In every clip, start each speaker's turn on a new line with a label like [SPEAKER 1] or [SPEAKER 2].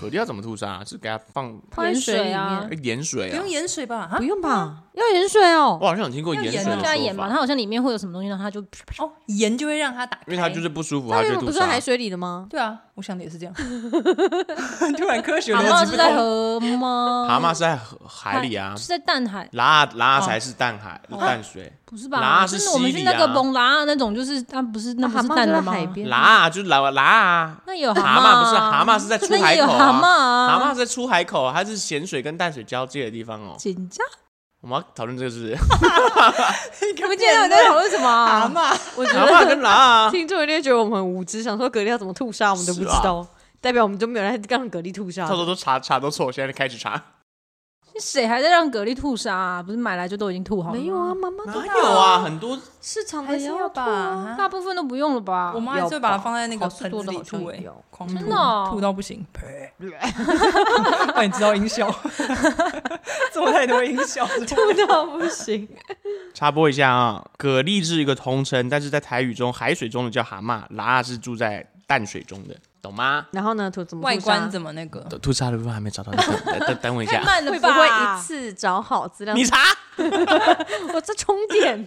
[SPEAKER 1] 河狸要怎么吐沙？是给它放
[SPEAKER 2] 放在
[SPEAKER 3] 盐
[SPEAKER 2] 水里
[SPEAKER 3] 水啊
[SPEAKER 2] 面，
[SPEAKER 1] 哎盐水
[SPEAKER 2] 不
[SPEAKER 1] 啊
[SPEAKER 2] 用？盐水吧？啊
[SPEAKER 3] 不，用吧？要盐水
[SPEAKER 1] 我
[SPEAKER 3] 哦。
[SPEAKER 1] 好像有听过
[SPEAKER 2] 要
[SPEAKER 1] 盐水
[SPEAKER 2] 盐
[SPEAKER 1] 的
[SPEAKER 2] 啊
[SPEAKER 3] 加盐
[SPEAKER 1] 说
[SPEAKER 3] 嘛，
[SPEAKER 1] 法，
[SPEAKER 3] 它好像里面会有什么东西，然后它就啪啪啪
[SPEAKER 2] 哦，盐就会让它打开，
[SPEAKER 1] 因为它就是不舒服，它
[SPEAKER 3] 它
[SPEAKER 1] 就
[SPEAKER 3] 原
[SPEAKER 1] 会
[SPEAKER 3] 本
[SPEAKER 1] 吐
[SPEAKER 3] 不是在
[SPEAKER 1] 沙
[SPEAKER 3] 海。水里的吗？
[SPEAKER 2] 对啊，我想的也是这样。 突然科学
[SPEAKER 3] 蛤
[SPEAKER 2] 逻
[SPEAKER 3] 蟆
[SPEAKER 2] 辑
[SPEAKER 3] 是
[SPEAKER 2] 不
[SPEAKER 3] 在
[SPEAKER 2] 通。
[SPEAKER 3] 河吗？
[SPEAKER 1] 蛤蟆是在河海里啊，
[SPEAKER 3] 是在淡海，哦
[SPEAKER 1] 拉拉才是淡海淡水，
[SPEAKER 3] 不是吧？
[SPEAKER 1] 蛤是
[SPEAKER 3] 就是我们
[SPEAKER 1] 溪
[SPEAKER 3] 去
[SPEAKER 1] 里
[SPEAKER 3] 那个
[SPEAKER 1] 啊
[SPEAKER 3] 蒙拉那种，就是它不是那不蛤是蟆淡就的在吗？海边，
[SPEAKER 1] 拉就是拉拉啊，
[SPEAKER 3] 那也有
[SPEAKER 1] 蛤
[SPEAKER 3] 哦蟆
[SPEAKER 1] 蟆不是蛤蟆是在出
[SPEAKER 3] 那
[SPEAKER 1] 海
[SPEAKER 3] 也有
[SPEAKER 1] 口
[SPEAKER 3] 蛤蟆
[SPEAKER 1] 啊，
[SPEAKER 3] 啊，
[SPEAKER 1] 蛤蟆是在出海口啊，它是咸水跟淡水交界的地方 哦。
[SPEAKER 3] 紧张，
[SPEAKER 1] 我们要讨论这个是不是
[SPEAKER 3] 你们今天到底在讨论什么
[SPEAKER 2] 蛤
[SPEAKER 3] 啊？
[SPEAKER 2] 蟆，
[SPEAKER 3] 我觉
[SPEAKER 1] 蛤蟆跟
[SPEAKER 3] 得
[SPEAKER 1] 拉啊，
[SPEAKER 3] 听众一定会觉得我们很无知，想说蛤蜊要怎么吐沙，我们都不知道，代表我们都没有来让蛤蜊吐沙
[SPEAKER 1] 啊差。不多都查查都错，现在开始查。
[SPEAKER 3] 谁还在让蛤蜊吐沙啊？不是买来就都已经吐好了？
[SPEAKER 2] 没有
[SPEAKER 3] 啊，妈妈
[SPEAKER 1] 哪有啊？很多
[SPEAKER 3] 市场
[SPEAKER 2] 还
[SPEAKER 3] 的
[SPEAKER 2] 是
[SPEAKER 3] 也
[SPEAKER 2] 要
[SPEAKER 3] 吐
[SPEAKER 2] 吧
[SPEAKER 3] 啊
[SPEAKER 2] 啊
[SPEAKER 3] 大部分都不用了吧？
[SPEAKER 2] 我妈还是会把它放在那个
[SPEAKER 3] 好事
[SPEAKER 2] 盆
[SPEAKER 3] 多
[SPEAKER 2] 子
[SPEAKER 3] 的
[SPEAKER 2] 里
[SPEAKER 3] 好像
[SPEAKER 2] 吐，哎
[SPEAKER 3] 有，
[SPEAKER 2] 狂
[SPEAKER 3] 真
[SPEAKER 2] 吐
[SPEAKER 3] 的哦
[SPEAKER 2] 吐到不 行，呸！那你知道音 效，做太多音 效，
[SPEAKER 3] 吐到不行。
[SPEAKER 1] 插播一下啊，蛤蜊是一个通称，但是在台语中，海水中的叫蛤蟆，拉是住在淡水中的，懂吗？
[SPEAKER 3] 然后呢？吐怎么
[SPEAKER 2] 外观
[SPEAKER 3] 么
[SPEAKER 2] 怎么那个？
[SPEAKER 1] 吐吐沙的部分还没找到，等等等等我一下
[SPEAKER 3] 太， 慢了吧？
[SPEAKER 2] 会不会一
[SPEAKER 3] 次找好资料
[SPEAKER 1] 你查
[SPEAKER 3] 我在充 电。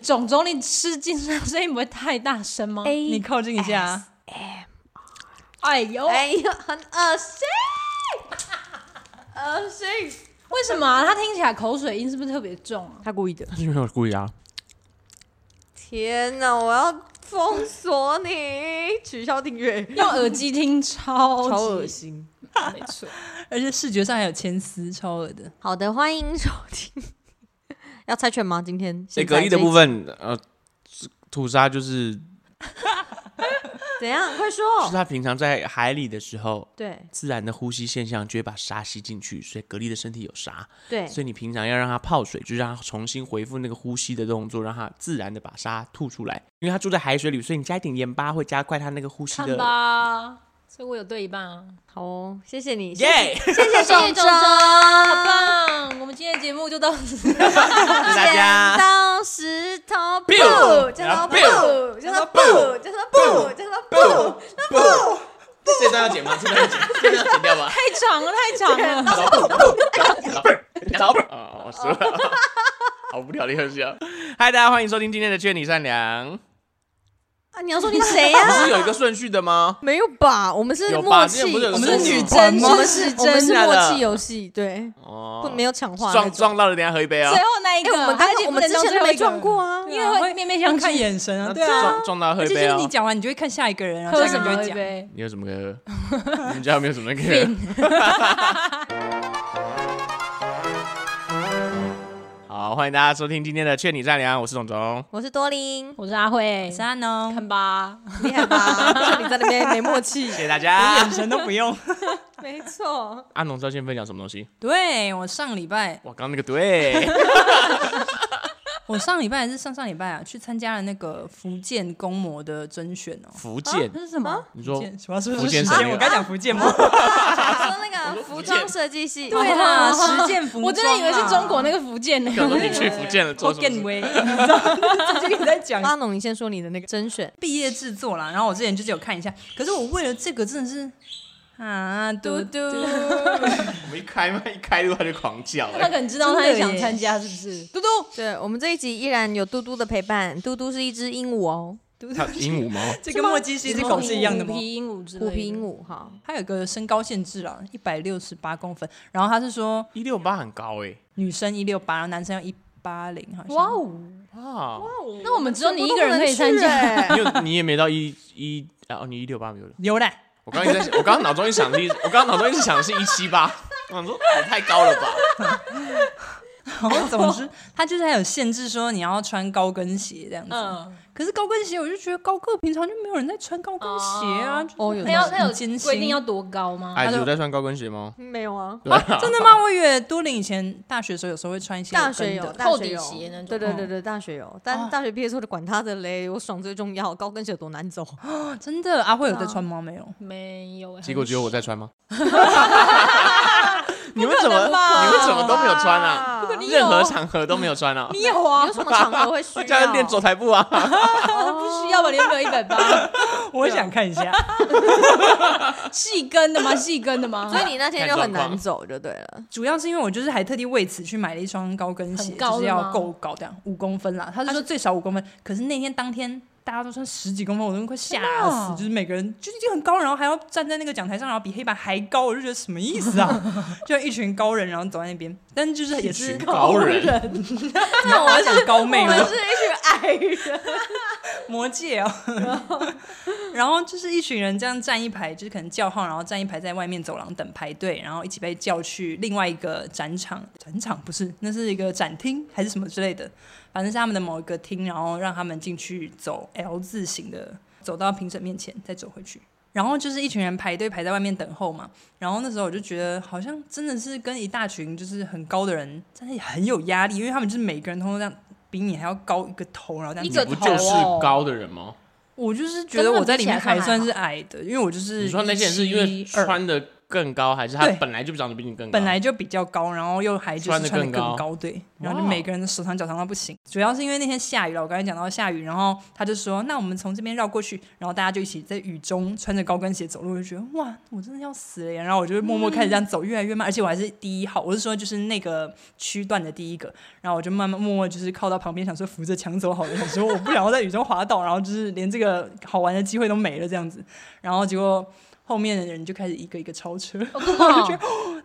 [SPEAKER 3] 总总，你吃进去声音不会太大声吗？
[SPEAKER 2] 你靠近一下，啊
[SPEAKER 3] 哎呦，
[SPEAKER 4] 哎呦，很恶 心，恶心！
[SPEAKER 3] 为什么啊？它听起来口水音是不是特别重啊？
[SPEAKER 2] 他故意的。
[SPEAKER 1] 是没有故意啊，
[SPEAKER 4] 天哪，我要封锁你， 取消订阅，
[SPEAKER 3] 用耳机听哎超
[SPEAKER 4] 超恶
[SPEAKER 3] 级，
[SPEAKER 4] 心。
[SPEAKER 3] 没错。
[SPEAKER 2] 而且视觉上还有牵丝，超恶的。
[SPEAKER 4] 好的，欢迎收听。 要猜拳吗？今天？
[SPEAKER 1] 哎，
[SPEAKER 4] 现在
[SPEAKER 1] 蛤蜊的
[SPEAKER 4] 这一
[SPEAKER 1] 部分，呃，吐沙就是是
[SPEAKER 4] 怎样？快说。
[SPEAKER 1] 它平常在海里的时候。
[SPEAKER 4] 对
[SPEAKER 1] 自然的呼吸现象就会把沙吸进去，所以蛤蜊的身体有沙，
[SPEAKER 4] 对，
[SPEAKER 1] 所以你平常要让它泡水，就让它重新恢复那个呼吸的动作，让它自然的把沙吐出来。因为它住在海水里，所以你加一点盐巴会加快它那个呼吸
[SPEAKER 3] 看
[SPEAKER 1] 的
[SPEAKER 3] 吧，所以我有对一半啊。
[SPEAKER 4] 好哦，谢谢你，谢
[SPEAKER 1] 耶！
[SPEAKER 4] 谢谢谢
[SPEAKER 3] 谢
[SPEAKER 4] 总
[SPEAKER 3] 总
[SPEAKER 4] 征
[SPEAKER 3] 总，，好棒！我们今天的节目就到此。
[SPEAKER 1] 谢谢大
[SPEAKER 4] 剪
[SPEAKER 1] 家。
[SPEAKER 4] 刀石头布，
[SPEAKER 1] Bill，
[SPEAKER 4] 剪刀布
[SPEAKER 1] 然后，
[SPEAKER 4] 剪刀布，剪刀布，剪刀布，
[SPEAKER 1] 不，这段要剪吗？这段要剪，这段要剪掉吗？
[SPEAKER 3] 太长了，太长了。
[SPEAKER 1] 老板，啊，我输了，好无聊的游戏啊！嗨，大家欢迎收听今天的《劝你善良》，
[SPEAKER 4] 啊！你要说你谁呀
[SPEAKER 1] 不？是有一个顺序的吗？
[SPEAKER 4] 没有吧？我们是
[SPEAKER 1] 有
[SPEAKER 4] 默
[SPEAKER 1] 吧？之前
[SPEAKER 4] 契，
[SPEAKER 1] 不是有个
[SPEAKER 2] 我们
[SPEAKER 1] 顺
[SPEAKER 2] 是
[SPEAKER 1] 序
[SPEAKER 2] 女
[SPEAKER 1] 吗
[SPEAKER 2] 团吗
[SPEAKER 4] 我们是
[SPEAKER 3] 我们
[SPEAKER 4] 真
[SPEAKER 3] 是
[SPEAKER 4] 是默
[SPEAKER 1] 默
[SPEAKER 4] 契
[SPEAKER 1] 契
[SPEAKER 4] 游戏，对，不
[SPEAKER 1] 哦，
[SPEAKER 4] 没有抢话那
[SPEAKER 1] 撞
[SPEAKER 4] 种。
[SPEAKER 1] 撞到了，等一下喝一杯啊
[SPEAKER 3] 最！后那一
[SPEAKER 4] 哎，
[SPEAKER 3] 个，
[SPEAKER 4] 我们刚
[SPEAKER 3] 而且
[SPEAKER 4] 刚我
[SPEAKER 3] 不
[SPEAKER 4] 们
[SPEAKER 3] 能
[SPEAKER 4] 之前
[SPEAKER 3] 当最
[SPEAKER 4] 都
[SPEAKER 3] 后一
[SPEAKER 4] 没
[SPEAKER 3] 个
[SPEAKER 4] 撞过啊，
[SPEAKER 3] 因为会面面相
[SPEAKER 2] 看
[SPEAKER 3] 觑。
[SPEAKER 2] 眼神啊，对啊，
[SPEAKER 1] 撞撞到喝
[SPEAKER 2] 而
[SPEAKER 1] 一
[SPEAKER 2] 且
[SPEAKER 1] 杯
[SPEAKER 2] 就是
[SPEAKER 1] 啊
[SPEAKER 2] 你！讲完，你就会看下一个人，然后
[SPEAKER 3] 喝
[SPEAKER 2] 下一
[SPEAKER 3] 什
[SPEAKER 2] 个
[SPEAKER 3] 么
[SPEAKER 2] 人就
[SPEAKER 3] 喝一
[SPEAKER 2] 会讲。
[SPEAKER 3] 杯？
[SPEAKER 1] 你有什么可以喝？你们家有没有什么可以喝？好，欢迎大家收听今天的《劝你善良》，我是总总。
[SPEAKER 4] 我是多林，
[SPEAKER 3] 我是阿慧，
[SPEAKER 2] 山呢？
[SPEAKER 3] 看吧。
[SPEAKER 4] 厉害吧？就你在那边没默契，
[SPEAKER 1] 谢谢大家
[SPEAKER 2] 眼。神都不用。
[SPEAKER 4] 没错。
[SPEAKER 1] 阿农知道今天分享什么东西？
[SPEAKER 2] 对我上礼拜，
[SPEAKER 1] 哇，刚刚那个对，
[SPEAKER 2] 我上礼拜还是上上礼拜啊，去参加了那个福建公模的甄选哦。
[SPEAKER 1] 福建，
[SPEAKER 3] 这是什么？
[SPEAKER 1] 你说
[SPEAKER 2] 什么？是不
[SPEAKER 1] 福
[SPEAKER 2] 是
[SPEAKER 1] 建
[SPEAKER 2] 时
[SPEAKER 1] 省
[SPEAKER 2] 间？
[SPEAKER 1] 略
[SPEAKER 2] 我刚讲福建吗？
[SPEAKER 4] 说那个服装设计系，
[SPEAKER 2] 对啦，实践服装啊，
[SPEAKER 3] 我真的以为是中国那个福建呢。
[SPEAKER 1] 想说你去福建了做什么事？
[SPEAKER 2] 更威，你知道吗这就你在讲
[SPEAKER 4] 阿农，你先说你的那个甄选，
[SPEAKER 2] 毕业制作啦。然后我之前就只有看一下，可是我为了这个真的是啊，嘟嘟，
[SPEAKER 1] 我们一开麦一开录他就狂叫、
[SPEAKER 3] 他
[SPEAKER 1] 欸，
[SPEAKER 3] 可能知道他也想参加，是不是？
[SPEAKER 2] 嘟嘟，
[SPEAKER 4] 对我们这一集依然有嘟嘟的陪伴，嘟嘟是一只鹦鹉哦，
[SPEAKER 1] 他鹦鹉吗？
[SPEAKER 2] 这跟墨迹是一只狗是一样的吗
[SPEAKER 3] 虎？皮鹦鹉之类
[SPEAKER 4] 虎
[SPEAKER 3] 的。
[SPEAKER 4] 皮鹦鹉哈，
[SPEAKER 2] 它有个身高限制啦，一百六十八公分。然后他是说
[SPEAKER 1] 一六八很高哎、
[SPEAKER 2] 女生一六八，男生要一八零，好像。
[SPEAKER 3] 哇哦！
[SPEAKER 1] 哇，
[SPEAKER 3] 那我们只有你一个人可以参加。
[SPEAKER 1] 你有你也没到一一啊？哦，你一六八没有了。
[SPEAKER 2] 有嘞，
[SPEAKER 1] 我刚刚一直在，我刚刚脑中一想是一，我刚刚脑中一直想是一七八，我想说也太高了吧？
[SPEAKER 2] 然后总 之，他就是还有限制说你要穿高跟鞋这样子。
[SPEAKER 3] 嗯，
[SPEAKER 2] 可是高跟鞋，我就觉得高个平常就没有人在穿高跟鞋啊。就是
[SPEAKER 4] 哦有
[SPEAKER 3] 他要他有
[SPEAKER 2] 很艰辛
[SPEAKER 3] 规 定要多高吗？
[SPEAKER 2] 哎
[SPEAKER 1] 矮子哎有在穿高跟鞋吗？
[SPEAKER 4] 没有啊，
[SPEAKER 1] 对啊，
[SPEAKER 2] 真的吗？我以为多林以前大学的时候有时候会穿一些
[SPEAKER 4] 大学有
[SPEAKER 2] 有跟的
[SPEAKER 4] 大学有
[SPEAKER 3] 厚底鞋那种
[SPEAKER 4] 对对对对，大学有，但
[SPEAKER 2] 哦
[SPEAKER 4] 大学毕业之后就管他的嘞，我爽最重要，高跟鞋有多难走，
[SPEAKER 2] 哦真的阿慧有在穿吗？没有。
[SPEAKER 3] 没有欸。
[SPEAKER 1] 结果只有我在穿吗？你们怎么
[SPEAKER 3] 能吧
[SPEAKER 1] 你们怎么都没有穿啊？
[SPEAKER 4] 不可能吧
[SPEAKER 3] 你有
[SPEAKER 1] 任何场合都没有穿啊？
[SPEAKER 3] 你有啊
[SPEAKER 4] 有？什么场合会需
[SPEAKER 1] 我叫他
[SPEAKER 4] 要？
[SPEAKER 1] 练走台步啊！
[SPEAKER 3] 不需要吧？你有没有一百 八？
[SPEAKER 2] 我想看一下。
[SPEAKER 3] 细跟的吗？细跟的吗？
[SPEAKER 4] 所以你那天就很
[SPEAKER 1] 看状
[SPEAKER 4] 难
[SPEAKER 1] 况
[SPEAKER 4] 走就对了。
[SPEAKER 2] 主要是因为我就是还特地为此去买了一双高跟鞋，
[SPEAKER 3] 很高的吗
[SPEAKER 2] 就是要够高，这样五公分啦。他是说最少五公分，可是那天当天大家都穿十几公分，我都快吓
[SPEAKER 3] 真的哦
[SPEAKER 2] 死，就是每个人就是已经很高，然后还要站在那个讲台上，然后比黑板还高，我就觉得什么意思啊？就一群高人，然后走在那边，但就是也是
[SPEAKER 1] 一群高人
[SPEAKER 2] 那我要讲高妹
[SPEAKER 4] 我
[SPEAKER 2] 吗
[SPEAKER 4] 们？是一群矮人，
[SPEAKER 2] 魔戒哦，然后就是一群人这样站一排，就是可能叫号，然后站一排在外面走廊等排队，然后一起被叫去另外一个展场，展场不是，那是一个展厅还是什么之类的，反正是他们的某一个厅，然后让他们进去走 L 字形的，走到评审面前再走回去。然后就是一群人排队排在外面等候嘛，然后那时候我就觉得好像真的是跟一大群就是很高的人，真的很有压力，因为他们就是每个人通通这样比你还要高一个头，然后这样
[SPEAKER 3] 一
[SPEAKER 1] 你
[SPEAKER 3] 个
[SPEAKER 1] 不就是高的人吗？
[SPEAKER 2] 我就是觉得我在里面还算是矮的，因为我就是
[SPEAKER 1] 你说那些人是因为
[SPEAKER 2] 172
[SPEAKER 1] 穿的更高，还是他
[SPEAKER 2] 对
[SPEAKER 1] 本来就长得比你更高？
[SPEAKER 2] 本来就比较高，然后又还就是
[SPEAKER 1] 穿得
[SPEAKER 2] 穿的
[SPEAKER 1] 更高
[SPEAKER 2] 更高，对，然后就
[SPEAKER 1] 哇
[SPEAKER 2] 每个人的手长脚长到不行。主要是因为那天下雨了，我刚才讲到下雨，然后他就说：“那我们从这边绕过去。”然后大家就一起在雨中穿着高跟鞋走路，我就觉得哇，我真的要死了耶！然后我就默默开始这样走，越来越慢，而且我还是第一号，我是说就是那个区段的第一个。然后我就慢慢默默就是靠到旁边，想说扶着墙走好了，想说我不想要在雨中滑倒，然后就是连这个好玩的机会都没了这样子。然后结果后面的人就开始一个一个超车。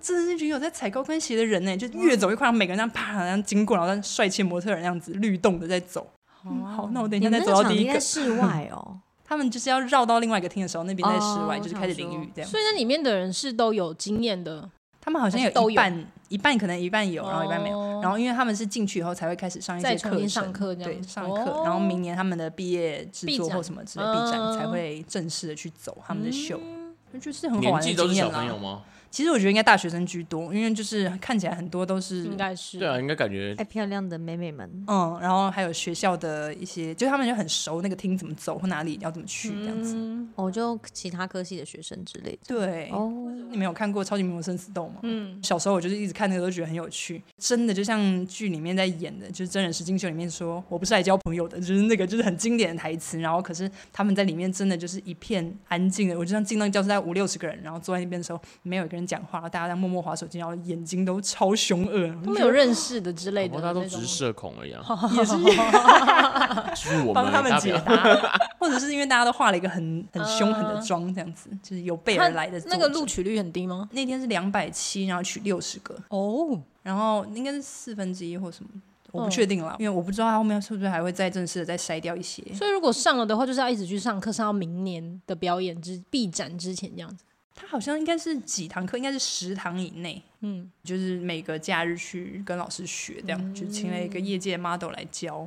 [SPEAKER 2] 真的是觉得有在踩高跟鞋的人呢，就越走越快，然后每个人这样啪这样经过，然后像帅气模特儿那样子律动的在走。嗯好，那我等一
[SPEAKER 4] 你
[SPEAKER 2] 下再
[SPEAKER 4] 们那
[SPEAKER 2] 走
[SPEAKER 4] 个
[SPEAKER 2] 到
[SPEAKER 4] 场
[SPEAKER 2] 第一
[SPEAKER 4] 地在
[SPEAKER 2] 个。
[SPEAKER 4] 室外 哦，
[SPEAKER 2] 他们就是要绕到另外一个厅的时候，那边在室外，
[SPEAKER 4] 哦
[SPEAKER 2] 就是开始淋
[SPEAKER 4] 我想
[SPEAKER 2] 雨
[SPEAKER 4] 说
[SPEAKER 2] 这样。
[SPEAKER 3] 所以那里面的人是都有经验的，
[SPEAKER 2] 他们好像
[SPEAKER 3] 还是都
[SPEAKER 2] 有一
[SPEAKER 3] 有
[SPEAKER 2] 半，一半可能一半有，然后一半没有。
[SPEAKER 3] 有
[SPEAKER 2] 然后因为他们是进去以后才会开始上一
[SPEAKER 3] 再
[SPEAKER 2] 些
[SPEAKER 3] 哦重
[SPEAKER 2] 课程，
[SPEAKER 3] 新上课这样
[SPEAKER 2] 对，上课。
[SPEAKER 3] 哦
[SPEAKER 2] 然后明年他们的毕业制
[SPEAKER 3] 毕
[SPEAKER 2] 作
[SPEAKER 3] 展
[SPEAKER 2] 或什么之类毕展
[SPEAKER 3] 嗯
[SPEAKER 2] 才会正式的去走他们的秀，就是很好
[SPEAKER 1] 年
[SPEAKER 2] 玩的
[SPEAKER 1] 纪都
[SPEAKER 2] 经
[SPEAKER 1] 是
[SPEAKER 2] 验啊
[SPEAKER 1] 小朋友
[SPEAKER 2] 啦。
[SPEAKER 1] 吗？
[SPEAKER 2] 其实我觉得应该大学生居多，因为就是看起来很多都是
[SPEAKER 3] 应该是
[SPEAKER 1] 对啊，应该感觉
[SPEAKER 4] 爱哎漂亮的妹妹们。
[SPEAKER 2] 嗯，然后还有学校的一些，就是他们就很熟那个厅怎么走或哪里要怎么去这样子。
[SPEAKER 3] 嗯
[SPEAKER 4] 哦，就其他科系的学生之类的。
[SPEAKER 2] 对，
[SPEAKER 4] 哦，
[SPEAKER 2] 你们有看过《超级名模生死斗》吗？
[SPEAKER 3] 嗯，
[SPEAKER 2] 小时候我就是一直看那个都觉得很有趣，真的就像剧里面在演的，就是真人实境秀里面说我不是来交朋友的，就是那个就是很经典的台词。然后可是他们在里面真的就是一片安静的，我就像进到教室大概五六十个人，然后坐在那边的时候没有一个人讲话，然后大家在默默划手机，然后眼睛都超凶恶，然后
[SPEAKER 3] 他们有认识的之类
[SPEAKER 1] 搞不
[SPEAKER 3] 的
[SPEAKER 1] 好
[SPEAKER 3] 那
[SPEAKER 1] 大家
[SPEAKER 3] 种，
[SPEAKER 1] 都只是社恐而已啊，
[SPEAKER 2] 也是
[SPEAKER 1] 就是我
[SPEAKER 2] 帮
[SPEAKER 1] 们
[SPEAKER 2] 他们
[SPEAKER 1] 大
[SPEAKER 2] 解
[SPEAKER 1] 家不要
[SPEAKER 2] 答， 啊或者是因为大家都化了一个很很凶狠的妆，这样子就是有备而来的作
[SPEAKER 3] 那
[SPEAKER 2] 者。
[SPEAKER 3] 个录取率很低吗？
[SPEAKER 2] 那天是两百七，然后取六十个，
[SPEAKER 3] 哦，
[SPEAKER 2] 然后应该是四分之一或什么，我不
[SPEAKER 3] 嗯
[SPEAKER 2] 确定了，因为我不知道他后面是不是还会再正式的再筛掉一些。
[SPEAKER 3] 所以如果上了的话，就是要一直去上课，上到明年的表演之闭展之前这样子。
[SPEAKER 2] 他好像应该是几堂课，应该是十堂以内，
[SPEAKER 3] 嗯，
[SPEAKER 2] 就是每个假日去跟老师学，这样、就请了一
[SPEAKER 4] 嗯
[SPEAKER 2] 个业界 model 来教。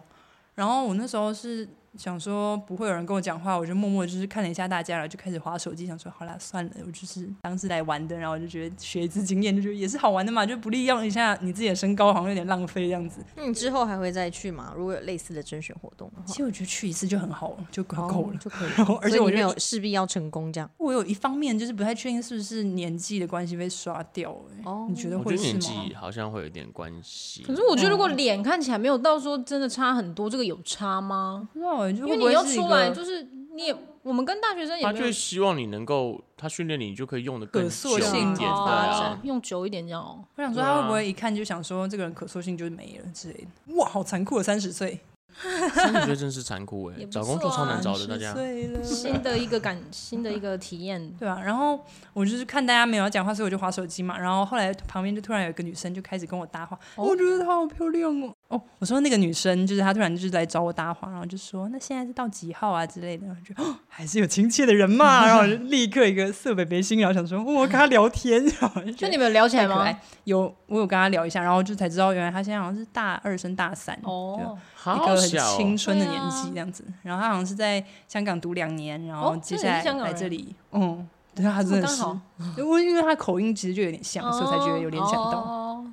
[SPEAKER 2] 然后我那时候是想说不会有人跟我讲话，我就默默就是看了一下大家，然后就开始划手机，想说好啦算了，我就是当时来玩的，然后我就觉得学一次经验，就觉得也是好玩的嘛，就不利用一下你自己的身高，好像有点浪费这样子。
[SPEAKER 4] 那你之后还会再去吗？如果有类似的甄选活动的话
[SPEAKER 2] 其，实我觉得去一次就很好了，就够够了
[SPEAKER 4] 哦。就可以
[SPEAKER 2] 然
[SPEAKER 4] 了。
[SPEAKER 2] 后 而
[SPEAKER 4] 所
[SPEAKER 2] 且
[SPEAKER 4] 以
[SPEAKER 2] 我
[SPEAKER 4] 你没
[SPEAKER 2] 就
[SPEAKER 4] 有势必要成功这样。
[SPEAKER 2] 我有一方面就是不太确定是不是年纪的关系被刷掉、欸，
[SPEAKER 4] 哦
[SPEAKER 2] 你觉得
[SPEAKER 1] 我觉
[SPEAKER 2] 会
[SPEAKER 1] 得
[SPEAKER 2] 是
[SPEAKER 1] 年
[SPEAKER 2] 吗？
[SPEAKER 1] 纪好像会有点关系
[SPEAKER 3] 可。是我觉得如果
[SPEAKER 2] 嗯
[SPEAKER 3] 脸看起来没有到说真的差很多，这个有差吗？
[SPEAKER 2] 不知道欸，就
[SPEAKER 3] 因
[SPEAKER 2] 会
[SPEAKER 3] 为
[SPEAKER 2] 不
[SPEAKER 3] 你
[SPEAKER 2] 会
[SPEAKER 3] 要
[SPEAKER 2] 是一
[SPEAKER 3] 出
[SPEAKER 2] 个
[SPEAKER 3] 来就是你也，我们跟大学生也
[SPEAKER 1] 他
[SPEAKER 3] 没
[SPEAKER 1] 就
[SPEAKER 3] 有
[SPEAKER 1] 会希望你能够，他训练你就可以用的更
[SPEAKER 2] 可
[SPEAKER 1] 久
[SPEAKER 2] 塑
[SPEAKER 1] 一
[SPEAKER 2] 性哦
[SPEAKER 1] 点，对
[SPEAKER 3] 发展
[SPEAKER 1] 啊，
[SPEAKER 3] 哦 用久一点这样哦。
[SPEAKER 2] 我想说，
[SPEAKER 1] 对
[SPEAKER 2] 他会不
[SPEAKER 1] 啊
[SPEAKER 2] 会一看就想说这个人可塑性就是没了之类的？哇，好残酷啊的三十岁，
[SPEAKER 1] 三十岁真是残酷哎、
[SPEAKER 3] 也不
[SPEAKER 1] 找工作
[SPEAKER 3] 错啊
[SPEAKER 1] 超难找的，大
[SPEAKER 2] 30
[SPEAKER 1] 家。
[SPEAKER 2] 岁了，
[SPEAKER 3] 新的一个感，新的一个体验。
[SPEAKER 2] 对啊，然后我就是看大家没有要讲话，所以我就划手机嘛。然后后来旁边就突然有一个女生就开始跟我搭话，
[SPEAKER 3] 哦
[SPEAKER 2] 我觉得她好漂亮哦。哦，我说那个女生就是她突然就是来找我搭话，然后就说那现在是到几号啊之类的，然后就、哦、还是有亲切的人 嘛。然后我就立刻一个色北北心，然后想说哦我跟她聊天， 然后就觉
[SPEAKER 3] 就
[SPEAKER 2] 得
[SPEAKER 3] 你们有聊起来
[SPEAKER 2] 太可爱
[SPEAKER 3] 吗？。
[SPEAKER 2] 有我有跟她聊一下，然后就才知道原来她现在好像是大二升大三对啊
[SPEAKER 3] 哦，
[SPEAKER 2] 一
[SPEAKER 1] 好
[SPEAKER 2] 个很
[SPEAKER 1] 小、
[SPEAKER 2] 青
[SPEAKER 1] 哦，
[SPEAKER 2] 春的
[SPEAKER 3] 对啊
[SPEAKER 2] 年纪这样子。然后他好像是在香港读两年，然后
[SPEAKER 3] 哦
[SPEAKER 2] 接
[SPEAKER 3] 那
[SPEAKER 2] 下
[SPEAKER 3] 你是
[SPEAKER 2] 来
[SPEAKER 3] 香港
[SPEAKER 2] 来
[SPEAKER 3] 人
[SPEAKER 2] 这里，嗯。对啊，他
[SPEAKER 3] 这
[SPEAKER 2] 真
[SPEAKER 3] 么
[SPEAKER 2] 的
[SPEAKER 3] 哦刚
[SPEAKER 2] 是，
[SPEAKER 3] 好
[SPEAKER 2] 因为因为他口音其实就有点像，所以我才觉得有联想
[SPEAKER 3] 哦
[SPEAKER 2] 到。
[SPEAKER 3] 到。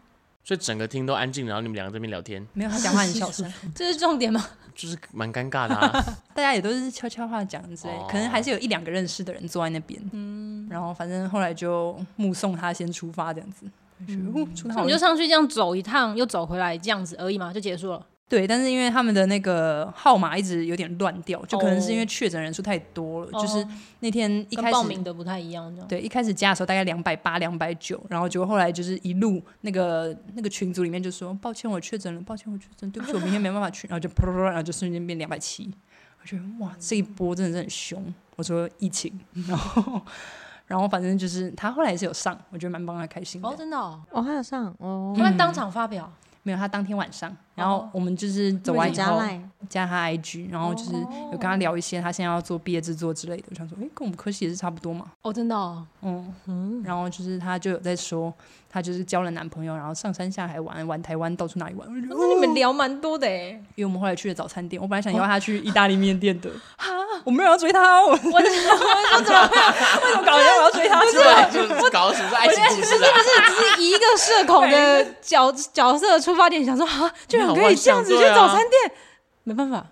[SPEAKER 1] 所以整个厅都安静，然后你们两个在那边聊天，
[SPEAKER 2] 没有，他讲话很 小声，
[SPEAKER 3] 这是重点吗？
[SPEAKER 1] 就是蛮尴尬的、啊。
[SPEAKER 2] 大家也都是悄悄话讲之类，
[SPEAKER 1] 哦
[SPEAKER 2] 可能还是有一两个认识的人坐在那边。嗯，然后反正后来就目送他先出发这样子。觉得哦，出
[SPEAKER 3] 所以
[SPEAKER 2] 汗
[SPEAKER 3] 你就
[SPEAKER 2] 好。
[SPEAKER 3] 上去这样走一趟，又走回来这样子而已嘛，就结束了。
[SPEAKER 2] 对，但是因为他们的那个号码一直有点乱掉，就可能是因为
[SPEAKER 3] 哦
[SPEAKER 2] 确诊人数太多了，就是
[SPEAKER 3] 哦
[SPEAKER 2] 那天一
[SPEAKER 3] 跟
[SPEAKER 2] 开
[SPEAKER 3] 报
[SPEAKER 2] 始
[SPEAKER 3] 名的不太一样，这样。
[SPEAKER 2] 对，一开始加的时候大概两百八、两百九，然后结果后来就是一路那个那个群组里面就说抱歉我确诊了，抱歉我确诊，对不起我明天没办法去，然后就噗噗噗，然后就瞬间变两百七，我觉得哇这一波真的是很凶，我说疫情， 然后然后反正就是他后来也是有上，我觉得蛮帮他开心的，
[SPEAKER 3] 哦，真的哦，
[SPEAKER 4] 哦，还有上哦
[SPEAKER 2] 嗯
[SPEAKER 3] 他们当场发表，
[SPEAKER 2] 没有他当天晚上，然后
[SPEAKER 3] 哦
[SPEAKER 2] 我们就是走
[SPEAKER 4] 我
[SPEAKER 2] 完以
[SPEAKER 4] 加
[SPEAKER 2] 后
[SPEAKER 4] 赖，
[SPEAKER 2] 加他 IG，然后就是有跟他聊一些他现在要做毕业制作之类的，我想说哎跟我们科系也是差不多嘛，
[SPEAKER 3] 哦，真的哦，
[SPEAKER 2] 嗯，然后就是她就有在说，她就是交了男朋友，然后上山下海玩，玩台湾到处哪里玩。我就觉得
[SPEAKER 3] 那你们聊蛮多的哎，
[SPEAKER 2] 因为我们后来去了早餐店，我本来想邀她去意大利面店的，我没有要追她哦，
[SPEAKER 3] 我我说怎么会？
[SPEAKER 2] 为什么搞得像我要追她？
[SPEAKER 1] 这个就是搞 什么是爱情故事啊？哎
[SPEAKER 3] 这只是以一个 社恐的角角色的出发点，想说啊，居然可以这样子去
[SPEAKER 1] 你好妄想对啊
[SPEAKER 3] 早餐店，没办法，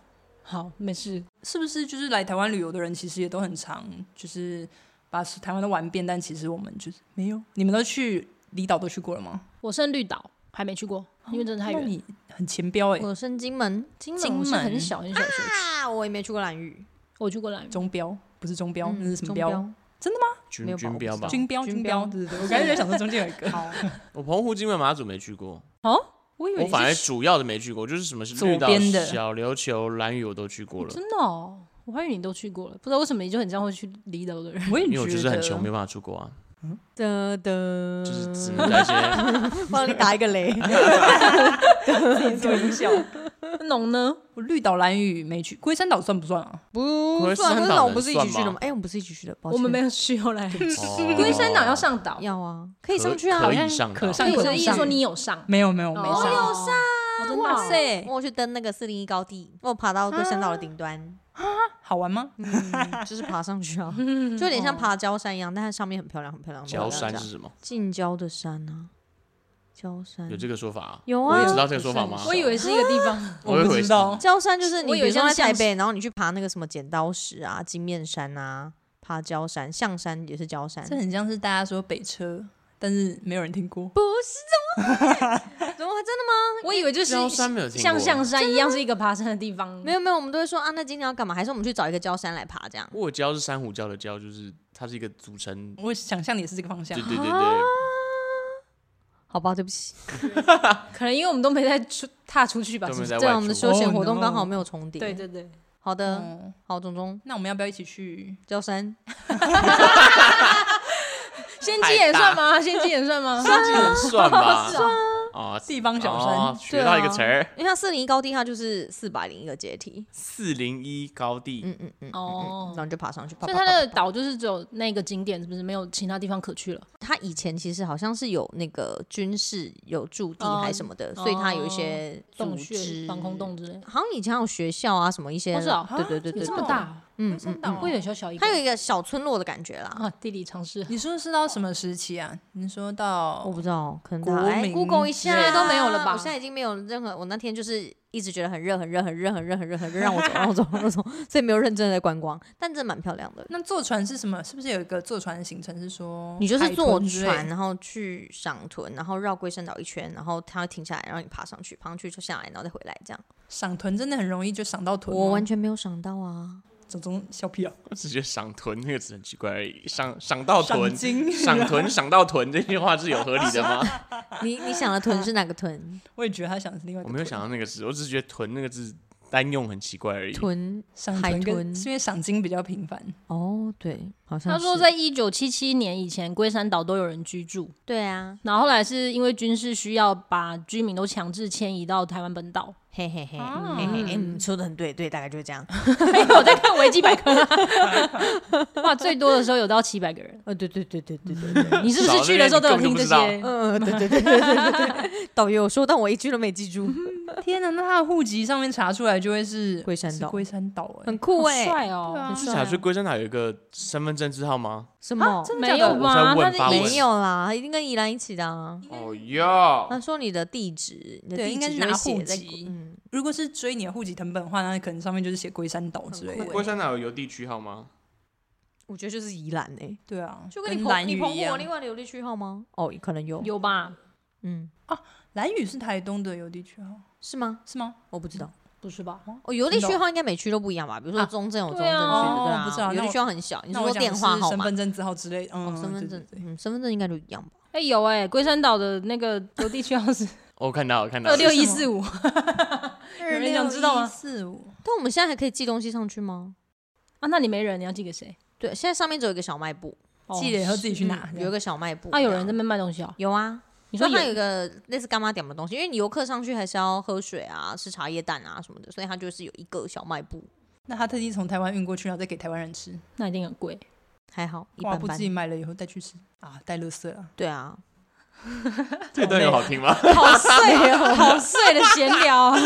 [SPEAKER 3] 好，没事，
[SPEAKER 2] 是不是就是来台湾旅游的人，其实也都很常就是把台湾都玩遍，但其实我们就是没有。你们都去离岛都去过了吗？
[SPEAKER 3] 我剩绿岛还没去过，因为真的太
[SPEAKER 2] 那
[SPEAKER 3] 远。
[SPEAKER 2] 你很前标哎、
[SPEAKER 4] 我升金门
[SPEAKER 3] 金
[SPEAKER 2] 金
[SPEAKER 3] 门我是
[SPEAKER 2] 门
[SPEAKER 3] 很小很小的时候去，
[SPEAKER 4] 啊，我也没去过兰屿，
[SPEAKER 3] 我去过兰屿，
[SPEAKER 2] 中标不是中标，哦那是什
[SPEAKER 4] 嗯
[SPEAKER 2] 么
[SPEAKER 4] 中
[SPEAKER 2] 标？
[SPEAKER 4] 标？没
[SPEAKER 1] 军
[SPEAKER 4] 有吧
[SPEAKER 1] 军标吧？
[SPEAKER 2] 军标，
[SPEAKER 4] 军
[SPEAKER 2] 军标，
[SPEAKER 4] 标
[SPEAKER 2] 对对对，我刚才就在想说中间有一个，
[SPEAKER 1] 我澎湖、金门、马祖没去过，
[SPEAKER 3] 我以为
[SPEAKER 1] 我
[SPEAKER 3] 你
[SPEAKER 1] 反而
[SPEAKER 3] 是
[SPEAKER 1] 主要的没去过，就是什么是
[SPEAKER 2] 左
[SPEAKER 1] 绿岛
[SPEAKER 2] 边、的
[SPEAKER 1] 小琉球、兰屿我都去过了，
[SPEAKER 3] 真的哦，我还以为你都去过了，不知道为什么你就很像会去离岛的人。
[SPEAKER 2] 我 也
[SPEAKER 1] 因
[SPEAKER 2] 觉
[SPEAKER 1] 为
[SPEAKER 2] 得
[SPEAKER 1] 我就是很穷，没办法出国啊，
[SPEAKER 4] 的的，
[SPEAKER 1] 就是只 能在一些
[SPEAKER 4] 帮你打一个雷。
[SPEAKER 2] 做音效。
[SPEAKER 3] 农呢？
[SPEAKER 2] 我绿岛、蓝屿没去，龟山岛算不算啊？
[SPEAKER 4] 不
[SPEAKER 1] 龟
[SPEAKER 4] 算，
[SPEAKER 1] 山
[SPEAKER 4] 龟山
[SPEAKER 1] 岛
[SPEAKER 4] 岛我
[SPEAKER 1] 能
[SPEAKER 4] 不是一
[SPEAKER 1] 算
[SPEAKER 4] 起去的
[SPEAKER 1] 吗
[SPEAKER 4] 吗？哎，我们不是一起去的，抱
[SPEAKER 3] 我们
[SPEAKER 4] 歉
[SPEAKER 3] 没有去 后来。
[SPEAKER 1] 哦
[SPEAKER 3] 龟山岛要上岛，
[SPEAKER 4] 要啊，可
[SPEAKER 1] 可
[SPEAKER 4] 以上去啊，
[SPEAKER 1] 可
[SPEAKER 4] 好
[SPEAKER 1] 以
[SPEAKER 4] 像
[SPEAKER 1] 上岛
[SPEAKER 2] 可
[SPEAKER 3] 所
[SPEAKER 2] 上
[SPEAKER 3] 以我的意思
[SPEAKER 2] 上
[SPEAKER 3] 说你有上，
[SPEAKER 2] 没有没有没
[SPEAKER 3] 哦
[SPEAKER 2] 上。
[SPEAKER 3] 有上，哦真的哦
[SPEAKER 2] 哇塞，
[SPEAKER 4] 我有去登那个四零一高地，我有爬到龟山岛的顶端，
[SPEAKER 2] 好玩吗？
[SPEAKER 4] 嗯就是爬上去啊， 就有点像
[SPEAKER 3] 嗯
[SPEAKER 4] 爬焦山一样，但它上面很漂亮，很漂亮。
[SPEAKER 1] 礁
[SPEAKER 4] 很漂
[SPEAKER 1] 山
[SPEAKER 4] 亮
[SPEAKER 1] 是什么？
[SPEAKER 4] 近郊的山啊，礁山
[SPEAKER 1] 有这个说法啊？
[SPEAKER 4] 有
[SPEAKER 1] 我
[SPEAKER 4] 啊
[SPEAKER 1] 也，知道这个说法吗？
[SPEAKER 3] 我以为是一个地 方，
[SPEAKER 1] 我以
[SPEAKER 2] 不
[SPEAKER 1] 为
[SPEAKER 2] 知
[SPEAKER 1] 是
[SPEAKER 2] 道。
[SPEAKER 4] 礁山就是你
[SPEAKER 3] 我以
[SPEAKER 4] 比
[SPEAKER 3] 为
[SPEAKER 4] 如说
[SPEAKER 3] 像
[SPEAKER 4] 在台
[SPEAKER 3] 象
[SPEAKER 4] 北，然后你去爬那个什么剪刀石啊、金面山啊，爬礁山、象山也是礁山，
[SPEAKER 2] 这很像是大家说北车，但是没有人听过。
[SPEAKER 4] 不是 怎么会？怎么会真的吗？
[SPEAKER 3] 我以为就是
[SPEAKER 1] 礁山没有听过
[SPEAKER 3] 像象山一样是一个爬山的地方，
[SPEAKER 4] 没有没有，我们都会说啊，那今天要干嘛？还是我们去找一个礁山来爬这样？
[SPEAKER 1] 我礁是珊瑚礁的礁，就是它是一个组成。
[SPEAKER 2] 我想象你也是这个方向
[SPEAKER 1] 对，对对对，
[SPEAKER 4] 好吧，对不起，
[SPEAKER 3] 可能因为我们都没再出踏出去吧。
[SPEAKER 1] 都
[SPEAKER 3] 是
[SPEAKER 1] 没
[SPEAKER 3] 不是
[SPEAKER 1] 在
[SPEAKER 4] 对啊，
[SPEAKER 1] 外
[SPEAKER 4] 我们的
[SPEAKER 1] 出
[SPEAKER 4] 休
[SPEAKER 1] 过。
[SPEAKER 4] 闲
[SPEAKER 2] Oh
[SPEAKER 4] 活动
[SPEAKER 2] no
[SPEAKER 4] 刚好没有重叠。
[SPEAKER 3] 对对对，
[SPEAKER 4] 好的，
[SPEAKER 2] 嗯，
[SPEAKER 4] 好，钟钟，
[SPEAKER 2] 那我们要不要一起去？
[SPEAKER 4] 焦山，
[SPEAKER 3] 先机也算吗？先机也 算吗？
[SPEAKER 1] 经纪人算吧？啊，
[SPEAKER 2] 地方小山，
[SPEAKER 1] 哦学到一个词儿，
[SPEAKER 4] 因为它四零一高地，它就是四百零一个阶梯，
[SPEAKER 1] 四零一高地。
[SPEAKER 4] 嗯嗯嗯，
[SPEAKER 3] 哦
[SPEAKER 4] 然后你就爬上去。
[SPEAKER 3] 所
[SPEAKER 4] 所
[SPEAKER 3] 以它的岛就是只有那个景点，是不是没有其他地方可去了？
[SPEAKER 4] 它以前其实好像是有那个军事有驻地
[SPEAKER 3] 哦
[SPEAKER 4] 还是什么的，所以它有一些组
[SPEAKER 3] 洞穴、
[SPEAKER 4] 织
[SPEAKER 3] 防空洞之类，
[SPEAKER 4] 好像以前还有学校啊什么一些，
[SPEAKER 3] 哦是哦
[SPEAKER 4] 对对对
[SPEAKER 3] 有
[SPEAKER 4] 对，
[SPEAKER 3] 这
[SPEAKER 4] 对
[SPEAKER 3] 么大？
[SPEAKER 4] 嗯
[SPEAKER 2] 山
[SPEAKER 4] 嗯
[SPEAKER 2] 岛
[SPEAKER 4] 嗯，
[SPEAKER 2] 哦
[SPEAKER 3] 我以为小小一个
[SPEAKER 4] 它有一个小村落的感觉啦。
[SPEAKER 3] 啊，地理常识
[SPEAKER 2] 你说是到什么时期啊？你说
[SPEAKER 4] 我
[SPEAKER 2] 到
[SPEAKER 4] 不知道，可能
[SPEAKER 2] 国
[SPEAKER 4] 大家哎
[SPEAKER 2] 民
[SPEAKER 4] Google 一
[SPEAKER 2] 之类
[SPEAKER 4] 下
[SPEAKER 2] 的
[SPEAKER 3] 都没有了吧
[SPEAKER 4] 哦啊我现在已经没有任何，我那天就是一直觉得很热，很热，很热，很热，很热，很热，让我走，让我走，让我走，所以没有认真的观光，但真的蛮漂亮的。
[SPEAKER 2] 那坐船是什么？是不是有一个坐船的行程是说
[SPEAKER 4] 你就是坐
[SPEAKER 2] 海豚之类
[SPEAKER 4] 船，啊然后去上屯，然后绕龟山岛一圈，然后它会停下来，让你爬上去，爬上去就下来，然后再回来，这样。哦
[SPEAKER 2] 赏豚真的很容易就赏到豚吗？
[SPEAKER 4] 我完全没有想到 啊，
[SPEAKER 2] 这种小屁啊，
[SPEAKER 1] 我只觉得“赏豚”那个词很奇怪而已，赏赏到
[SPEAKER 2] 赏
[SPEAKER 1] 豚，
[SPEAKER 2] 金。啊
[SPEAKER 1] 赏豚赏到豚 这句话是有合理的吗？
[SPEAKER 4] 你你想的屯是哪个 屯？
[SPEAKER 2] 我也觉得他想的是另外一个
[SPEAKER 1] 我
[SPEAKER 2] 豚。
[SPEAKER 1] 没有想到那个字，我只是觉得“豚”那个字单用很奇怪而已。
[SPEAKER 4] 屯
[SPEAKER 2] 赏
[SPEAKER 4] 海
[SPEAKER 2] 豚跟
[SPEAKER 4] 豚
[SPEAKER 2] 是因为赏金比较 频繁，
[SPEAKER 4] 哦，对，好像
[SPEAKER 3] 他说，
[SPEAKER 4] 是
[SPEAKER 3] 在一九七七年以前，龟山岛都有人居住，
[SPEAKER 4] 对啊，
[SPEAKER 3] 然后后来是因为军事需要，把居民都强制迁移到台湾 本岛。
[SPEAKER 4] 嘿嘿嘿，嘿嘿嘿，嗯说的很对，对，大概就是这样。
[SPEAKER 3] 哎，我在看维基百科， 哇，最多的时候有到七百个人。
[SPEAKER 4] 呃，对对对对对 对对，
[SPEAKER 3] 你是不是去的时候都有听这
[SPEAKER 1] 少了那
[SPEAKER 3] 些？
[SPEAKER 4] 嗯，对对对对对对， 导游说，但我一句都没记 住。
[SPEAKER 2] 天哪！那他的户籍上面查出来就会是
[SPEAKER 4] 龟山岛
[SPEAKER 2] 是龟山岛哎、
[SPEAKER 4] 很酷
[SPEAKER 3] 好
[SPEAKER 4] 哎、
[SPEAKER 3] 帅哦！
[SPEAKER 1] 你去查出龟山岛有一个身份证字号吗？
[SPEAKER 4] 什么？
[SPEAKER 2] 真的假
[SPEAKER 3] 没
[SPEAKER 2] 的
[SPEAKER 3] 有吧？
[SPEAKER 1] 我在
[SPEAKER 3] 他
[SPEAKER 1] 问
[SPEAKER 3] 的
[SPEAKER 1] 发文
[SPEAKER 3] 意思
[SPEAKER 4] 没有啦，一定跟宜兰一起的啊。
[SPEAKER 1] 哦哟
[SPEAKER 4] 他说你的地址，你的
[SPEAKER 2] 对
[SPEAKER 4] 地
[SPEAKER 2] 应该
[SPEAKER 4] 址
[SPEAKER 2] 是
[SPEAKER 4] 就会
[SPEAKER 2] 拿户
[SPEAKER 4] 写在
[SPEAKER 2] 籍
[SPEAKER 4] 嗯，
[SPEAKER 2] 如果是
[SPEAKER 1] 欸
[SPEAKER 2] 追你的户籍成本的话，那可能上面就是写龟山岛之类
[SPEAKER 4] 很
[SPEAKER 2] 的。
[SPEAKER 4] 酷
[SPEAKER 1] 龟山岛有邮地区号吗？
[SPEAKER 4] 我觉得就是宜兰诶、
[SPEAKER 2] 对啊，
[SPEAKER 4] 就跟你澎
[SPEAKER 2] 蓝
[SPEAKER 4] 你
[SPEAKER 2] 屿
[SPEAKER 4] 澎
[SPEAKER 2] 一
[SPEAKER 4] 湖有
[SPEAKER 2] 样
[SPEAKER 4] 另。外的有地区号吗？哦，可能有，
[SPEAKER 3] 有吧？
[SPEAKER 4] 嗯，
[SPEAKER 2] 蓝屿是台东的邮递区号
[SPEAKER 4] 是吗？
[SPEAKER 2] 是吗？
[SPEAKER 4] 我不知道。
[SPEAKER 3] 不是吧？
[SPEAKER 4] 哦，邮递
[SPEAKER 2] 真的
[SPEAKER 4] 区
[SPEAKER 2] 哦
[SPEAKER 4] 号应该每区都不一样吧？比如说
[SPEAKER 3] 啊
[SPEAKER 4] 中正有中正
[SPEAKER 3] 对
[SPEAKER 4] 区，
[SPEAKER 3] 啊
[SPEAKER 2] 哦
[SPEAKER 4] 对啊，
[SPEAKER 2] 不知道那
[SPEAKER 4] 邮递
[SPEAKER 2] 我
[SPEAKER 4] 区号很小。你
[SPEAKER 2] 那
[SPEAKER 4] 是
[SPEAKER 2] 我
[SPEAKER 4] 说
[SPEAKER 2] 讲的
[SPEAKER 4] 电话
[SPEAKER 2] 是
[SPEAKER 4] 号
[SPEAKER 2] 身
[SPEAKER 4] 码？
[SPEAKER 2] 份证字号之类，嗯，
[SPEAKER 4] 哦，身份
[SPEAKER 2] 对
[SPEAKER 4] 证，
[SPEAKER 2] 对对
[SPEAKER 4] 嗯，身份证应该都一样吧？
[SPEAKER 3] 哎、有哎、龟山岛的 那个邮递区号是
[SPEAKER 1] 哦我看到，我看到
[SPEAKER 3] 二
[SPEAKER 1] 了，
[SPEAKER 3] 六一四五，
[SPEAKER 2] 有
[SPEAKER 3] 人想知道吗
[SPEAKER 2] 四五
[SPEAKER 4] 但我们现在还可以寄东西上去吗？
[SPEAKER 3] 啊，那你没人，你要寄给谁？
[SPEAKER 4] 对，现在上面只有一个小卖部，嗯
[SPEAKER 3] 哦
[SPEAKER 2] 寄了以后自己去拿，
[SPEAKER 4] 有一个小卖部。
[SPEAKER 3] 啊，有人在
[SPEAKER 4] 这样
[SPEAKER 3] 那边卖东西哦。
[SPEAKER 4] 有啊，
[SPEAKER 3] 你说
[SPEAKER 4] 那它有
[SPEAKER 3] 有
[SPEAKER 4] 一个类似干妈点的东西，因为你游客上去还是要喝水啊、吃茶叶蛋啊什么的，所以它就是有一个小卖部，
[SPEAKER 2] 那他特地从台湾运过去，然后再给台湾人吃，
[SPEAKER 3] 那一定很贵。
[SPEAKER 4] 还好一
[SPEAKER 2] 哇，
[SPEAKER 4] 般
[SPEAKER 2] 不
[SPEAKER 4] 般
[SPEAKER 2] 自。己买了以后带去吃啊，带垃圾 啊，
[SPEAKER 4] 对啊，
[SPEAKER 1] 这段有好听吗？
[SPEAKER 3] 好碎哦，好碎的闲聊啊！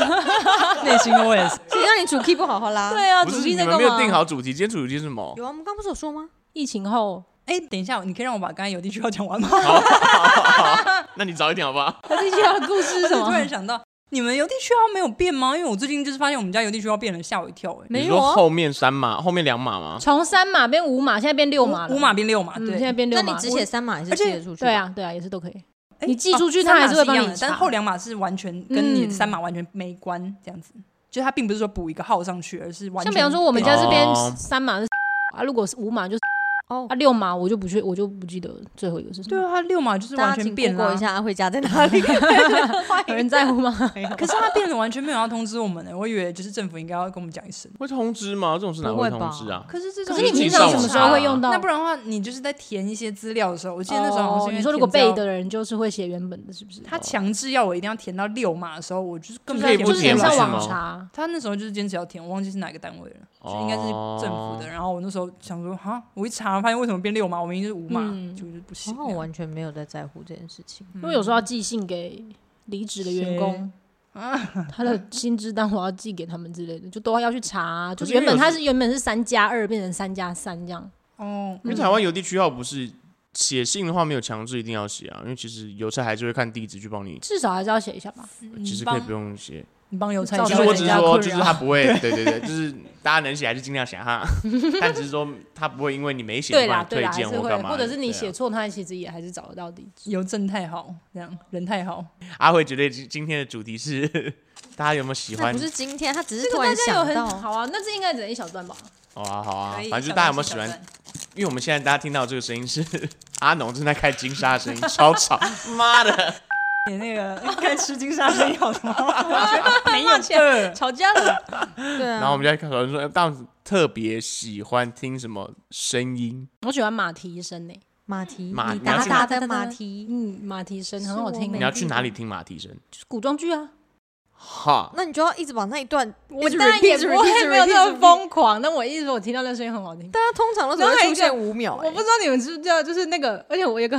[SPEAKER 2] 内心 OS
[SPEAKER 4] 谁让你 主 key 不好好啦？
[SPEAKER 3] 对啊，
[SPEAKER 1] 不
[SPEAKER 3] 主
[SPEAKER 1] 是
[SPEAKER 3] 题
[SPEAKER 1] 你
[SPEAKER 3] 在
[SPEAKER 1] 们
[SPEAKER 3] 干
[SPEAKER 1] 没有定
[SPEAKER 3] 嘛？
[SPEAKER 1] 好主题，今天主题是什么？
[SPEAKER 4] 有啊，我们刚不是有说吗？
[SPEAKER 3] 疫情后，
[SPEAKER 2] 哎、等一下，你可以让我把刚才邮递区号讲完吗？
[SPEAKER 1] 好，好好那你早一点好不好？
[SPEAKER 3] 邮 递区号的故事是什
[SPEAKER 2] 我突
[SPEAKER 3] 么？
[SPEAKER 2] 然想到，你们邮递区号没有变吗？因为我最近就是发现我们家邮递区号变了，吓我一跳、哎，
[SPEAKER 1] 你
[SPEAKER 3] 没有
[SPEAKER 1] 说
[SPEAKER 3] 啊，
[SPEAKER 1] 后面三码，后面两码吗？
[SPEAKER 3] 从三码变五码，现在变六码了。
[SPEAKER 2] 五五码变六码，
[SPEAKER 3] 嗯，
[SPEAKER 2] 对，
[SPEAKER 3] 现在变六
[SPEAKER 4] 那
[SPEAKER 3] 码
[SPEAKER 4] 你。只写三码也是
[SPEAKER 2] 而且
[SPEAKER 4] 寄得出去？
[SPEAKER 3] 对，啊，对啊，也是都可以。
[SPEAKER 2] 哎
[SPEAKER 3] 你寄出去
[SPEAKER 2] 哦
[SPEAKER 3] 他还是会
[SPEAKER 2] 三码一
[SPEAKER 3] 帮
[SPEAKER 2] 样的
[SPEAKER 3] 你，查
[SPEAKER 2] 但后两码是完全跟你
[SPEAKER 3] 嗯
[SPEAKER 2] 的三码完全没关，这样子。就他并不是说补一个号上去，而是完全
[SPEAKER 3] 像比方说我们家这
[SPEAKER 1] 哦
[SPEAKER 3] 边三码是 啊，如果是五码就是
[SPEAKER 4] 哦
[SPEAKER 3] 啊，六码我就不去，我就不记得最后一个是什
[SPEAKER 2] 对
[SPEAKER 3] 么。
[SPEAKER 2] 啊，他六码就是
[SPEAKER 4] 大
[SPEAKER 2] 完
[SPEAKER 4] 家请
[SPEAKER 2] 全变啊
[SPEAKER 4] Google
[SPEAKER 2] 了
[SPEAKER 4] 一。下安慧家在哪里？
[SPEAKER 3] 有人在乎吗？
[SPEAKER 2] 可是他变了，完全没有要通知我们欸呢、我以为就是政府应该要跟我们讲一声。
[SPEAKER 1] 会通知吗？这种事哪
[SPEAKER 4] 不
[SPEAKER 1] 会
[SPEAKER 4] 会
[SPEAKER 1] 通
[SPEAKER 4] 吧
[SPEAKER 1] 知啊？
[SPEAKER 2] 可是这
[SPEAKER 3] 可
[SPEAKER 2] 种
[SPEAKER 3] 是你
[SPEAKER 1] 自己
[SPEAKER 3] 平
[SPEAKER 1] 上
[SPEAKER 3] 常什
[SPEAKER 1] 网
[SPEAKER 3] 么时
[SPEAKER 1] 查
[SPEAKER 3] 候会用到？
[SPEAKER 2] 那不然的话，你就是在填一些资料的时候，我记得那时候好像是
[SPEAKER 3] 哦
[SPEAKER 2] 因为
[SPEAKER 3] 你说如果
[SPEAKER 2] 填资
[SPEAKER 3] 背
[SPEAKER 2] 料
[SPEAKER 3] 的人就是会写原本的，是不是？
[SPEAKER 2] 他强制要我一定要填到六码的时候，我就是根
[SPEAKER 1] 可以
[SPEAKER 2] 本
[SPEAKER 1] 不
[SPEAKER 2] 不
[SPEAKER 3] 就是
[SPEAKER 1] 填
[SPEAKER 3] 填
[SPEAKER 1] 嘛
[SPEAKER 3] 上
[SPEAKER 1] 是
[SPEAKER 3] 网
[SPEAKER 1] 吗
[SPEAKER 3] 查，
[SPEAKER 2] 他那时候就是坚持要填，我忘记是哪个单位了，就应该是政府的。
[SPEAKER 1] 哦。
[SPEAKER 2] 然后我那时候想说，哈，我一查发现为什么变六码，我明明是五码，
[SPEAKER 3] 嗯
[SPEAKER 2] 就就是不行
[SPEAKER 4] 哦，
[SPEAKER 2] 这样。
[SPEAKER 4] 我完全没有在在乎这件事情。
[SPEAKER 2] 因
[SPEAKER 3] 因为有时候要寄信给离职的员工。 他的薪资单我要寄给他们之类的，就都要去查啊。
[SPEAKER 1] 可
[SPEAKER 3] 就是是
[SPEAKER 1] 因
[SPEAKER 3] 原
[SPEAKER 1] 为
[SPEAKER 3] 本
[SPEAKER 1] 有
[SPEAKER 3] 他
[SPEAKER 1] 时
[SPEAKER 3] 是原本是三加二，变成三加三这样。
[SPEAKER 2] 哦，
[SPEAKER 3] 嗯
[SPEAKER 1] 因为台湾邮递区号不是写信的话没有强制一定要写啊，因为其实邮差还是会看地址去帮你，
[SPEAKER 3] 至少还是要写一下吧。
[SPEAKER 1] 其
[SPEAKER 2] 你
[SPEAKER 1] 实可以
[SPEAKER 2] 帮
[SPEAKER 1] 不用写。
[SPEAKER 2] 你帮邮差
[SPEAKER 3] 就
[SPEAKER 2] 一
[SPEAKER 1] 其
[SPEAKER 2] 下，
[SPEAKER 1] 实
[SPEAKER 3] 是
[SPEAKER 1] 我
[SPEAKER 3] 嗯人
[SPEAKER 1] 只是
[SPEAKER 3] 家
[SPEAKER 1] 说，
[SPEAKER 3] 困
[SPEAKER 1] 就是
[SPEAKER 3] 扰
[SPEAKER 1] 他不会，对对对，就是大家能写还是尽量写哈， 但只是说他不会因为你没写
[SPEAKER 3] 对
[SPEAKER 1] 就帮
[SPEAKER 3] 啦，
[SPEAKER 1] 你
[SPEAKER 3] 对
[SPEAKER 1] 推
[SPEAKER 3] 啦，还
[SPEAKER 1] 荐
[SPEAKER 3] 是
[SPEAKER 1] 或
[SPEAKER 3] 会
[SPEAKER 1] 干
[SPEAKER 3] 的，
[SPEAKER 1] 嘛的，
[SPEAKER 3] 或者是你
[SPEAKER 1] 对啊
[SPEAKER 3] 写错，他其实也还是找得到地址。
[SPEAKER 2] 邮政太好，这样人太好，
[SPEAKER 1] 阿慧觉得今今天的主题 是大家有没有喜
[SPEAKER 4] 那
[SPEAKER 1] 欢
[SPEAKER 4] 不？是今天，他只是
[SPEAKER 3] 这
[SPEAKER 4] 突
[SPEAKER 3] 个大
[SPEAKER 4] 然
[SPEAKER 3] 家有
[SPEAKER 4] 想
[SPEAKER 3] 很
[SPEAKER 4] 到，
[SPEAKER 3] 好啊，那这应该只能一小 段吧？
[SPEAKER 1] 好啊好啊
[SPEAKER 2] 可以，
[SPEAKER 1] 反正就大家有没有喜欢？因为我们现在大家听到这个声音是阿农正在开金沙的声音，超吵， 妈的！
[SPEAKER 2] 你那个 该吃金沙生意好的吗？没 有的，
[SPEAKER 4] 吵架了。对
[SPEAKER 1] 然后我
[SPEAKER 4] 啊，
[SPEAKER 1] 们就在讨论说，哎大家特别喜欢听什么声音？
[SPEAKER 3] 我喜欢马蹄声呢，
[SPEAKER 4] 马蹄，
[SPEAKER 1] 马
[SPEAKER 4] 你
[SPEAKER 1] 你要
[SPEAKER 4] 达
[SPEAKER 1] 去
[SPEAKER 4] 达
[SPEAKER 3] 哪
[SPEAKER 4] 的马蹄，
[SPEAKER 3] 嗯，马蹄声很好
[SPEAKER 4] 是我
[SPEAKER 3] 听
[SPEAKER 1] 你
[SPEAKER 4] 没
[SPEAKER 3] 欸，
[SPEAKER 1] 要去哪里听马蹄声？
[SPEAKER 3] 就是古装剧啊。
[SPEAKER 1] 哈，
[SPEAKER 4] 那你就要一直往那一段，
[SPEAKER 3] 我
[SPEAKER 4] 一直
[SPEAKER 3] 当然
[SPEAKER 4] repeat，
[SPEAKER 3] 也不
[SPEAKER 4] repeat，
[SPEAKER 3] 会没有
[SPEAKER 4] repeat，
[SPEAKER 3] 那么
[SPEAKER 4] repeat
[SPEAKER 3] 疯狂，但我一直我听到那声音很好听。
[SPEAKER 4] 大家通常都只
[SPEAKER 3] 然后还
[SPEAKER 4] 会
[SPEAKER 3] 有
[SPEAKER 4] 出
[SPEAKER 3] 一个
[SPEAKER 4] 现五秒、欸
[SPEAKER 3] 我不知道你们知不知道，就是那个， 而且我有一个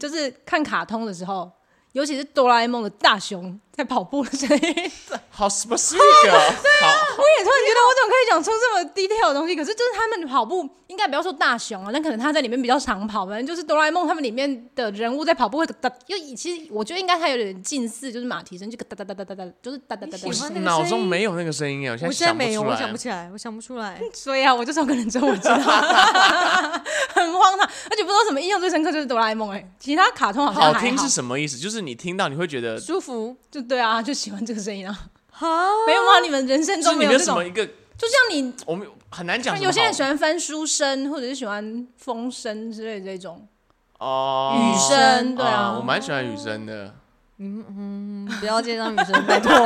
[SPEAKER 3] 就是看卡通的时候，尤其是哆啦 A 梦的大雄在跑步的声音，我也突然觉
[SPEAKER 1] 好 specific 哦，好，
[SPEAKER 3] 得我怎么可以讲出这么低调的东西？可是就是他们跑步，应该不要说大雄啊，但可能他在里面比较常跑，反正就是哆啦 A 梦他们里面的人物在跑步会哒哒，因为其实我觉得应该他有点近似，就是马蹄声，就哒哒哒哒哒哒，就是哒哒哒哒
[SPEAKER 4] 你。喜欢那个
[SPEAKER 1] 脑
[SPEAKER 4] 声
[SPEAKER 1] 中
[SPEAKER 4] 音
[SPEAKER 1] 没有那个声音哎，我现
[SPEAKER 4] 我
[SPEAKER 1] 在
[SPEAKER 4] 现在
[SPEAKER 1] 想不
[SPEAKER 4] 没有，
[SPEAKER 1] 出
[SPEAKER 4] 我想
[SPEAKER 1] 来
[SPEAKER 4] 不。起来，我想不出 来。
[SPEAKER 3] 所以啊，我就说可能只有我知道，很荒唐，而且不知道什么印象最深刻就是哆啦 A 梦哎，其他卡通好像
[SPEAKER 1] 好
[SPEAKER 3] 还
[SPEAKER 1] 听是什么意思？就是你听到你会觉得，
[SPEAKER 4] 舒服
[SPEAKER 3] 就对啊，就喜欢这个声音 啊，
[SPEAKER 4] 好，
[SPEAKER 3] 没有吗？你们人生
[SPEAKER 1] 就是
[SPEAKER 3] 中
[SPEAKER 1] 你
[SPEAKER 3] 没
[SPEAKER 1] 没
[SPEAKER 3] 有
[SPEAKER 1] 有
[SPEAKER 3] 这
[SPEAKER 1] 什
[SPEAKER 3] 种
[SPEAKER 1] 么？一个，
[SPEAKER 3] 就像你
[SPEAKER 1] 我们很难讲什么好。
[SPEAKER 3] 有些人喜欢翻书声，或者是喜欢风声之类的这种
[SPEAKER 1] 哦，
[SPEAKER 3] 雨声，对
[SPEAKER 1] 我
[SPEAKER 3] 啊，
[SPEAKER 1] 蛮喜欢雨声的。
[SPEAKER 4] 嗯，不要介绍女 生，拜托。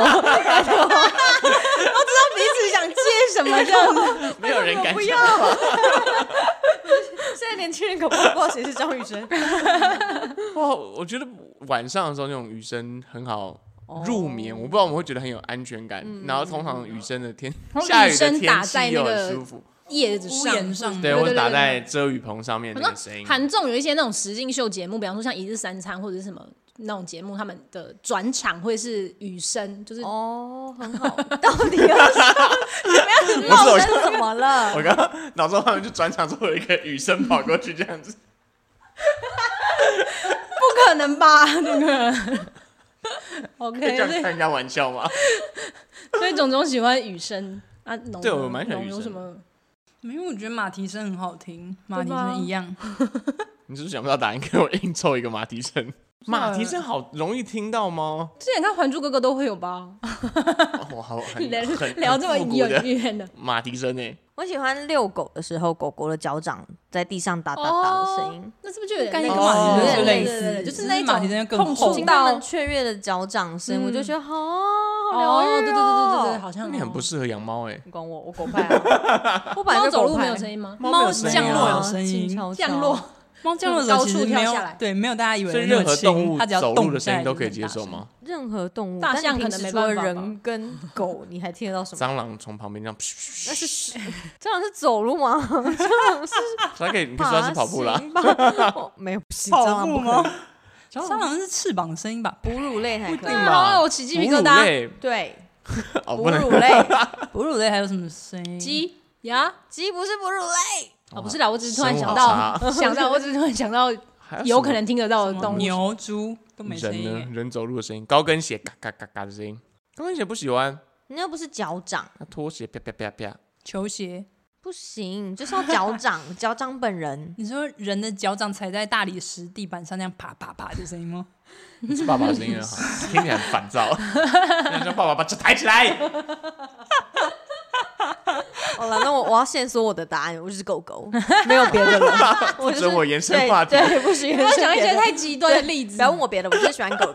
[SPEAKER 3] 彼此想接什么这样 子，
[SPEAKER 1] 没有人敢
[SPEAKER 4] 不
[SPEAKER 1] 讲
[SPEAKER 4] 要。现在年轻人可不不知道谁是张雨生。
[SPEAKER 1] 哇，我觉得晚上的时候那种雨声很好入眠，我不知道我们会觉得很有安全感。然后通常雨声的天，
[SPEAKER 3] 然后
[SPEAKER 1] 下
[SPEAKER 3] 雨
[SPEAKER 1] 雨的
[SPEAKER 3] 声打
[SPEAKER 1] 天
[SPEAKER 3] 在
[SPEAKER 1] 气
[SPEAKER 3] 那
[SPEAKER 1] 又很舒
[SPEAKER 3] 个
[SPEAKER 1] 服，
[SPEAKER 3] 叶子
[SPEAKER 2] 屋檐
[SPEAKER 3] 上。
[SPEAKER 2] 上，
[SPEAKER 1] 对，
[SPEAKER 3] 对
[SPEAKER 1] 或者
[SPEAKER 3] 对
[SPEAKER 1] 打
[SPEAKER 3] 对
[SPEAKER 1] 在遮雨棚上面
[SPEAKER 3] 好
[SPEAKER 1] 那个
[SPEAKER 3] 像
[SPEAKER 1] 声音。
[SPEAKER 3] 韩综有一些那种实境秀节目，比方说像《一日三餐》或者是什么那种节目，他们的转场会是雨声，就是
[SPEAKER 4] 哦，很好，到底要什么？
[SPEAKER 1] 不是我
[SPEAKER 4] 闹成怎么了？
[SPEAKER 1] 我刚刚脑中画面就转场之后有一个雨声跑过去这样子，
[SPEAKER 3] 不可能吧？那 个哎
[SPEAKER 1] 这
[SPEAKER 3] OK，
[SPEAKER 1] 样开
[SPEAKER 3] 所以
[SPEAKER 1] 人家玩笑吗？
[SPEAKER 3] 所以种种喜欢雨声啊，农
[SPEAKER 1] 对
[SPEAKER 3] 呢
[SPEAKER 1] 我蛮喜欢
[SPEAKER 3] 农
[SPEAKER 1] 雨
[SPEAKER 3] 有
[SPEAKER 1] 声
[SPEAKER 3] 什么
[SPEAKER 2] 没有，我觉得马蹄声很好听，马蹄
[SPEAKER 3] 对吧
[SPEAKER 2] 声一样。
[SPEAKER 1] 你是不是想不到答案？给我硬凑一个马蹄声。马蹄声好容易听到吗？
[SPEAKER 3] 之前看《还珠格格》都会有吧？
[SPEAKER 1] 哦我好很
[SPEAKER 3] 聊
[SPEAKER 1] 很
[SPEAKER 3] 聊这么
[SPEAKER 1] 很复古
[SPEAKER 3] 远
[SPEAKER 1] 的
[SPEAKER 3] 远的，
[SPEAKER 1] 马蹄声欸呢？
[SPEAKER 4] 我喜欢遛狗的时候，狗狗的脚掌在地上打打打的声音，
[SPEAKER 3] 那是不是就有点
[SPEAKER 2] 感觉
[SPEAKER 3] 类
[SPEAKER 2] 跟
[SPEAKER 4] 蹄
[SPEAKER 3] 似
[SPEAKER 2] 马
[SPEAKER 4] 声
[SPEAKER 3] 对对
[SPEAKER 4] 类
[SPEAKER 3] 对对对就
[SPEAKER 2] 似
[SPEAKER 3] 是那一
[SPEAKER 2] 只是马蹄声
[SPEAKER 3] 种
[SPEAKER 2] 更
[SPEAKER 3] 碰
[SPEAKER 2] 厚
[SPEAKER 3] 触
[SPEAKER 4] 听他
[SPEAKER 3] 到
[SPEAKER 4] 们雀跃的脚掌声，我就
[SPEAKER 2] 嗯
[SPEAKER 4] 觉得好
[SPEAKER 3] 哦，
[SPEAKER 4] 疗
[SPEAKER 3] 对
[SPEAKER 4] 愈
[SPEAKER 3] 对对对对对，
[SPEAKER 4] 哦。
[SPEAKER 3] 好像
[SPEAKER 1] 那
[SPEAKER 3] 哦
[SPEAKER 1] 你很不适合养猫哎。
[SPEAKER 4] 你管我，我狗派啊，我本来
[SPEAKER 3] 猫
[SPEAKER 4] 就
[SPEAKER 3] 走
[SPEAKER 4] 狗
[SPEAKER 3] 路没
[SPEAKER 4] 派
[SPEAKER 3] 有声音吗？
[SPEAKER 1] 猫没有声音啊
[SPEAKER 3] 降落
[SPEAKER 2] 有声音
[SPEAKER 4] 静悄悄
[SPEAKER 3] 降落，
[SPEAKER 2] 猫降落的时候其实没
[SPEAKER 3] 从高处跳
[SPEAKER 2] 有
[SPEAKER 3] 下来
[SPEAKER 2] 对，没有大家以为
[SPEAKER 1] 所以
[SPEAKER 2] 的
[SPEAKER 1] 任
[SPEAKER 2] 那
[SPEAKER 1] 何
[SPEAKER 2] 么
[SPEAKER 1] 动
[SPEAKER 2] 轻，
[SPEAKER 1] 物
[SPEAKER 2] 它只要
[SPEAKER 1] 走
[SPEAKER 2] 动
[SPEAKER 1] 路的
[SPEAKER 2] 下
[SPEAKER 1] 声
[SPEAKER 2] 来
[SPEAKER 1] 音都
[SPEAKER 2] 就
[SPEAKER 1] 可以
[SPEAKER 2] 很
[SPEAKER 1] 接
[SPEAKER 2] 大
[SPEAKER 1] 受
[SPEAKER 2] 声？
[SPEAKER 1] 吗？
[SPEAKER 4] 任何动物，
[SPEAKER 3] 大
[SPEAKER 4] 但你
[SPEAKER 3] 象可
[SPEAKER 4] 平
[SPEAKER 3] 能
[SPEAKER 4] 时
[SPEAKER 3] 没
[SPEAKER 4] 除了
[SPEAKER 3] 办法吧
[SPEAKER 4] 人跟狗，你还听得到什么？
[SPEAKER 1] 蟑螂从旁边这样，
[SPEAKER 4] 那是蟑螂是走路吗？蟑螂是
[SPEAKER 1] 它可以，你可以说它是跑步啦。
[SPEAKER 4] 行吧？哦没有，不行，蟑螂不可能？
[SPEAKER 2] 蟑螂是翅膀的声音吧？
[SPEAKER 4] 哺乳类还可
[SPEAKER 1] 对
[SPEAKER 4] 以
[SPEAKER 1] 定，
[SPEAKER 3] 啊，
[SPEAKER 1] 嘛
[SPEAKER 3] 我起鸡
[SPEAKER 1] 哺
[SPEAKER 3] 皮疙
[SPEAKER 1] 乳
[SPEAKER 3] 瘩。
[SPEAKER 1] 类
[SPEAKER 4] 对，
[SPEAKER 1] 哦，
[SPEAKER 4] 哺
[SPEAKER 1] 不能
[SPEAKER 4] 乳类，
[SPEAKER 2] 哺乳类还有什么声音？
[SPEAKER 3] 鸡呀，
[SPEAKER 4] 鸡不是哺乳类，
[SPEAKER 3] 哦不是啦，我只是突
[SPEAKER 1] 生
[SPEAKER 3] 然
[SPEAKER 1] 物
[SPEAKER 3] 想
[SPEAKER 1] 好
[SPEAKER 3] 到， 想到，我只是突然想到，
[SPEAKER 1] 还什
[SPEAKER 3] 有
[SPEAKER 1] 么
[SPEAKER 3] 可能听得到
[SPEAKER 2] 什
[SPEAKER 3] 的
[SPEAKER 2] 么
[SPEAKER 3] 动物。
[SPEAKER 2] 哦牛、猪都没声
[SPEAKER 1] 人
[SPEAKER 2] 音
[SPEAKER 1] 呢
[SPEAKER 2] 欸。？
[SPEAKER 1] 人走路的声音，高跟鞋嘎嘎嘎嘎的声音，高跟鞋不喜欢，
[SPEAKER 4] 那又不是脚掌，
[SPEAKER 1] 那拖鞋啪啪啪啪，
[SPEAKER 2] 球鞋，
[SPEAKER 4] 不行，就是要脚掌，脚掌本人。
[SPEAKER 2] 你说人的脚掌踩在大理石地板上那样啪啪啪的声音吗？
[SPEAKER 1] 是爸爸的声音好，听起来很烦躁。那叫爸爸把车抬起来，
[SPEAKER 4] 好了，那我我要现说我的答案，我就是狗狗，没有别的了。我就是
[SPEAKER 1] 准我延伸话题
[SPEAKER 4] 对，对不行，
[SPEAKER 3] 不要想一
[SPEAKER 4] 延
[SPEAKER 3] 些
[SPEAKER 4] 伸别的
[SPEAKER 3] 太极端的例子
[SPEAKER 4] 不。要问我别的，我就是喜欢狗狗。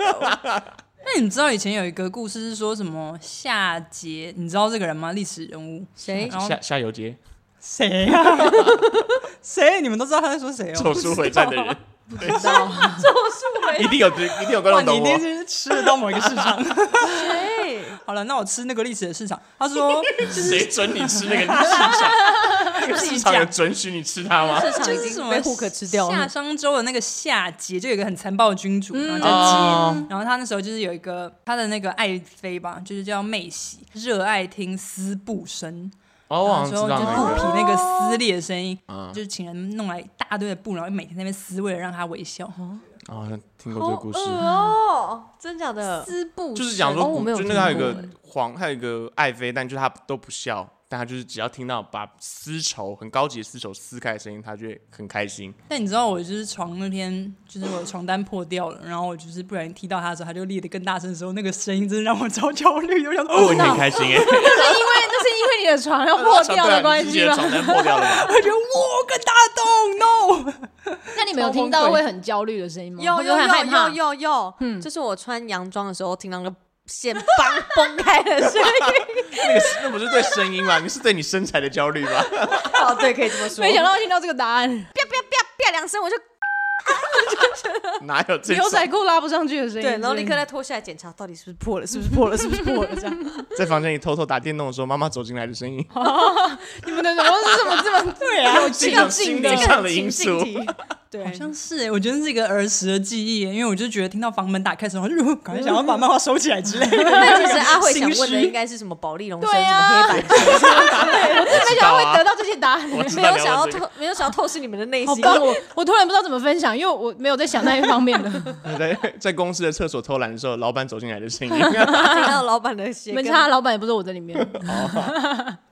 [SPEAKER 2] 那你知道以前有一个故事是说什么夏桀？你知道这个人吗？历史人物
[SPEAKER 4] 谁
[SPEAKER 2] 然后
[SPEAKER 1] 下下游街，
[SPEAKER 2] 谁 呀、谁？你们都知道他在说谁
[SPEAKER 1] 咒
[SPEAKER 2] 哦？
[SPEAKER 1] 术回战的人，
[SPEAKER 4] 知道？
[SPEAKER 1] 一定有一定有观
[SPEAKER 2] 哇，
[SPEAKER 1] 众懂
[SPEAKER 2] 你一
[SPEAKER 1] 我。
[SPEAKER 2] 定是吃得到某一个 市场。
[SPEAKER 4] 谁？
[SPEAKER 2] 好了，那我吃那个历史的市场。他说
[SPEAKER 1] 谁准你吃那个市场？那个市场有准许你吃它吗？
[SPEAKER 4] 市场
[SPEAKER 2] 就
[SPEAKER 4] 已
[SPEAKER 2] 是什
[SPEAKER 4] 经
[SPEAKER 2] 么
[SPEAKER 4] 被户可吃掉
[SPEAKER 2] 夏
[SPEAKER 4] 了。
[SPEAKER 2] 商周的那个夏桀就有一个很残暴的君主，
[SPEAKER 4] 嗯
[SPEAKER 2] 然后叫桀。
[SPEAKER 1] 哦，
[SPEAKER 2] 然后他那时候就是有一个他的那个爱妃吧，就是叫妹喜，热爱听撕布声，
[SPEAKER 1] 哦，我好像
[SPEAKER 2] 之后
[SPEAKER 1] 知
[SPEAKER 2] 就
[SPEAKER 1] 道
[SPEAKER 2] 是
[SPEAKER 1] 那
[SPEAKER 2] 比
[SPEAKER 1] 个，
[SPEAKER 2] 那个撕裂的声音，
[SPEAKER 1] 嗯，
[SPEAKER 2] 就是请人弄来一大堆的布，然后每天在那边撕，为了让他微笑。
[SPEAKER 1] 我好像听过这个故事。
[SPEAKER 4] 哦，真假的？
[SPEAKER 3] 丝布
[SPEAKER 1] 就是讲
[SPEAKER 4] 哦
[SPEAKER 1] 说
[SPEAKER 4] 我
[SPEAKER 1] 古，
[SPEAKER 4] 没有
[SPEAKER 1] 就那
[SPEAKER 4] 听
[SPEAKER 1] 个还有一
[SPEAKER 4] 过
[SPEAKER 1] 个皇，还有一个爱妃，但就是她都不笑，但她就是只要听到把丝绸很高级的丝绸撕开的声音，她就会很开心。
[SPEAKER 2] 但你知道我就是床那天，就是我的床单破掉了，然后我就是不小心踢到他的时候，他就裂得更大声的时候，那个声音真的让我超焦虑，我想说，
[SPEAKER 1] 哦，
[SPEAKER 2] 哦
[SPEAKER 1] 你很开心哎，
[SPEAKER 3] 是因为那是因为你的床要 破掉
[SPEAKER 4] 啊
[SPEAKER 3] 的关系
[SPEAKER 1] 吗？
[SPEAKER 3] 吗？
[SPEAKER 1] 床啊单破掉了吧？
[SPEAKER 2] 我觉得哇，更大的洞，no！
[SPEAKER 3] 那你们有听到会很焦虑的声音吗？
[SPEAKER 4] 有
[SPEAKER 3] 会不
[SPEAKER 4] 有
[SPEAKER 3] 会很害
[SPEAKER 4] 有
[SPEAKER 3] 怕
[SPEAKER 4] 有有有，嗯，就是我穿洋装的时候听到那个线帮崩开的声音。
[SPEAKER 1] 那个是那不是对声音吧？你是对你身材的焦虑 吧？
[SPEAKER 4] 哦，对，可以这么说
[SPEAKER 3] 没想到会听到这个答案，
[SPEAKER 4] 啪啪啪啪两声，我就
[SPEAKER 1] 哪有这
[SPEAKER 3] 牛
[SPEAKER 1] 种？
[SPEAKER 3] 仔裤拉不上去的声音。
[SPEAKER 4] 对，然后立刻再脱下来检查到底是不是破了，是不是破了，是不是破了这样。
[SPEAKER 1] 在房间里偷偷打电动的时候，妈妈走进来的声 音，
[SPEAKER 3] 你们的怎么是怎么 这么对啊？有
[SPEAKER 1] 这
[SPEAKER 3] 情
[SPEAKER 1] 种
[SPEAKER 3] 境
[SPEAKER 1] 心
[SPEAKER 3] 的
[SPEAKER 1] 理上的因素。
[SPEAKER 4] 对
[SPEAKER 2] 好，像是欸，我觉得是一个儿时的记忆，欸因为我就觉得听到房门打开的时候，我就呃感觉想要把漫画收起来之类的。
[SPEAKER 4] 但其实阿慧想
[SPEAKER 2] 心
[SPEAKER 4] 问的
[SPEAKER 2] 虚
[SPEAKER 4] 应该是什么保利龙
[SPEAKER 3] 对
[SPEAKER 4] 声、
[SPEAKER 3] 啊
[SPEAKER 4] 什么黑板声，
[SPEAKER 3] 没
[SPEAKER 1] 知
[SPEAKER 3] 想
[SPEAKER 1] 道
[SPEAKER 3] 到会得
[SPEAKER 1] 啊，
[SPEAKER 3] 到这些答案。
[SPEAKER 1] 我知
[SPEAKER 4] 没
[SPEAKER 1] 道
[SPEAKER 4] 有
[SPEAKER 1] 你
[SPEAKER 4] 想要
[SPEAKER 1] 问这个
[SPEAKER 4] 透，没有想要透视你们的内
[SPEAKER 3] 好
[SPEAKER 4] 心。
[SPEAKER 3] 棒！啊我我突然不知道怎么分享，因为我没有在想那一方面的，
[SPEAKER 1] 在在公司的厕所偷懒的时候，老板走进来的 声音。
[SPEAKER 4] 听到老板的鞋
[SPEAKER 3] 没
[SPEAKER 4] 跟
[SPEAKER 3] 差，老板也不是我这里面。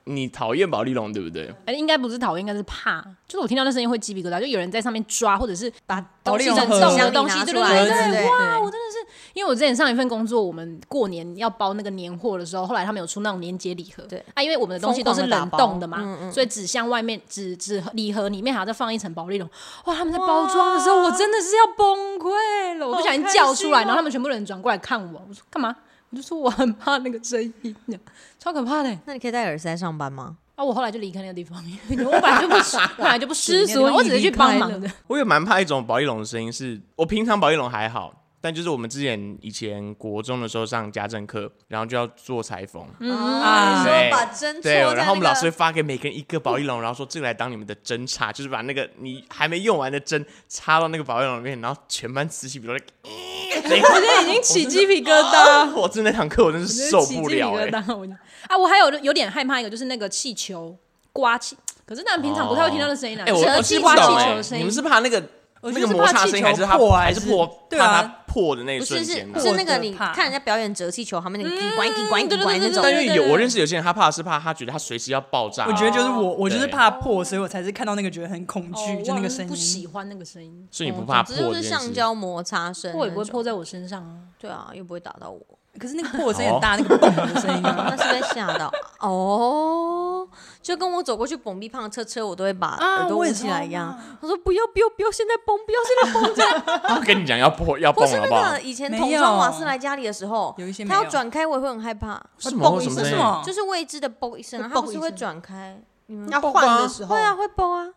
[SPEAKER 1] 你讨厌宝丽龙对不对？
[SPEAKER 3] 哎，应该不是讨厌，应该是怕，就是我听到那声音会鸡皮疙瘩，就有人在上面抓，或者是
[SPEAKER 4] 把
[SPEAKER 2] 保
[SPEAKER 4] 东
[SPEAKER 2] 利
[SPEAKER 4] 西
[SPEAKER 2] 龙
[SPEAKER 4] 整
[SPEAKER 2] 盒
[SPEAKER 4] 重
[SPEAKER 2] 箱
[SPEAKER 4] 的
[SPEAKER 2] 里
[SPEAKER 4] 东
[SPEAKER 3] 拿
[SPEAKER 4] 西，对
[SPEAKER 3] 出
[SPEAKER 4] 对
[SPEAKER 3] 来
[SPEAKER 4] 对对对，
[SPEAKER 3] 哇，我真的是，因为我之前上一份工作，我们过年要包那个年货的时候，后来他们有出那种年节礼盒，
[SPEAKER 4] 对
[SPEAKER 3] 啊，因为我们的东西都是冷冻的嘛，
[SPEAKER 4] 疯狂地打包嗯嗯
[SPEAKER 3] 所以纸箱外面纸纸礼盒里面还要再放一层保丽龙，哇，他们在包装的时候，我真的是要崩溃了，我不小心叫出来，
[SPEAKER 4] 好开心哦
[SPEAKER 3] 然后他们全部人转过来看我，我说干嘛？我就说我很怕那个声音，这样超可怕的、欸
[SPEAKER 4] 那你可以戴耳塞上班吗？
[SPEAKER 3] 啊！我后来就离开那个地方， 因为我本来就不，我本来就不
[SPEAKER 4] 之
[SPEAKER 3] 吃
[SPEAKER 4] 所以
[SPEAKER 3] 我只是去帮忙
[SPEAKER 4] 离
[SPEAKER 3] 的。
[SPEAKER 1] 我也蛮怕一种保丽龙的声音是，我平常保丽龙还好，但就是我们之前以前国中的时候上家政课，然后就要做裁缝，
[SPEAKER 3] 嗯
[SPEAKER 4] 啊，你
[SPEAKER 1] 对
[SPEAKER 4] 说把针戳
[SPEAKER 1] 对，
[SPEAKER 4] 在
[SPEAKER 1] 然后我们
[SPEAKER 4] 那
[SPEAKER 1] 老
[SPEAKER 4] 个
[SPEAKER 1] 师会发给每个人一个保丽龙，然后说这个来当你们的针插，就是把那个你还没用完的针插到那个保丽龙里面，然后全班此起彼落的，
[SPEAKER 3] 我现在已经起鸡皮疙瘩，
[SPEAKER 1] 我真的那堂课我真
[SPEAKER 3] 我觉
[SPEAKER 1] 是
[SPEAKER 3] 得
[SPEAKER 1] 受
[SPEAKER 3] 起鸡
[SPEAKER 1] 不
[SPEAKER 3] 皮
[SPEAKER 1] 了哎、
[SPEAKER 3] 疙瘩我就啊，我还有有点害怕一个，就是那个气球刮气，可是那平常不太会听到的声音啦。
[SPEAKER 1] 哎、我
[SPEAKER 3] 就是
[SPEAKER 1] 我
[SPEAKER 3] 气
[SPEAKER 1] 是不
[SPEAKER 3] 刮气
[SPEAKER 1] 懂
[SPEAKER 3] 球
[SPEAKER 1] 哎、
[SPEAKER 3] 的声
[SPEAKER 1] 你
[SPEAKER 3] 音
[SPEAKER 1] 们，是怕那个
[SPEAKER 2] 我
[SPEAKER 1] 那个
[SPEAKER 2] 就是
[SPEAKER 1] 摩
[SPEAKER 2] 怕
[SPEAKER 1] 擦
[SPEAKER 2] 气
[SPEAKER 1] 声音，还
[SPEAKER 2] 球
[SPEAKER 1] 是它
[SPEAKER 2] 破啊
[SPEAKER 1] 还是
[SPEAKER 2] 是
[SPEAKER 1] 破？
[SPEAKER 2] 对
[SPEAKER 1] 怕
[SPEAKER 2] 啊
[SPEAKER 1] 它破的那一
[SPEAKER 4] 不
[SPEAKER 1] 瞬
[SPEAKER 4] 是是
[SPEAKER 1] 间、啊。
[SPEAKER 4] 是那个你
[SPEAKER 2] 我的怕
[SPEAKER 4] 看人家表演折气球，他们那个叽拐叽拐叽拐那
[SPEAKER 3] 对
[SPEAKER 4] 种
[SPEAKER 1] 但，因为
[SPEAKER 3] 对对
[SPEAKER 1] 有
[SPEAKER 3] 对
[SPEAKER 1] 我认识有些人，他怕的是怕他觉得他随时要爆炸。啊
[SPEAKER 2] 我觉得就是我，我就是
[SPEAKER 1] 对
[SPEAKER 2] 怕破，所以我才是看到那个觉得很恐
[SPEAKER 3] 哦
[SPEAKER 2] 惧，
[SPEAKER 3] 我
[SPEAKER 2] 就那
[SPEAKER 3] 好
[SPEAKER 2] 个
[SPEAKER 3] 像
[SPEAKER 2] 声音。
[SPEAKER 3] 不喜欢那个声音，
[SPEAKER 1] 所以你不怕
[SPEAKER 4] 只
[SPEAKER 1] 破
[SPEAKER 4] 哦就
[SPEAKER 1] 这
[SPEAKER 4] 是
[SPEAKER 1] 件
[SPEAKER 4] 橡
[SPEAKER 1] 事。
[SPEAKER 4] 胶摩擦声，
[SPEAKER 3] 破也不会破
[SPEAKER 4] 在，
[SPEAKER 3] 在我身上啊。
[SPEAKER 4] 对啊，又不会打到我，
[SPEAKER 2] 可是那个破的声音很大，那个嘣的声音啊。
[SPEAKER 4] 那是被吓到哦，就跟我走过去蹦逼胖的车车，我都会把
[SPEAKER 3] 啊
[SPEAKER 4] 耳朵
[SPEAKER 2] 啊我
[SPEAKER 4] 捂
[SPEAKER 2] 也
[SPEAKER 4] 起来
[SPEAKER 2] 超
[SPEAKER 4] 一样
[SPEAKER 2] 怕。
[SPEAKER 4] 我说不要不要不要，现在蹦不要现在蹦，
[SPEAKER 1] 跟你讲要破要
[SPEAKER 4] 不
[SPEAKER 1] 蹦
[SPEAKER 4] 是
[SPEAKER 1] 了，好
[SPEAKER 4] 那
[SPEAKER 1] 不好
[SPEAKER 4] 个？以前
[SPEAKER 2] 没
[SPEAKER 4] 童装瓦
[SPEAKER 2] 有
[SPEAKER 4] 斯来家里的时候，
[SPEAKER 2] 有一些没
[SPEAKER 4] 他要
[SPEAKER 2] 有哦
[SPEAKER 4] 转开我也会很害怕，
[SPEAKER 1] 什么
[SPEAKER 3] 蹦
[SPEAKER 1] 什
[SPEAKER 3] 一
[SPEAKER 1] 么
[SPEAKER 3] 声
[SPEAKER 1] 声
[SPEAKER 2] 是
[SPEAKER 1] 音？
[SPEAKER 2] 吗？
[SPEAKER 4] 就是未知的嘣一声啊，
[SPEAKER 3] 会
[SPEAKER 4] 它
[SPEAKER 3] 嘣
[SPEAKER 4] 不是
[SPEAKER 3] 一
[SPEAKER 4] 会
[SPEAKER 3] 声
[SPEAKER 4] 转开，你们
[SPEAKER 5] 要
[SPEAKER 4] 会
[SPEAKER 5] 换的时候，
[SPEAKER 4] 啊会嘣啊，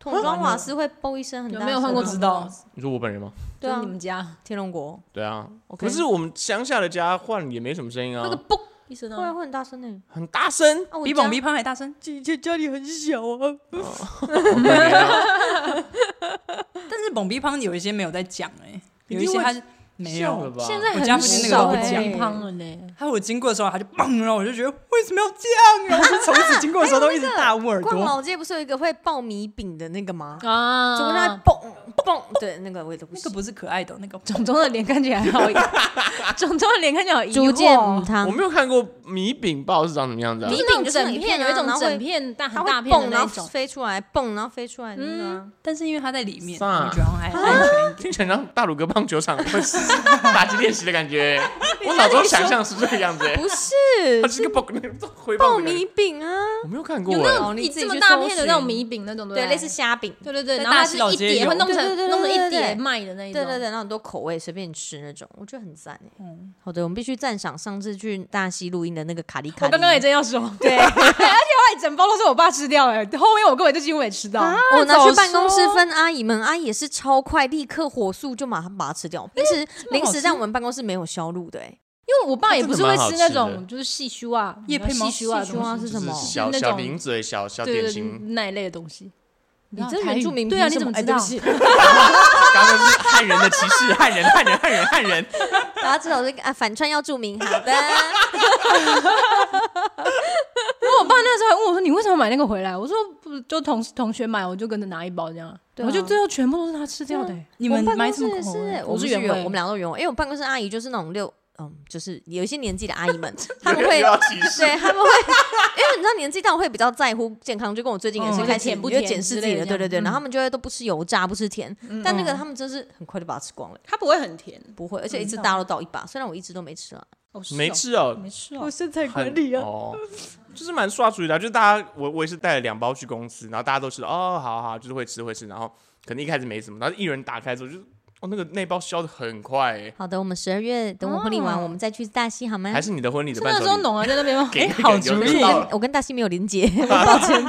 [SPEAKER 4] 童装瓦斯会嘣一声很大
[SPEAKER 3] 有
[SPEAKER 4] 声，啊
[SPEAKER 3] 没有换
[SPEAKER 2] 我
[SPEAKER 3] 过
[SPEAKER 2] 不知
[SPEAKER 3] 童
[SPEAKER 2] 道
[SPEAKER 3] 装瓦斯？
[SPEAKER 1] 你说我本人吗？
[SPEAKER 4] 对
[SPEAKER 3] 就
[SPEAKER 4] 啊
[SPEAKER 3] 是你，们家
[SPEAKER 4] 天龙国
[SPEAKER 1] 对啊。
[SPEAKER 4] ，OK，
[SPEAKER 1] 可是我们乡下的家换也没什么声音啊
[SPEAKER 3] 那，个嘣一声
[SPEAKER 4] 会啊
[SPEAKER 3] 啊，
[SPEAKER 4] 会很大声呢，
[SPEAKER 1] 很大声。
[SPEAKER 4] 啊我
[SPEAKER 2] 比
[SPEAKER 4] 家
[SPEAKER 2] 蹦比胖还大声，以前家里很小啊。
[SPEAKER 1] 啊
[SPEAKER 2] 但是蹦比胖有一些没有在讲哎，
[SPEAKER 1] 一
[SPEAKER 2] 有
[SPEAKER 1] 定
[SPEAKER 2] 一些
[SPEAKER 1] 会
[SPEAKER 2] 他是没
[SPEAKER 1] 笑了
[SPEAKER 2] 有。
[SPEAKER 1] 吧？
[SPEAKER 3] 现在
[SPEAKER 2] 我家
[SPEAKER 3] 很
[SPEAKER 2] 附近
[SPEAKER 4] 个
[SPEAKER 2] 那
[SPEAKER 3] 少
[SPEAKER 4] 都不讲
[SPEAKER 3] 乒乓了呢。
[SPEAKER 2] 还有我经过的时候，他就砰，然后我就觉得为什么要这样？然后啊我就从此经过的时候都一直大 捂耳
[SPEAKER 4] 逛
[SPEAKER 2] 朵。
[SPEAKER 4] 老街不是有一个会爆米饼的那个吗？
[SPEAKER 3] 啊，
[SPEAKER 4] 怎么在嘣嘣？对，那个我也都不
[SPEAKER 2] 那个
[SPEAKER 4] 行。
[SPEAKER 2] 不是可爱的，那个
[SPEAKER 3] 种种的脸看起来好，种种的脸看起来好疑惑哦
[SPEAKER 4] 逐渐母汤
[SPEAKER 1] 我，没有看过米饼报是长什么样子啊
[SPEAKER 4] 米？
[SPEAKER 3] 就是
[SPEAKER 4] 饼
[SPEAKER 3] 那
[SPEAKER 4] 就
[SPEAKER 3] 种
[SPEAKER 4] 是那
[SPEAKER 3] 整
[SPEAKER 4] 一
[SPEAKER 3] 片
[SPEAKER 4] 片啊
[SPEAKER 3] 有一种
[SPEAKER 4] 然后会
[SPEAKER 3] 整片大
[SPEAKER 4] 它
[SPEAKER 3] 很大
[SPEAKER 4] 会
[SPEAKER 3] 片
[SPEAKER 4] 蹦，
[SPEAKER 3] 的
[SPEAKER 4] 然
[SPEAKER 3] 那
[SPEAKER 4] 后
[SPEAKER 3] 种，
[SPEAKER 4] 飞出来，蹦，然后飞出来的那个啊。
[SPEAKER 2] 但是因为他在里面，你
[SPEAKER 1] 啊
[SPEAKER 2] 觉得好像还安全一点。
[SPEAKER 1] 听起来像大鲁哥棒球场会打击练习的感觉。我脑中想象是这个样子欸，
[SPEAKER 4] 不 是
[SPEAKER 1] 它是个爆那个回
[SPEAKER 4] 爆
[SPEAKER 1] 棒
[SPEAKER 4] 米饼啊，
[SPEAKER 1] 我没有看过
[SPEAKER 3] 有那
[SPEAKER 1] 欸。
[SPEAKER 4] 哦
[SPEAKER 3] 种
[SPEAKER 4] 你
[SPEAKER 3] 一
[SPEAKER 4] 自己
[SPEAKER 3] 这么
[SPEAKER 4] 去
[SPEAKER 3] 大
[SPEAKER 4] 搜
[SPEAKER 3] 片的
[SPEAKER 4] 寻
[SPEAKER 3] 那种米饼那种，对不
[SPEAKER 4] 对，
[SPEAKER 3] 对，
[SPEAKER 4] 类似虾饼。
[SPEAKER 3] 对对对，
[SPEAKER 2] 在
[SPEAKER 3] 然后
[SPEAKER 2] 大
[SPEAKER 3] 它
[SPEAKER 2] 溪
[SPEAKER 3] 是
[SPEAKER 2] 老
[SPEAKER 3] 一
[SPEAKER 2] 街
[SPEAKER 3] 叠
[SPEAKER 2] 有
[SPEAKER 3] 会弄
[SPEAKER 4] 对对
[SPEAKER 3] 成
[SPEAKER 4] 对
[SPEAKER 3] 弄成
[SPEAKER 4] 对对
[SPEAKER 3] 一
[SPEAKER 4] 对
[SPEAKER 3] 叠卖的那一
[SPEAKER 4] 对
[SPEAKER 3] 种，
[SPEAKER 4] 对对，那种都口味随便吃那种，我觉得很赞哎。
[SPEAKER 2] 嗯
[SPEAKER 4] 好的，我们必须赞赏上次去大溪录音的那个卡利卡利。
[SPEAKER 3] 我刚刚也真要说， 对，而且后来整包都是我爸吃掉，哎，后面我根本就几乎没吃到。
[SPEAKER 4] 啊我哦拿
[SPEAKER 3] 早
[SPEAKER 4] 去办公室
[SPEAKER 3] 说
[SPEAKER 4] 分阿姨们，阿姨也是超快，立刻火速就马上把它吃掉。平时零食在我们办公室没有销路的哎。
[SPEAKER 3] 因为我爸也不是会吃那
[SPEAKER 1] 它真的蛮好吃的
[SPEAKER 3] 种就是细须啊，
[SPEAKER 2] 叶配吗
[SPEAKER 3] 细须啊的
[SPEAKER 4] 细须啊
[SPEAKER 3] 东
[SPEAKER 4] 是
[SPEAKER 3] 西，
[SPEAKER 1] 就是
[SPEAKER 4] 什么
[SPEAKER 1] 小
[SPEAKER 3] 是那
[SPEAKER 1] 小
[SPEAKER 3] 种
[SPEAKER 1] 零嘴、小小
[SPEAKER 3] 对
[SPEAKER 1] 点
[SPEAKER 3] 对对
[SPEAKER 1] 心，
[SPEAKER 3] 那一类的东西。
[SPEAKER 4] 你
[SPEAKER 3] 知
[SPEAKER 4] 这
[SPEAKER 3] 道台
[SPEAKER 4] 原
[SPEAKER 3] 语
[SPEAKER 4] 住民
[SPEAKER 3] 对啊，
[SPEAKER 4] 凭
[SPEAKER 3] 你
[SPEAKER 4] 什
[SPEAKER 3] 怎么
[SPEAKER 4] 么
[SPEAKER 3] 知道？
[SPEAKER 4] 哎对不起
[SPEAKER 1] 刚刚是汉人的歧视，汉人、汉人、汉人、汉人。
[SPEAKER 4] 大家至少是啊，反串要注明。好的，
[SPEAKER 3] 因为我爸那时候还问我说：“你为什么买那个回来？”我说：“不，就同同学买，我就跟着拿一包这样。
[SPEAKER 4] 对啊
[SPEAKER 3] 我就最后全部都是他吃掉的、欸。
[SPEAKER 2] 你
[SPEAKER 4] 我
[SPEAKER 2] 们
[SPEAKER 4] 办
[SPEAKER 2] 买
[SPEAKER 4] 公
[SPEAKER 2] 什么
[SPEAKER 4] 室也
[SPEAKER 2] 口味？
[SPEAKER 4] 是，
[SPEAKER 3] 我
[SPEAKER 4] 们
[SPEAKER 3] 是
[SPEAKER 4] 是
[SPEAKER 3] 原
[SPEAKER 4] 员，
[SPEAKER 3] 味
[SPEAKER 4] 我们俩都是原味，因为我办公室阿姨就是那种六，嗯，就是有一些年纪的阿姨们，他们
[SPEAKER 1] 又
[SPEAKER 4] 会
[SPEAKER 1] 要歧视，
[SPEAKER 4] 对，他们会，因为你知道年纪大，我会比较在乎健哦康，就跟我最近也是
[SPEAKER 2] 嗯
[SPEAKER 4] 开始
[SPEAKER 3] 甜不
[SPEAKER 4] 有
[SPEAKER 3] 甜
[SPEAKER 4] 检视
[SPEAKER 3] 之
[SPEAKER 4] 自己
[SPEAKER 3] 类
[SPEAKER 4] 的，嗯
[SPEAKER 3] 的
[SPEAKER 4] 对
[SPEAKER 3] 这
[SPEAKER 4] 对
[SPEAKER 3] 样
[SPEAKER 4] 对，然后他们就会都不吃油炸，不吃甜，但那个他们真是很快就把它吃光了，
[SPEAKER 5] 它不会很甜。
[SPEAKER 4] 不会，而且一
[SPEAKER 2] 真
[SPEAKER 4] 直
[SPEAKER 2] 的
[SPEAKER 4] 大都到一把，虽然我一直都没吃了，
[SPEAKER 5] 哦，是哦
[SPEAKER 1] 没，吃哦，
[SPEAKER 5] 没吃哦。
[SPEAKER 2] 身材
[SPEAKER 1] 很哦，就是蛮刷出的啊、就是大家我我也是带了两包去公司，然后大家都吃哦，好好，就是会吃会吃，然后可能一开始没什么，然后一人打开之后就是哦，那个那包消的很快、欸，
[SPEAKER 4] 好的，我们十二月等我婚礼完，我们再去大溪好吗
[SPEAKER 1] 还？是你的婚礼的
[SPEAKER 3] 是
[SPEAKER 1] 伴
[SPEAKER 3] 那
[SPEAKER 1] 手
[SPEAKER 3] 时候
[SPEAKER 1] 礼
[SPEAKER 3] 农啊在那边吗？
[SPEAKER 1] 给那个
[SPEAKER 2] 好
[SPEAKER 1] 人有
[SPEAKER 2] 主
[SPEAKER 1] 人
[SPEAKER 2] 意
[SPEAKER 1] 到
[SPEAKER 4] 跟
[SPEAKER 1] 了
[SPEAKER 4] 我跟大溪没有连 接，抱歉，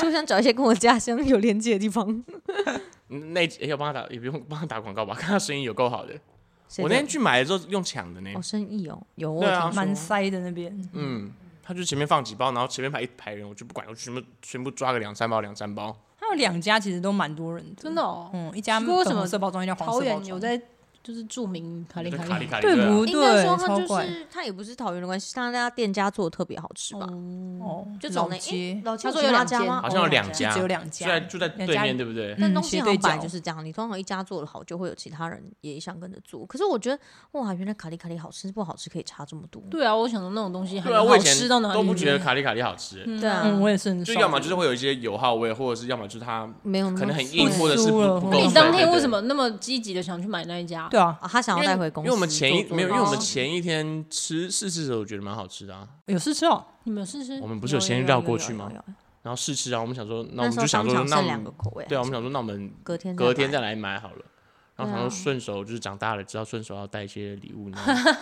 [SPEAKER 4] 就想找一些跟我家乡有连接的地 方。
[SPEAKER 1] 嗯那也要帮他打，也不用帮他打广告吧，看他生意有够好的。
[SPEAKER 4] 谁
[SPEAKER 1] 我那
[SPEAKER 4] 的
[SPEAKER 1] 天去买的时候用抢的呢
[SPEAKER 4] 哦，，生意哦，有我
[SPEAKER 1] 对
[SPEAKER 4] 有
[SPEAKER 1] 啊
[SPEAKER 4] 听
[SPEAKER 2] 蛮
[SPEAKER 4] 说
[SPEAKER 2] 塞的那边，
[SPEAKER 1] 嗯，他就前面放几包，然后前面排一排人，我就不管，我全部全部抓个两三包两三包。
[SPEAKER 2] 还有两家其实都蛮多人的，
[SPEAKER 3] 真的。哦，
[SPEAKER 2] 嗯，一家
[SPEAKER 3] 不过为什么
[SPEAKER 2] 粉红色包装，一家黄色包
[SPEAKER 3] 桃
[SPEAKER 2] 装。
[SPEAKER 3] 园有在就是著名卡里
[SPEAKER 1] 就
[SPEAKER 3] 卡
[SPEAKER 1] 里
[SPEAKER 3] 里，
[SPEAKER 1] 卡里
[SPEAKER 2] 对
[SPEAKER 1] 啊
[SPEAKER 2] 不
[SPEAKER 4] 应该
[SPEAKER 2] 对？
[SPEAKER 4] 说它
[SPEAKER 2] 超
[SPEAKER 4] 就
[SPEAKER 2] 怪
[SPEAKER 4] 是它也不是桃园的关系，它那家店家做的特别好吃吧？
[SPEAKER 2] 哦，
[SPEAKER 4] 就
[SPEAKER 2] 老
[SPEAKER 4] 总的
[SPEAKER 2] 街
[SPEAKER 4] 老街
[SPEAKER 3] 嗯他
[SPEAKER 4] 我
[SPEAKER 3] 说
[SPEAKER 4] 知
[SPEAKER 3] 有
[SPEAKER 4] 道
[SPEAKER 3] 两
[SPEAKER 4] 家
[SPEAKER 3] 间
[SPEAKER 4] 吗
[SPEAKER 1] 好像有
[SPEAKER 4] 哦
[SPEAKER 1] 两
[SPEAKER 2] 就
[SPEAKER 1] 家
[SPEAKER 2] 只有两
[SPEAKER 1] 就在
[SPEAKER 2] 家，
[SPEAKER 1] 就在对
[SPEAKER 2] 两家
[SPEAKER 1] 面，对不对？
[SPEAKER 4] 但
[SPEAKER 2] 嗯
[SPEAKER 4] 东西
[SPEAKER 2] 斜
[SPEAKER 4] 好像
[SPEAKER 2] 对
[SPEAKER 4] 本来
[SPEAKER 2] 角
[SPEAKER 4] 就是这样，你通常一家做的好，就会有其他人也想跟着做。可是我觉得，哇，原来卡里卡里好吃不好吃可以差这么多。
[SPEAKER 3] 对啊，我想说那种东西还
[SPEAKER 1] 对啊，我以
[SPEAKER 3] 好
[SPEAKER 1] 前
[SPEAKER 3] 吃到哪里？嗯
[SPEAKER 1] 都不觉得卡里卡里好吃，
[SPEAKER 4] 对啊，
[SPEAKER 2] 嗯，我也是很
[SPEAKER 1] 就
[SPEAKER 2] 少
[SPEAKER 1] 要么就是会有一些油耗味，或者是要么就是它
[SPEAKER 4] 没有那么
[SPEAKER 1] 可能很硬，
[SPEAKER 4] 脆
[SPEAKER 1] 或者是不
[SPEAKER 2] 酥了
[SPEAKER 1] 不
[SPEAKER 2] 或
[SPEAKER 1] 够
[SPEAKER 2] 者
[SPEAKER 1] 脆。
[SPEAKER 3] 你当天
[SPEAKER 1] 对啊
[SPEAKER 3] 为什？么那么积极的想去买那一家？
[SPEAKER 2] 对啊，
[SPEAKER 4] 啊，他想要带回公
[SPEAKER 1] 对因
[SPEAKER 4] 司
[SPEAKER 1] 为我
[SPEAKER 4] 做做
[SPEAKER 1] 们
[SPEAKER 4] 的
[SPEAKER 1] 前一
[SPEAKER 4] 时候，
[SPEAKER 1] 没有，因为我们
[SPEAKER 4] 哦
[SPEAKER 1] 前一天吃试吃的时候，我觉得蛮好吃的啊。
[SPEAKER 2] 有试吃哦，
[SPEAKER 3] 你们嗯有试吃
[SPEAKER 1] 我？们不是有先绕过去吗？然后试吃啊，我们想说，那
[SPEAKER 4] 那
[SPEAKER 1] 我们
[SPEAKER 4] 时候
[SPEAKER 1] 就想
[SPEAKER 4] 商
[SPEAKER 1] 说，
[SPEAKER 4] 场
[SPEAKER 1] 那我
[SPEAKER 4] 剩两个
[SPEAKER 1] 们
[SPEAKER 4] 口味，
[SPEAKER 1] 对啊，我们想说，那我们
[SPEAKER 4] 隔天
[SPEAKER 1] 隔天再
[SPEAKER 4] 买
[SPEAKER 1] 来买好了。然后
[SPEAKER 4] 对啊
[SPEAKER 1] 想说顺手就是长大了，知道顺手要带一些礼物，然后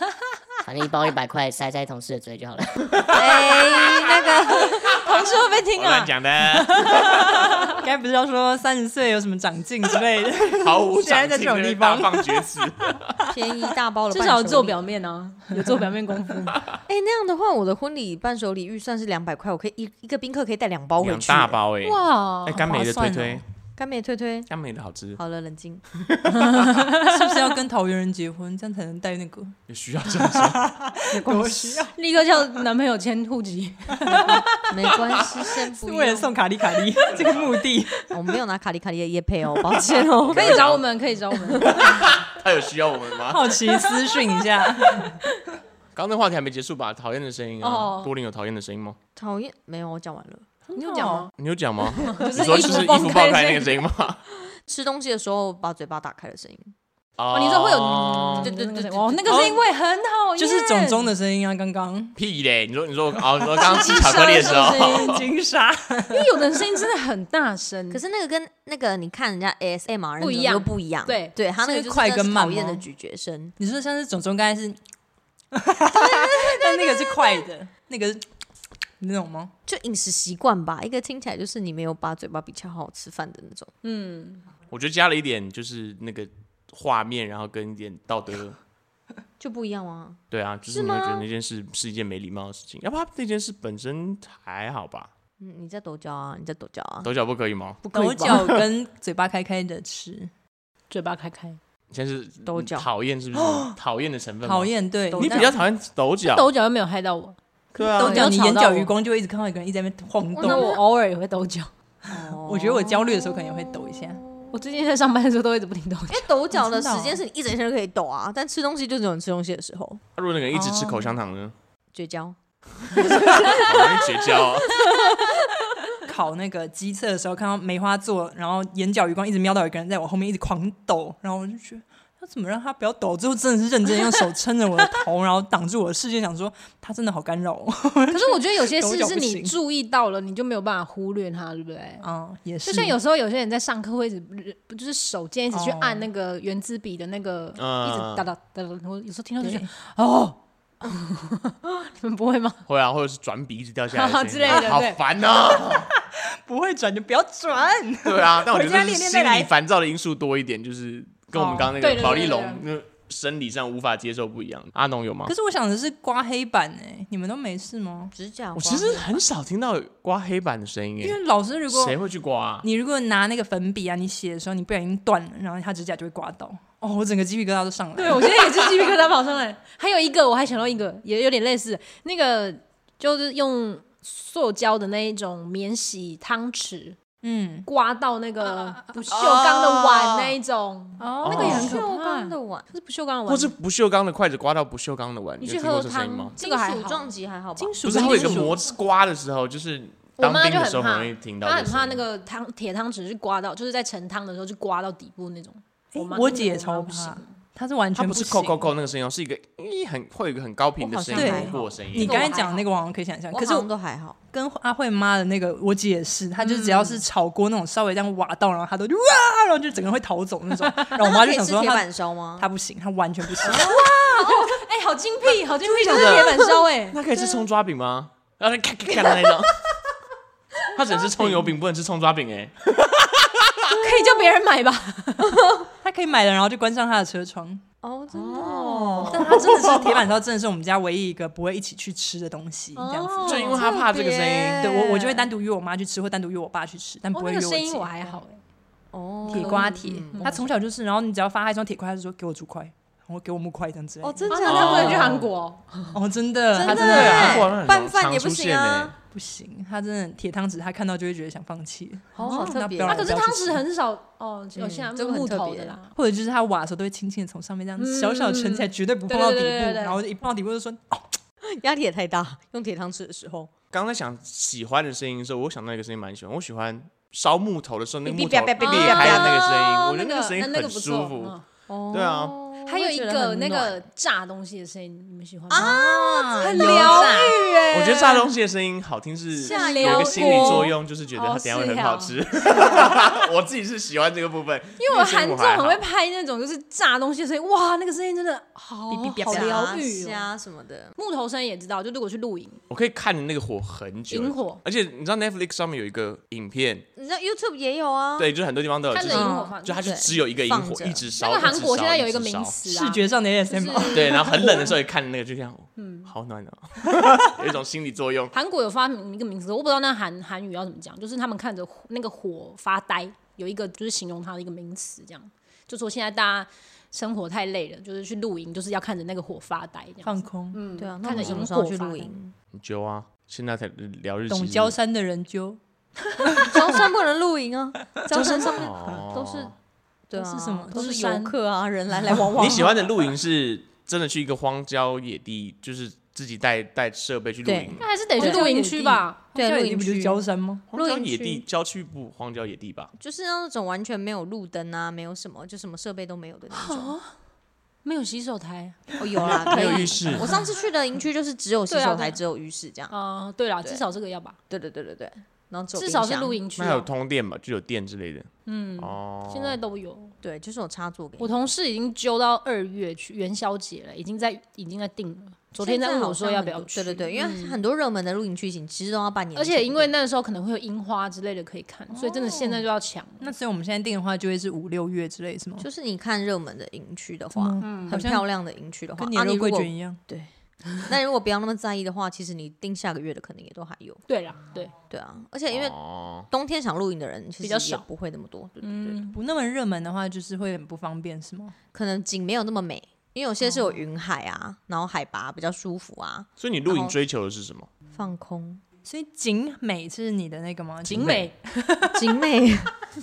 [SPEAKER 6] 反正一包一百块，塞在同事的嘴就好了。
[SPEAKER 4] 哎， 那个
[SPEAKER 2] 同事会不会听
[SPEAKER 1] 我乱
[SPEAKER 2] 啊？
[SPEAKER 1] 讲的，
[SPEAKER 2] 该不是要说三十岁有什么长进之 类的？
[SPEAKER 1] 毫无
[SPEAKER 2] 现在
[SPEAKER 1] 长
[SPEAKER 2] 在
[SPEAKER 1] 进
[SPEAKER 2] 这种
[SPEAKER 1] 的
[SPEAKER 2] 地
[SPEAKER 1] 大
[SPEAKER 2] 方
[SPEAKER 1] 放厥词。
[SPEAKER 4] 便宜大包的，
[SPEAKER 3] 至少做。表面啊，有做表面功夫。
[SPEAKER 4] 哎，那样的话，我的婚礼伴手礼预算是两百块，我可以一一个宾客可以带两包回
[SPEAKER 1] 两
[SPEAKER 4] 去。
[SPEAKER 1] 大包哎、欸，
[SPEAKER 3] 哇
[SPEAKER 1] 哎，，甘梅的
[SPEAKER 2] 划
[SPEAKER 1] 推
[SPEAKER 2] 算
[SPEAKER 1] 推
[SPEAKER 2] 哦，
[SPEAKER 4] 干妹推推，
[SPEAKER 1] 甘梅的好吃，
[SPEAKER 4] 好了，冷静。
[SPEAKER 2] 是不是要跟桃园人结婚，这样才能带那个？
[SPEAKER 1] 也需要这样说。
[SPEAKER 2] 我需要，
[SPEAKER 3] 立刻叫男朋友迁户籍，
[SPEAKER 4] 没关 系，先
[SPEAKER 2] 是
[SPEAKER 4] 不
[SPEAKER 2] 为了
[SPEAKER 4] 用。
[SPEAKER 2] 送卡里卡里 这个目的。
[SPEAKER 4] 我们没有拿卡里卡里的叶配哦，抱歉哦。
[SPEAKER 3] 可以找我们，可以找我们。
[SPEAKER 1] 他有需要我们吗？
[SPEAKER 2] 好奇私讯一下，
[SPEAKER 1] 刚刚那话题还没结束吧？讨厌的声音啊
[SPEAKER 3] 哦，
[SPEAKER 1] 多林有讨厌的声音吗？
[SPEAKER 4] 讨厌，没有，我讲完了。
[SPEAKER 3] 你有讲吗？
[SPEAKER 1] 你有讲吗？
[SPEAKER 3] 就
[SPEAKER 1] 你说
[SPEAKER 3] 衣
[SPEAKER 1] 就
[SPEAKER 3] 服
[SPEAKER 1] 是衣
[SPEAKER 3] 放
[SPEAKER 1] 服爆
[SPEAKER 3] 开
[SPEAKER 1] 开那
[SPEAKER 3] 的
[SPEAKER 1] 个声音吗？
[SPEAKER 4] 吃东西的时候把嘴巴打开的声音，
[SPEAKER 1] 哦
[SPEAKER 3] 你说会有
[SPEAKER 1] 有
[SPEAKER 4] 对对对对对
[SPEAKER 3] 哦，那哦个声音会很讨厌，
[SPEAKER 2] 就是种种的声音啊，刚刚
[SPEAKER 1] 屁嘞！你说你说哦，你说刚刚吃巧克力的时候，
[SPEAKER 2] 金沙，
[SPEAKER 3] 因为有的人声音真的很大声，
[SPEAKER 4] 可是那个跟那个你看人家 ASMR 那种
[SPEAKER 3] 嗯不一样
[SPEAKER 4] 又不一样，
[SPEAKER 3] 对
[SPEAKER 4] 对，他那个
[SPEAKER 2] 是
[SPEAKER 4] 就
[SPEAKER 2] 快
[SPEAKER 4] 真的
[SPEAKER 2] 跟
[SPEAKER 4] 是
[SPEAKER 2] 慢
[SPEAKER 4] 讨厌
[SPEAKER 2] 吗
[SPEAKER 4] 的咀嚼声，
[SPEAKER 2] 你说像是种种刚才是，但那个是快的，那个是那种吗？
[SPEAKER 4] 就饮食习惯吧，一个听起来就是你没有把嘴巴闭起来好好吃饭的那种。
[SPEAKER 3] 嗯，
[SPEAKER 1] 我觉得加了一点就是那个画面，然后跟一点道德，
[SPEAKER 4] 就不一样啊，
[SPEAKER 1] 对啊，就是
[SPEAKER 4] 是
[SPEAKER 1] 你会觉得
[SPEAKER 4] 吗
[SPEAKER 1] 那件事是一件没礼貌的事情，要不然那件事本身还好吧？
[SPEAKER 4] 嗯，你在抖脚啊，你在抖脚啊，
[SPEAKER 1] 抖脚不可以吗？
[SPEAKER 4] 不可以吧
[SPEAKER 2] 抖脚跟嘴巴开开的吃，
[SPEAKER 3] 嘴巴开
[SPEAKER 1] 哦
[SPEAKER 3] 开，
[SPEAKER 1] 现在是
[SPEAKER 4] 抖脚
[SPEAKER 1] 讨厌是不是？讨厌的成分吗，
[SPEAKER 2] 讨厌对。
[SPEAKER 4] 抖
[SPEAKER 1] 你
[SPEAKER 4] 脚
[SPEAKER 1] 比较讨厌抖脚，
[SPEAKER 3] 抖脚又没有害到我，
[SPEAKER 1] 对啊，
[SPEAKER 2] 抖脚，你眼
[SPEAKER 3] 有吵到
[SPEAKER 2] 角
[SPEAKER 3] 我
[SPEAKER 2] 余光就会一直看到一个人一直在那边晃
[SPEAKER 3] 那我
[SPEAKER 2] 动。
[SPEAKER 3] 偶尔也会抖脚，
[SPEAKER 4] 哦
[SPEAKER 2] 我觉得我焦虑的时候可能也会抖一下。
[SPEAKER 3] 我最近在上班的时候都一直不停抖脚
[SPEAKER 4] 因，为抖脚的
[SPEAKER 2] 真的哦
[SPEAKER 4] 时间是你一整天都可以抖啊，但吃东西就只有你吃东西的时候
[SPEAKER 1] 如果那个人一直吃口香糖呢？
[SPEAKER 4] 绝交。
[SPEAKER 1] 好容易绝交啊。
[SPEAKER 2] 考那个机测的时候，看到梅花座，然后眼角余光一直瞄到有一个人在我后面一直狂抖，然后我就觉得。要怎么让他不要抖？最后真的是认真地用手撑着我的头，然后挡住我的视线，想说他真的好干扰哦我。
[SPEAKER 3] 哎可是我觉得有 些
[SPEAKER 2] 抖
[SPEAKER 3] 事
[SPEAKER 2] 脚
[SPEAKER 3] 是
[SPEAKER 2] 不
[SPEAKER 3] 你
[SPEAKER 2] 行
[SPEAKER 3] 注意到了，你就没有办法忽略它，对不对？
[SPEAKER 2] 啊，也是。
[SPEAKER 3] 就像有时候有些人在上课会一直不就是手尖一直去按那个圆珠笔的那个，
[SPEAKER 1] 嗯
[SPEAKER 3] 一直哒哒哒哒。我有时候听到就觉
[SPEAKER 2] 对
[SPEAKER 3] 得哦， 你们不会吗？
[SPEAKER 1] 会啊，或者是转笔一直掉下来
[SPEAKER 3] 之类的
[SPEAKER 1] 啊好
[SPEAKER 3] 对
[SPEAKER 1] 烦呐。
[SPEAKER 2] 不会转就不要转。
[SPEAKER 1] 对啊，但我觉
[SPEAKER 2] 回家
[SPEAKER 1] 得是
[SPEAKER 2] 练练
[SPEAKER 1] 心
[SPEAKER 2] 再来
[SPEAKER 1] 理烦躁的因素多一点，就是跟我们刚刚那
[SPEAKER 3] 哦对
[SPEAKER 1] 个
[SPEAKER 3] 对
[SPEAKER 1] 保利
[SPEAKER 3] 对
[SPEAKER 1] 龙
[SPEAKER 3] 对
[SPEAKER 1] 那生理上无法接受不一样。阿农有吗
[SPEAKER 2] 可？是我想的是刮黑板哎、你们都没事吗？
[SPEAKER 4] 指甲，
[SPEAKER 1] 我其实很少听到刮黑板的声音欸
[SPEAKER 2] 因
[SPEAKER 1] 诶，
[SPEAKER 2] 为老师如果
[SPEAKER 1] 谁会去刮啊？
[SPEAKER 2] 你如果拿那个粉笔啊，你写的时候你不小心断了，然后他指甲就会刮到。哦，我整个鸡皮疙瘩都上来了。
[SPEAKER 3] 对，我现哦在也是鸡皮疙瘩跑上来。 还有一个，我还想到一个，也有点类似，那个就是用塑胶的那一种免洗汤匙
[SPEAKER 2] 嗯，
[SPEAKER 3] 刮到那个不锈钢的碗那一种，
[SPEAKER 4] 哦
[SPEAKER 1] 那个也
[SPEAKER 3] 很可怕
[SPEAKER 4] 锈钢的碗，
[SPEAKER 3] 就是不锈钢的
[SPEAKER 1] 或
[SPEAKER 3] 碗
[SPEAKER 1] 是。不锈钢的筷子刮到不锈钢的碗，
[SPEAKER 3] 你
[SPEAKER 1] 有
[SPEAKER 3] 去
[SPEAKER 1] 听过
[SPEAKER 3] 喝
[SPEAKER 1] 这声音吗
[SPEAKER 3] 汤？，这
[SPEAKER 4] 金
[SPEAKER 3] 个还
[SPEAKER 4] 属
[SPEAKER 3] 好。
[SPEAKER 4] 撞击还好吧
[SPEAKER 2] 金？属
[SPEAKER 1] 不是，
[SPEAKER 2] 跟
[SPEAKER 1] 它会有一
[SPEAKER 2] 金
[SPEAKER 1] 个
[SPEAKER 2] 属
[SPEAKER 1] 磨刮的时候，就是
[SPEAKER 3] 我
[SPEAKER 1] 当
[SPEAKER 3] 妈
[SPEAKER 1] 兵
[SPEAKER 3] 就
[SPEAKER 1] 的
[SPEAKER 3] 很
[SPEAKER 1] 时候
[SPEAKER 3] 怕
[SPEAKER 1] 很容易听，到这
[SPEAKER 3] 她
[SPEAKER 1] 声音。
[SPEAKER 3] 很怕那个汤铁汤匙去刮到，就是在盛汤的时候就刮到底部那种。
[SPEAKER 2] 诶
[SPEAKER 3] 妈
[SPEAKER 2] 我
[SPEAKER 3] 那个
[SPEAKER 2] 姐也
[SPEAKER 3] 我妈
[SPEAKER 2] 超
[SPEAKER 3] 不
[SPEAKER 2] 怕
[SPEAKER 3] 行，
[SPEAKER 2] 她是完
[SPEAKER 1] 它
[SPEAKER 2] 全
[SPEAKER 1] 不是
[SPEAKER 2] 行
[SPEAKER 1] 扣扣扣那个声音哦，是一个咦很会有一个很高频的声音
[SPEAKER 4] 我
[SPEAKER 2] 好像
[SPEAKER 1] 通过声
[SPEAKER 2] 你
[SPEAKER 1] 音。
[SPEAKER 2] 刚才讲那个我好像可以想象，可是
[SPEAKER 4] 我好像
[SPEAKER 2] 我
[SPEAKER 4] 都还好。
[SPEAKER 2] 跟阿慧妈的那个我姐也是，她就是只要是炒锅那种稍微这样瓦到，然后她都就哇，然后就整个人会逃走那种。然后我妈
[SPEAKER 4] 那可
[SPEAKER 2] 就
[SPEAKER 4] 以
[SPEAKER 2] 想
[SPEAKER 4] 吃
[SPEAKER 2] 说
[SPEAKER 4] 铁
[SPEAKER 2] 她
[SPEAKER 4] 板烧吗？
[SPEAKER 2] 她不行，她完全不行。
[SPEAKER 3] 哎、好精辟，好精辟，就是铁板烧 哎、
[SPEAKER 1] 那可以吃葱抓饼吗？
[SPEAKER 3] 啊
[SPEAKER 1] 然后咔咔咔的那 种。他只能吃葱油饼，不能吃葱抓饼哎。
[SPEAKER 3] 可以叫别人买吧？
[SPEAKER 2] 她可以买了，然后就关上她的车窗。
[SPEAKER 4] 哦，真的哦，
[SPEAKER 2] 但她真的是铁板烧，真的是我们家唯一一个不会一起去吃的东西，
[SPEAKER 3] 哦
[SPEAKER 2] 这样子。
[SPEAKER 1] 就因为他怕这个声音，
[SPEAKER 2] 对我，我就会单独约我妈去吃，或单独约我爸去吃，但不
[SPEAKER 3] 哦，那
[SPEAKER 2] 会约
[SPEAKER 3] 个
[SPEAKER 2] 我
[SPEAKER 3] 声音
[SPEAKER 2] 姐
[SPEAKER 3] 我还嗯好哎、
[SPEAKER 4] 哦
[SPEAKER 2] 铁
[SPEAKER 4] 瓜
[SPEAKER 2] 瓜铁，他从小就是，然后你只要发他一双铁块，他就说给我竹块，然后给我木块这样子。
[SPEAKER 4] 哦，真
[SPEAKER 3] 啊
[SPEAKER 4] 的
[SPEAKER 3] 那
[SPEAKER 1] 假
[SPEAKER 3] 他不能
[SPEAKER 1] 哦
[SPEAKER 3] 去韩国哦、
[SPEAKER 2] 哦，真的，他
[SPEAKER 4] 真
[SPEAKER 2] 真
[SPEAKER 4] 的
[SPEAKER 1] 对
[SPEAKER 2] 的
[SPEAKER 1] 啊，
[SPEAKER 4] 耶
[SPEAKER 1] 韩国人很
[SPEAKER 4] 拌饭
[SPEAKER 1] 常
[SPEAKER 4] 也不
[SPEAKER 1] 出
[SPEAKER 4] 行
[SPEAKER 1] 现
[SPEAKER 4] 啊
[SPEAKER 2] 不行，他真的铁汤匙，他看到就会觉得想放弃，
[SPEAKER 4] 好
[SPEAKER 1] 嗯
[SPEAKER 4] 好特别
[SPEAKER 2] 那
[SPEAKER 4] 哦。
[SPEAKER 3] 啊，
[SPEAKER 2] 不要
[SPEAKER 3] 可是
[SPEAKER 2] 不
[SPEAKER 3] 汤
[SPEAKER 2] 要去吃
[SPEAKER 3] 匙很少哦，有些
[SPEAKER 4] 这个很
[SPEAKER 3] 木头
[SPEAKER 4] 特别
[SPEAKER 3] 的啦。
[SPEAKER 2] 或者就是他挖的时候都会轻轻的从上面这样
[SPEAKER 3] 嗯
[SPEAKER 2] 小小撑起来，绝对不碰到底部，
[SPEAKER 3] 对对对对对
[SPEAKER 2] 然后一碰到底部就说哦，
[SPEAKER 4] 压力也太大，用铁汤匙的时候，
[SPEAKER 1] 刚才想喜欢的声音的时候，我想到一个声音蛮喜欢，我喜欢烧木头的时候那个
[SPEAKER 4] 哔哔
[SPEAKER 1] 木头
[SPEAKER 4] 哔哔哔哔
[SPEAKER 1] 裂开的那个声音，
[SPEAKER 3] 哦
[SPEAKER 1] 我觉得
[SPEAKER 3] 那
[SPEAKER 1] 个声音
[SPEAKER 3] 那那个
[SPEAKER 1] 很
[SPEAKER 3] 不
[SPEAKER 1] 舒
[SPEAKER 3] 错
[SPEAKER 1] 服
[SPEAKER 3] 嗯。
[SPEAKER 4] 哦
[SPEAKER 1] 对啊，
[SPEAKER 3] 还有一
[SPEAKER 4] 我也觉得
[SPEAKER 3] 个
[SPEAKER 4] 很
[SPEAKER 3] 那
[SPEAKER 4] 暖
[SPEAKER 3] 个炸东西的声音，你们喜欢吗？
[SPEAKER 4] 啊，
[SPEAKER 3] 很
[SPEAKER 4] 油
[SPEAKER 3] 疗
[SPEAKER 4] 炸
[SPEAKER 3] 愈哎、
[SPEAKER 1] 我觉得炸东西的声音好听是
[SPEAKER 3] 下
[SPEAKER 1] 有一
[SPEAKER 3] 腰
[SPEAKER 1] 个心理作
[SPEAKER 3] 锅
[SPEAKER 1] 用，就是觉得它
[SPEAKER 3] 好
[SPEAKER 1] 等一下会
[SPEAKER 3] 是
[SPEAKER 1] 很好
[SPEAKER 3] 哦
[SPEAKER 1] 吃。 我自己是喜欢这个部分，
[SPEAKER 3] 因为我
[SPEAKER 1] 那个声
[SPEAKER 3] 韩
[SPEAKER 1] 音
[SPEAKER 3] 综
[SPEAKER 1] 还
[SPEAKER 3] 很
[SPEAKER 1] 好
[SPEAKER 3] 会拍那种就是炸东西的声音，哇，那个声音真的好
[SPEAKER 2] 哔哔
[SPEAKER 3] 好
[SPEAKER 2] 啪啪
[SPEAKER 3] 疗愈、哦。
[SPEAKER 4] 虾什么的，
[SPEAKER 3] 木头声也知道，就如果去露营，
[SPEAKER 1] 我可以看着那个火很久。
[SPEAKER 3] 萤火
[SPEAKER 1] 而且你知道 Netflix 上面有一个影片，
[SPEAKER 4] 你知道 YouTube 也有啊，
[SPEAKER 1] 对，就是很多地方都有，就
[SPEAKER 3] 看着
[SPEAKER 1] 是
[SPEAKER 3] 萤
[SPEAKER 2] 嗯
[SPEAKER 3] 火放
[SPEAKER 1] 就它就
[SPEAKER 4] 对
[SPEAKER 1] 只有一个萤
[SPEAKER 4] 放
[SPEAKER 1] 火
[SPEAKER 4] 着
[SPEAKER 1] 一直烧。
[SPEAKER 3] 那个
[SPEAKER 1] 一
[SPEAKER 3] 韩
[SPEAKER 1] 直
[SPEAKER 3] 国
[SPEAKER 1] 烧
[SPEAKER 3] 现在
[SPEAKER 1] 一
[SPEAKER 3] 有一
[SPEAKER 1] 直
[SPEAKER 3] 个名
[SPEAKER 1] 烧
[SPEAKER 3] 词啊，
[SPEAKER 2] 视觉上的 ASM，、
[SPEAKER 3] 就是
[SPEAKER 1] 对，然后很冷的时候也看那个，就这样，嗯，好暖哦， 有一种心理作用。
[SPEAKER 3] 韩国有发明一个名词，我不知道那韩韩语要怎么讲，就是他们看着火那个火发呆，有一个就是形容它的一个名词，这样就说现在大家生活太累了，就是去露营就是要看着那个火发呆，这样
[SPEAKER 2] 放
[SPEAKER 3] 子
[SPEAKER 2] 空，
[SPEAKER 3] 嗯，
[SPEAKER 4] 对啊，那我
[SPEAKER 3] 看
[SPEAKER 4] 们什
[SPEAKER 3] 着
[SPEAKER 4] 么
[SPEAKER 3] 萤
[SPEAKER 4] 时候
[SPEAKER 3] 火
[SPEAKER 4] 去
[SPEAKER 3] 发
[SPEAKER 4] 露
[SPEAKER 3] 呆
[SPEAKER 4] 营？
[SPEAKER 1] 你揪啊，现在才聊日期是
[SPEAKER 2] 懂
[SPEAKER 1] 不是，
[SPEAKER 2] 焦山的人揪，
[SPEAKER 4] 高山不能露营啊，高山上面
[SPEAKER 1] 哦
[SPEAKER 4] 都是对啊，
[SPEAKER 2] 都是什么
[SPEAKER 4] 都
[SPEAKER 3] 都
[SPEAKER 4] 是
[SPEAKER 3] 是
[SPEAKER 4] 游
[SPEAKER 3] 山
[SPEAKER 4] 客啊，人来来往往。
[SPEAKER 1] 你喜欢的露营是真的去一个荒郊野地，就是自己带带设备去露
[SPEAKER 4] 对
[SPEAKER 1] 营吗。
[SPEAKER 3] 那还是得去露营区吧？
[SPEAKER 4] 对
[SPEAKER 2] 家
[SPEAKER 4] 露
[SPEAKER 2] 里
[SPEAKER 4] 营
[SPEAKER 2] 不就是
[SPEAKER 4] 区
[SPEAKER 2] 焦山吗？
[SPEAKER 1] 荒郊
[SPEAKER 4] 露营
[SPEAKER 1] 野地
[SPEAKER 4] 区
[SPEAKER 1] 郊区不荒郊野地吧？
[SPEAKER 4] 就是那种完全没有路灯啊，没有什么，就什么设备都没有的那种。
[SPEAKER 3] 没有洗手台
[SPEAKER 4] 哦，有 啦，可
[SPEAKER 1] 没
[SPEAKER 4] 以
[SPEAKER 1] 有浴室
[SPEAKER 4] 我上次去的营区就是只有洗
[SPEAKER 3] 对啊
[SPEAKER 4] 手
[SPEAKER 3] 对啊
[SPEAKER 4] 台，只有浴室这样。
[SPEAKER 3] 啊？对啦，
[SPEAKER 4] 对
[SPEAKER 3] 至少这个要吧，
[SPEAKER 4] 对对对对对，然后只有
[SPEAKER 3] 至少
[SPEAKER 4] 冰
[SPEAKER 3] 是
[SPEAKER 4] 箱
[SPEAKER 3] 露。营区
[SPEAKER 1] 那还有
[SPEAKER 3] 啊。
[SPEAKER 1] 通电嘛，就有电之类的。
[SPEAKER 3] 嗯，
[SPEAKER 1] 哦，
[SPEAKER 3] 现在都有。
[SPEAKER 4] 对，就是有插座给你
[SPEAKER 3] 我。同事已经揪到二月去元宵节了，已经在已经在定了。昨天
[SPEAKER 4] 现
[SPEAKER 3] 在问我
[SPEAKER 4] 好
[SPEAKER 3] 说
[SPEAKER 4] 像
[SPEAKER 3] 要
[SPEAKER 4] 很
[SPEAKER 3] 不要
[SPEAKER 4] 多
[SPEAKER 3] 去，嗯
[SPEAKER 4] 对对对，因为很多热门的露营区，景其实都要半年
[SPEAKER 3] 而
[SPEAKER 4] 前订。
[SPEAKER 3] 且因为那时候可能会有樱花之类的可以看，所以真的现在就要抢。
[SPEAKER 2] 那所以我们现在定的话，就会是五六月之类，是吗？
[SPEAKER 4] 就是你看热门的营区的
[SPEAKER 2] 真
[SPEAKER 4] 话，
[SPEAKER 2] 的
[SPEAKER 3] 嗯
[SPEAKER 2] 好
[SPEAKER 4] 很
[SPEAKER 2] 像
[SPEAKER 4] 漂亮的营区的话，
[SPEAKER 2] 跟
[SPEAKER 4] 啊，
[SPEAKER 2] 年
[SPEAKER 4] 你
[SPEAKER 2] 肉
[SPEAKER 4] 如
[SPEAKER 2] 桂
[SPEAKER 4] 果
[SPEAKER 2] 卷一样。
[SPEAKER 4] 那如果不要那么在意的话，其实你定下个月的可能也都还有。
[SPEAKER 3] 对啦，对，
[SPEAKER 4] 对啊，而且因为
[SPEAKER 1] 哦
[SPEAKER 4] 冬天想露营的人其实
[SPEAKER 3] 比较
[SPEAKER 4] 也
[SPEAKER 3] 少
[SPEAKER 4] 不会那么多。对对对，
[SPEAKER 3] 嗯，
[SPEAKER 2] 不那么热门的话，就是会很不方便，是吗？
[SPEAKER 4] 可能景没有那么美，因为有些是
[SPEAKER 3] 哦
[SPEAKER 4] 有云海啊，然后海拔比较舒服啊，
[SPEAKER 1] 所以你露
[SPEAKER 4] 然
[SPEAKER 1] 营
[SPEAKER 4] 后
[SPEAKER 1] 追求的是什么？
[SPEAKER 4] 放空
[SPEAKER 2] 所以景美是你的那个吗？
[SPEAKER 3] 景美
[SPEAKER 4] 景 美。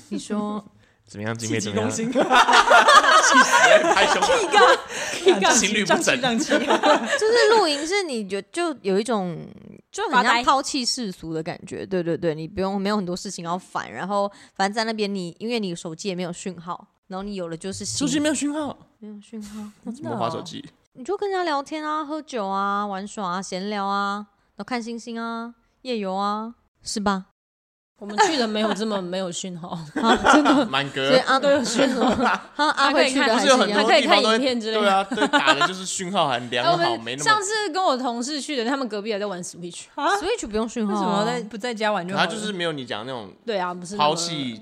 [SPEAKER 4] 你说
[SPEAKER 1] 怎么样？景
[SPEAKER 2] 气
[SPEAKER 1] 美
[SPEAKER 2] 急
[SPEAKER 1] 怎么样
[SPEAKER 2] 攻？心，
[SPEAKER 1] 拍胸脯，情侣不整
[SPEAKER 2] 胀气。
[SPEAKER 4] 就是露营是你觉就有一种就很
[SPEAKER 3] 发
[SPEAKER 4] 像
[SPEAKER 3] 呆
[SPEAKER 4] 抛弃世俗的感觉，对对对，你不用没有很多事情要烦，然后反正在那边你因为你手机也没有讯号，然后你有了就是
[SPEAKER 1] 手
[SPEAKER 4] 手
[SPEAKER 1] 机没有讯号，
[SPEAKER 4] 没有讯号，
[SPEAKER 1] 怎么划手机？
[SPEAKER 4] 你就跟人家聊天啊，喝酒啊，玩耍啊，闲聊啊，然后看星星啊，夜游啊，是吧？
[SPEAKER 3] 我们去的没有这么没有 讯号，
[SPEAKER 4] 啊，真的，
[SPEAKER 1] 满
[SPEAKER 4] 所以
[SPEAKER 1] 格
[SPEAKER 4] 阿
[SPEAKER 3] 都有讯号。
[SPEAKER 4] 阿阿
[SPEAKER 3] 可
[SPEAKER 4] 慧
[SPEAKER 3] 以
[SPEAKER 4] 去
[SPEAKER 3] 看
[SPEAKER 4] 的
[SPEAKER 1] 不呃
[SPEAKER 4] 还
[SPEAKER 1] 啊是
[SPEAKER 4] 是
[SPEAKER 1] 有很多
[SPEAKER 4] 一
[SPEAKER 3] 他
[SPEAKER 4] 样，
[SPEAKER 3] 可以
[SPEAKER 1] 地方
[SPEAKER 3] 看
[SPEAKER 1] 都会
[SPEAKER 3] 影片之类
[SPEAKER 1] 对
[SPEAKER 3] 的。
[SPEAKER 1] 啊，对打的就是讯号很良
[SPEAKER 3] 哎，我
[SPEAKER 1] 好，没
[SPEAKER 3] 们
[SPEAKER 1] 那
[SPEAKER 3] 上
[SPEAKER 1] 么。
[SPEAKER 3] 次跟我同事去的，他们隔壁还在玩 Switch。
[SPEAKER 4] 所以就不用讯
[SPEAKER 2] 为
[SPEAKER 4] 号
[SPEAKER 2] 什
[SPEAKER 4] 啊、
[SPEAKER 2] 么在不在家玩就好
[SPEAKER 1] 他
[SPEAKER 2] 了？
[SPEAKER 1] 就是没有你讲那种
[SPEAKER 3] 对啊，不是那
[SPEAKER 1] 抛
[SPEAKER 3] 么
[SPEAKER 1] 弃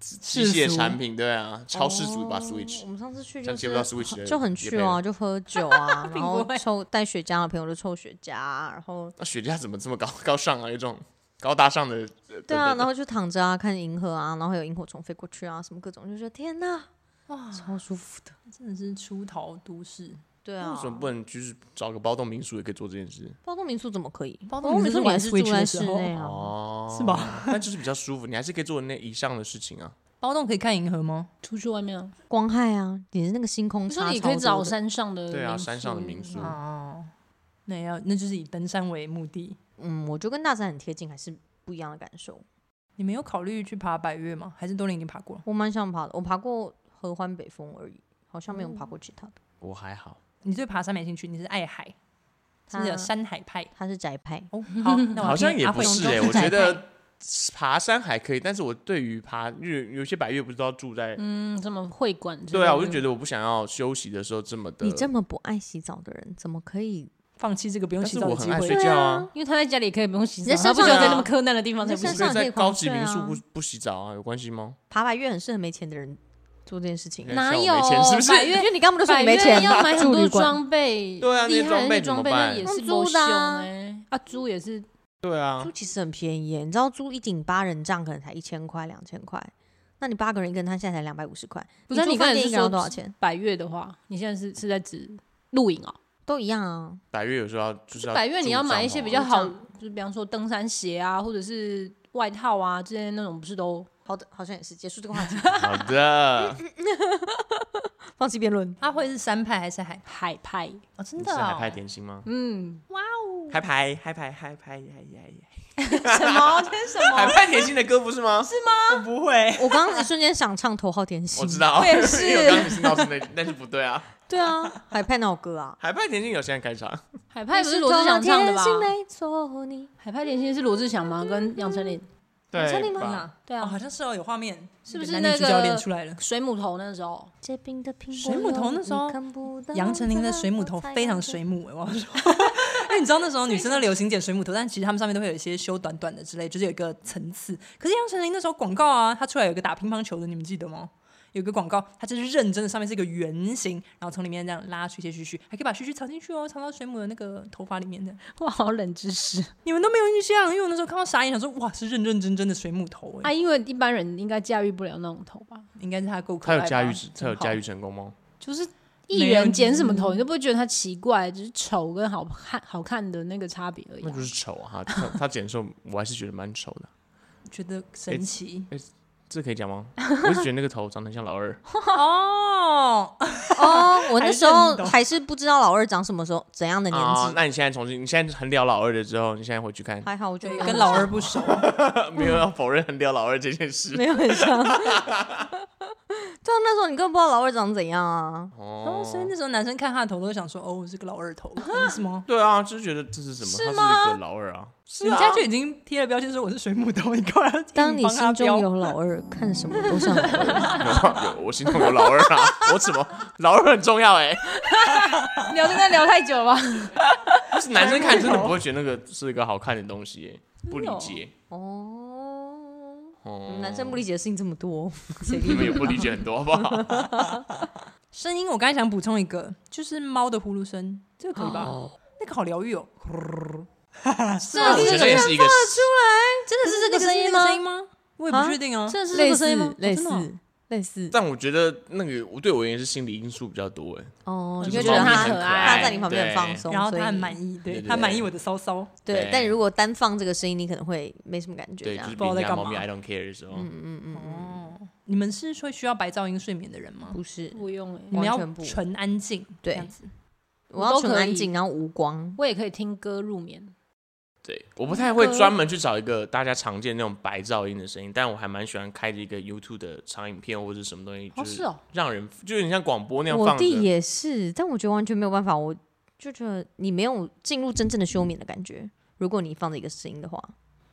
[SPEAKER 1] 机
[SPEAKER 2] 世
[SPEAKER 1] 械
[SPEAKER 2] 俗
[SPEAKER 1] 产品，对啊，超世俗吧
[SPEAKER 4] 哦我
[SPEAKER 1] Switch，
[SPEAKER 4] 们上次去
[SPEAKER 1] 这
[SPEAKER 4] 就
[SPEAKER 1] 样接不到
[SPEAKER 4] 是
[SPEAKER 1] Switch 的
[SPEAKER 4] 就很
[SPEAKER 1] 业
[SPEAKER 4] 去
[SPEAKER 1] 配
[SPEAKER 4] 啊，
[SPEAKER 1] 了
[SPEAKER 4] 就喝酒啊，然后
[SPEAKER 2] 苹果
[SPEAKER 4] 抽带雪茄的朋友就抽雪茄啊，然后
[SPEAKER 1] 那雪茄怎么这么高高尚啊？有一种高大上的
[SPEAKER 4] 对
[SPEAKER 1] 等
[SPEAKER 4] 啊，
[SPEAKER 1] 等
[SPEAKER 4] 然后就躺着啊，看银河啊，然后有萤火虫飞过去啊，什么各种，就觉得天哪，
[SPEAKER 2] 哇，
[SPEAKER 4] 超舒服的。
[SPEAKER 2] 真的是出逃都市，
[SPEAKER 4] 对啊
[SPEAKER 1] 为，什么不能就是找个包栋民宿也可以做这件事？
[SPEAKER 4] 包栋民宿怎么可以？
[SPEAKER 2] 包栋
[SPEAKER 4] 栋
[SPEAKER 2] 民宿
[SPEAKER 4] 宿
[SPEAKER 2] 玩
[SPEAKER 4] 也是住
[SPEAKER 2] Switch
[SPEAKER 4] 在
[SPEAKER 2] 的
[SPEAKER 4] 室
[SPEAKER 2] 时候
[SPEAKER 4] 内啊，
[SPEAKER 1] 哦，
[SPEAKER 2] 是？吧？
[SPEAKER 1] 但就是比较舒服，你还是可以做那以上的事情啊。
[SPEAKER 2] 包栋可以看银河吗？
[SPEAKER 3] 出去外面啊。
[SPEAKER 4] 光害啊，你是那个星空
[SPEAKER 3] 你
[SPEAKER 4] 差
[SPEAKER 3] 说你
[SPEAKER 4] 超
[SPEAKER 3] 可以找
[SPEAKER 4] 多的
[SPEAKER 3] 山上的
[SPEAKER 1] 对啊
[SPEAKER 3] 民
[SPEAKER 1] 山上的民宿嗯
[SPEAKER 2] 哦，那要那就是以登山为目的。
[SPEAKER 4] 嗯，我觉得跟大自然很贴近，还是不一样的感受。
[SPEAKER 2] 你们有考虑去爬百越吗？还是都已经爬过了？
[SPEAKER 4] 我蛮想爬的，我爬过合欢北峰而已，好像没有爬过其他的。
[SPEAKER 1] 我还好，
[SPEAKER 2] 你对爬山没兴趣，你是爱海，是不是
[SPEAKER 4] 他
[SPEAKER 2] 有山海派。
[SPEAKER 4] 他是宅派，
[SPEAKER 2] 哦， 好，那我
[SPEAKER 1] 好像也不是哎、我觉
[SPEAKER 2] 哎、
[SPEAKER 1] 得爬山还可以，但是我对于爬日有些百越不是都要住在。
[SPEAKER 3] 嗯，什么会馆之类的？
[SPEAKER 1] 对啊，我就觉得我不想要休息的时候这么的。
[SPEAKER 4] 你这么不爱洗澡的人，怎么可以？
[SPEAKER 2] 放弃这个不用
[SPEAKER 1] 但
[SPEAKER 2] 洗
[SPEAKER 1] 是
[SPEAKER 2] 澡的
[SPEAKER 1] 我
[SPEAKER 2] 机
[SPEAKER 1] 很爱睡
[SPEAKER 2] 会。
[SPEAKER 1] 觉啊，
[SPEAKER 3] 因为他在家里可以不用洗
[SPEAKER 4] 你在
[SPEAKER 3] 澡，他
[SPEAKER 4] 山
[SPEAKER 3] 不
[SPEAKER 4] 上
[SPEAKER 3] 需要在
[SPEAKER 1] 啊
[SPEAKER 3] 那么苛难的地方才
[SPEAKER 4] 你
[SPEAKER 3] 不
[SPEAKER 4] 在
[SPEAKER 3] 洗
[SPEAKER 4] 山。上
[SPEAKER 1] 所以在
[SPEAKER 4] 也可以
[SPEAKER 1] 高
[SPEAKER 4] 狂
[SPEAKER 1] 级
[SPEAKER 4] 睡
[SPEAKER 1] 民宿
[SPEAKER 4] 啊
[SPEAKER 1] 不不洗澡啊，有关系吗？
[SPEAKER 4] 爬百越很适合没钱的人做这件事情。
[SPEAKER 1] 对
[SPEAKER 3] 哪
[SPEAKER 1] 像我
[SPEAKER 3] 有
[SPEAKER 1] 没钱是不是
[SPEAKER 3] 百
[SPEAKER 4] 因
[SPEAKER 3] 越
[SPEAKER 4] 为你刚不是说
[SPEAKER 3] 百
[SPEAKER 4] 你没
[SPEAKER 3] 越
[SPEAKER 4] 钱
[SPEAKER 3] 要买很
[SPEAKER 4] 住
[SPEAKER 3] 多
[SPEAKER 4] 旅馆
[SPEAKER 3] 装备，
[SPEAKER 1] 对啊那些
[SPEAKER 3] 厉害的
[SPEAKER 1] 装
[SPEAKER 3] 那些
[SPEAKER 1] 备怎么
[SPEAKER 3] 装备那
[SPEAKER 1] 办
[SPEAKER 3] 也是
[SPEAKER 4] 用租的啊
[SPEAKER 3] 哎，啊租也是
[SPEAKER 1] 对啊
[SPEAKER 4] 租，其实很便宜耶，你知道租一顶八人帐可能才一千块、两千块，那你八个人一个人，他现在才两百五十块。
[SPEAKER 3] 不是啊
[SPEAKER 4] 你
[SPEAKER 3] 你
[SPEAKER 4] 住饭
[SPEAKER 3] 刚才
[SPEAKER 4] 店
[SPEAKER 3] 是
[SPEAKER 4] 一个人要
[SPEAKER 3] 说
[SPEAKER 4] 多少钱？
[SPEAKER 3] 百越的话，你现在是是在指露营哦？
[SPEAKER 4] 都一样啊，
[SPEAKER 1] 百越有时候要就是要
[SPEAKER 3] 百越
[SPEAKER 1] 住
[SPEAKER 3] 你要买
[SPEAKER 1] 帐
[SPEAKER 3] 一些
[SPEAKER 1] 篷
[SPEAKER 3] 比
[SPEAKER 1] 啊
[SPEAKER 3] 较
[SPEAKER 4] 帐
[SPEAKER 3] 好，就是比方说登山鞋啊，或者是外套啊之类的那种，不是都
[SPEAKER 4] 好的，好像也是结束这个 话题，
[SPEAKER 1] 好的，
[SPEAKER 4] 放弃辩论。
[SPEAKER 2] 阿慧是山派还是海？
[SPEAKER 3] 海派？
[SPEAKER 2] 哦，真
[SPEAKER 1] 你
[SPEAKER 2] 的、
[SPEAKER 1] 吃
[SPEAKER 2] 哦，
[SPEAKER 1] 海派点心吗？
[SPEAKER 3] 嗯，
[SPEAKER 1] 海派海派海派海海
[SPEAKER 3] 什么？这是什 么？
[SPEAKER 1] 海派甜心的歌不是吗？是吗？我不 会，
[SPEAKER 4] 我刚刚一瞬间想唱《头号甜心
[SPEAKER 1] 我》，知道，
[SPEAKER 3] 我也是
[SPEAKER 1] 因为我刚刚是闹是那，但是不对啊。
[SPEAKER 4] 对啊，海派哪有歌啊？
[SPEAKER 1] 海派甜心有现在开场，
[SPEAKER 3] 海派不是罗志祥唱的吧？
[SPEAKER 4] 没错，你
[SPEAKER 3] 海派甜心是罗志祥吗？跟杨丞琳？
[SPEAKER 1] 对
[SPEAKER 4] 真的吗
[SPEAKER 1] 吧？
[SPEAKER 3] 嗯对
[SPEAKER 2] 哦，
[SPEAKER 3] 啊
[SPEAKER 2] 好，像是哦，有画面，
[SPEAKER 3] 是不是
[SPEAKER 2] 男女
[SPEAKER 3] 那
[SPEAKER 2] 主角
[SPEAKER 3] 个
[SPEAKER 2] 脸出来了？
[SPEAKER 3] 水母头那时候。
[SPEAKER 4] 结冰的苹果
[SPEAKER 2] 水母头那时候
[SPEAKER 4] 你看不到
[SPEAKER 2] 杨丞琳的水母头非常水母哎、 我要说，因为你知道那时候女生都流行剪水母头，但其实他们上面都会有一些修短短的之类，就是有一个层次。可是杨丞琳那时候广告啊，她出来有一个打乒乓球的，你们记得吗？有一个广告，它就是认真的，上面是一个圆形，然后从里面这样拉出一些须须，还可以把须须藏进去哦，藏到水母的那个头发里面的。
[SPEAKER 3] 哇，好冷知识
[SPEAKER 2] 你们都没有印象，因为我那时候看到傻眼，想说哇，是认认真真的水母头哎、
[SPEAKER 3] 啊！因为一般人应该驾驭不了那种头吧？
[SPEAKER 2] 应该是他够可
[SPEAKER 1] 他
[SPEAKER 2] 爱
[SPEAKER 1] 有
[SPEAKER 2] 吧。
[SPEAKER 1] 驾驭，他
[SPEAKER 2] 真
[SPEAKER 1] 有
[SPEAKER 2] 好
[SPEAKER 1] 驾驭，成功吗？
[SPEAKER 3] 就是艺人剪
[SPEAKER 1] 嗯
[SPEAKER 3] 什么头，你都不会觉得他奇怪，只是丑跟好看好看的那个差别而已
[SPEAKER 1] 那
[SPEAKER 3] 啊、
[SPEAKER 1] 就是丑啊！他他他剪的时候，我还是觉得蛮丑的。
[SPEAKER 2] 觉得神奇。
[SPEAKER 1] 这可以讲吗？我一直觉得那个头长得很像老二，
[SPEAKER 2] 哦，
[SPEAKER 4] 哦，我那时候
[SPEAKER 2] 还认得
[SPEAKER 4] 还是不知道老二长什么时候怎样的年
[SPEAKER 1] 啊，
[SPEAKER 4] 纪。
[SPEAKER 1] 那你现在重新，你现在很聊老二的之后，你现在回去 看，
[SPEAKER 4] 还好，我觉得
[SPEAKER 2] 对，
[SPEAKER 4] 蛮
[SPEAKER 2] 跟老二不熟，
[SPEAKER 4] 哦
[SPEAKER 1] 没有要否认很聊老二这件事。
[SPEAKER 4] 没有很像。对啊，那时候你根本不知道老二长怎样啊。
[SPEAKER 1] 哦
[SPEAKER 2] 哦，所以那时候男生看他的头都会想说，哦，我是个老 二头，意思吗？
[SPEAKER 1] 对啊，就是觉得这是什么？
[SPEAKER 3] 是
[SPEAKER 1] 他是一个老二啊，
[SPEAKER 2] 人家就已经贴了标签说我是水母头，你过来
[SPEAKER 4] 当你
[SPEAKER 2] 硬帮他
[SPEAKER 4] 心中
[SPEAKER 2] 标
[SPEAKER 4] 有老二，看什么都像老二。
[SPEAKER 1] 有我心中有老二啊，我怎么老二很重要哎、嗯
[SPEAKER 3] 聊真的聊太久了吧？
[SPEAKER 1] 就是男生看真的不会觉得那个是一个好看的东西耶、不理解。
[SPEAKER 4] 哦，
[SPEAKER 1] 哦，
[SPEAKER 4] 男生不理解的事情这么多，
[SPEAKER 1] 你们也不理解很多，好不好？
[SPEAKER 2] 声音，我刚才想补充一个，就是猫的呼噜声，这个可以吧？那个好疗愈哦，
[SPEAKER 4] 是
[SPEAKER 1] 我觉得这也 是一个
[SPEAKER 4] 真的是这个声音
[SPEAKER 2] 那
[SPEAKER 4] 吗
[SPEAKER 2] 个？声音吗？我也不
[SPEAKER 4] 啊
[SPEAKER 2] 确定啊。
[SPEAKER 4] 真的是这类个声音似吗？
[SPEAKER 2] 类
[SPEAKER 4] 哦真的哦类似
[SPEAKER 1] 但我觉得那个我对我而言是心理因素比较多哎，
[SPEAKER 4] 哦，你
[SPEAKER 2] 就
[SPEAKER 4] 就是觉得
[SPEAKER 2] 猫咪
[SPEAKER 4] 他
[SPEAKER 3] 很可爱
[SPEAKER 4] 他在你旁边很
[SPEAKER 1] 对
[SPEAKER 4] 放松，
[SPEAKER 2] 然后
[SPEAKER 4] 所以
[SPEAKER 2] 他很满意，
[SPEAKER 1] 对
[SPEAKER 2] 对
[SPEAKER 1] 对
[SPEAKER 2] 他满
[SPEAKER 1] 对
[SPEAKER 2] 意我的骚骚，
[SPEAKER 4] 对
[SPEAKER 1] 对，
[SPEAKER 4] 但如果单放这个声音，你可能会没什么感觉。这啊
[SPEAKER 1] 对，就
[SPEAKER 4] 样
[SPEAKER 1] 是
[SPEAKER 2] 不
[SPEAKER 1] 别
[SPEAKER 2] 知道在
[SPEAKER 1] 人家
[SPEAKER 2] 干嘛
[SPEAKER 1] 猫咪 I don't care 的时候，
[SPEAKER 2] 你们是会需要白噪音睡眠的人吗？
[SPEAKER 4] 不是，
[SPEAKER 3] 不用哎、
[SPEAKER 2] 你
[SPEAKER 4] 完
[SPEAKER 2] 们要
[SPEAKER 4] 全不
[SPEAKER 2] 纯安静，
[SPEAKER 4] 对
[SPEAKER 2] 这样子
[SPEAKER 4] 我
[SPEAKER 3] 我
[SPEAKER 4] 要
[SPEAKER 3] 都
[SPEAKER 4] 纯
[SPEAKER 3] 可
[SPEAKER 4] 安
[SPEAKER 3] 以
[SPEAKER 4] 静，然后无光。
[SPEAKER 3] 我也可以听歌入眠。
[SPEAKER 1] 对，我不太会专门去找一个大家常见那种白噪音的声音，但我还蛮喜欢开着一个 YouTube 的长影片或者是什么东西，
[SPEAKER 3] 哦，
[SPEAKER 1] 就是是
[SPEAKER 3] 哦，
[SPEAKER 1] 让人就有点像广播那样
[SPEAKER 4] 我
[SPEAKER 1] 放着。
[SPEAKER 4] 弟也是，但我觉得完全没有办法，我就觉得你没有进入真正的休眠的感觉。如果你放着一个声音的话，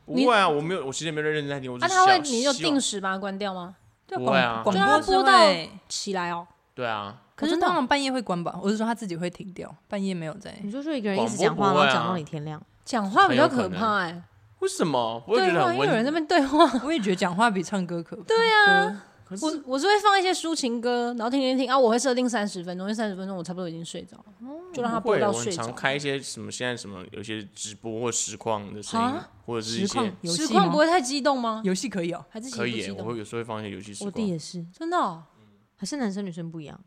[SPEAKER 1] 不会啊，我没有，我其实也没有认真在听，我
[SPEAKER 3] 啊，
[SPEAKER 1] 就
[SPEAKER 3] 他会
[SPEAKER 1] 想
[SPEAKER 3] 你就
[SPEAKER 1] 希望
[SPEAKER 3] 定时把它关掉吗？
[SPEAKER 2] 对
[SPEAKER 1] 不会啊
[SPEAKER 2] 广广
[SPEAKER 3] 对啊
[SPEAKER 2] 播是
[SPEAKER 3] 播到
[SPEAKER 2] 会
[SPEAKER 3] 起来哦，
[SPEAKER 1] 对啊，
[SPEAKER 3] 哦
[SPEAKER 2] 可是
[SPEAKER 3] 真的哦
[SPEAKER 2] 当然半夜会关吧，我是说他自己会停掉，半夜没有 在。
[SPEAKER 4] 你就说一个人一
[SPEAKER 1] 广
[SPEAKER 4] 直
[SPEAKER 1] 播
[SPEAKER 4] 讲
[SPEAKER 1] 不
[SPEAKER 4] 话，然后
[SPEAKER 1] 会
[SPEAKER 4] 讲
[SPEAKER 1] 啊
[SPEAKER 4] 到你天亮，
[SPEAKER 3] 讲话比较
[SPEAKER 1] 很有
[SPEAKER 3] 可
[SPEAKER 1] 可能
[SPEAKER 3] 怕哎、
[SPEAKER 1] 为什么？不会觉
[SPEAKER 3] 对
[SPEAKER 1] 得
[SPEAKER 3] 话，
[SPEAKER 1] 很
[SPEAKER 3] 因为
[SPEAKER 1] 温
[SPEAKER 3] 有人在那边对话，
[SPEAKER 2] 我也觉得讲话比唱歌可怕。对啊，
[SPEAKER 3] 我我是会放一些抒情歌，然后听听听啊，我会设定三十分钟，因为三十分钟我差不多已经睡着了，就让它
[SPEAKER 1] 哦不
[SPEAKER 3] 播
[SPEAKER 1] 会，
[SPEAKER 3] 到
[SPEAKER 1] 我很
[SPEAKER 3] 睡着
[SPEAKER 1] 常。开一些什么现在什么有些直播或实况的声音
[SPEAKER 3] 啊，
[SPEAKER 1] 或者是一
[SPEAKER 2] 实况
[SPEAKER 1] 些
[SPEAKER 2] 游
[SPEAKER 3] 实
[SPEAKER 2] 戏
[SPEAKER 3] 况
[SPEAKER 2] 吗
[SPEAKER 3] 不？会太激动吗？
[SPEAKER 2] 游戏可以哦，
[SPEAKER 3] 还是其实
[SPEAKER 1] 可
[SPEAKER 3] 不
[SPEAKER 1] 以
[SPEAKER 3] 激
[SPEAKER 1] 耶，我
[SPEAKER 3] 动？
[SPEAKER 1] 会有时候会放一些游戏实
[SPEAKER 4] 我弟
[SPEAKER 1] 况。
[SPEAKER 4] 也是，
[SPEAKER 3] 真的、哦，
[SPEAKER 4] 还是男生女生不一样。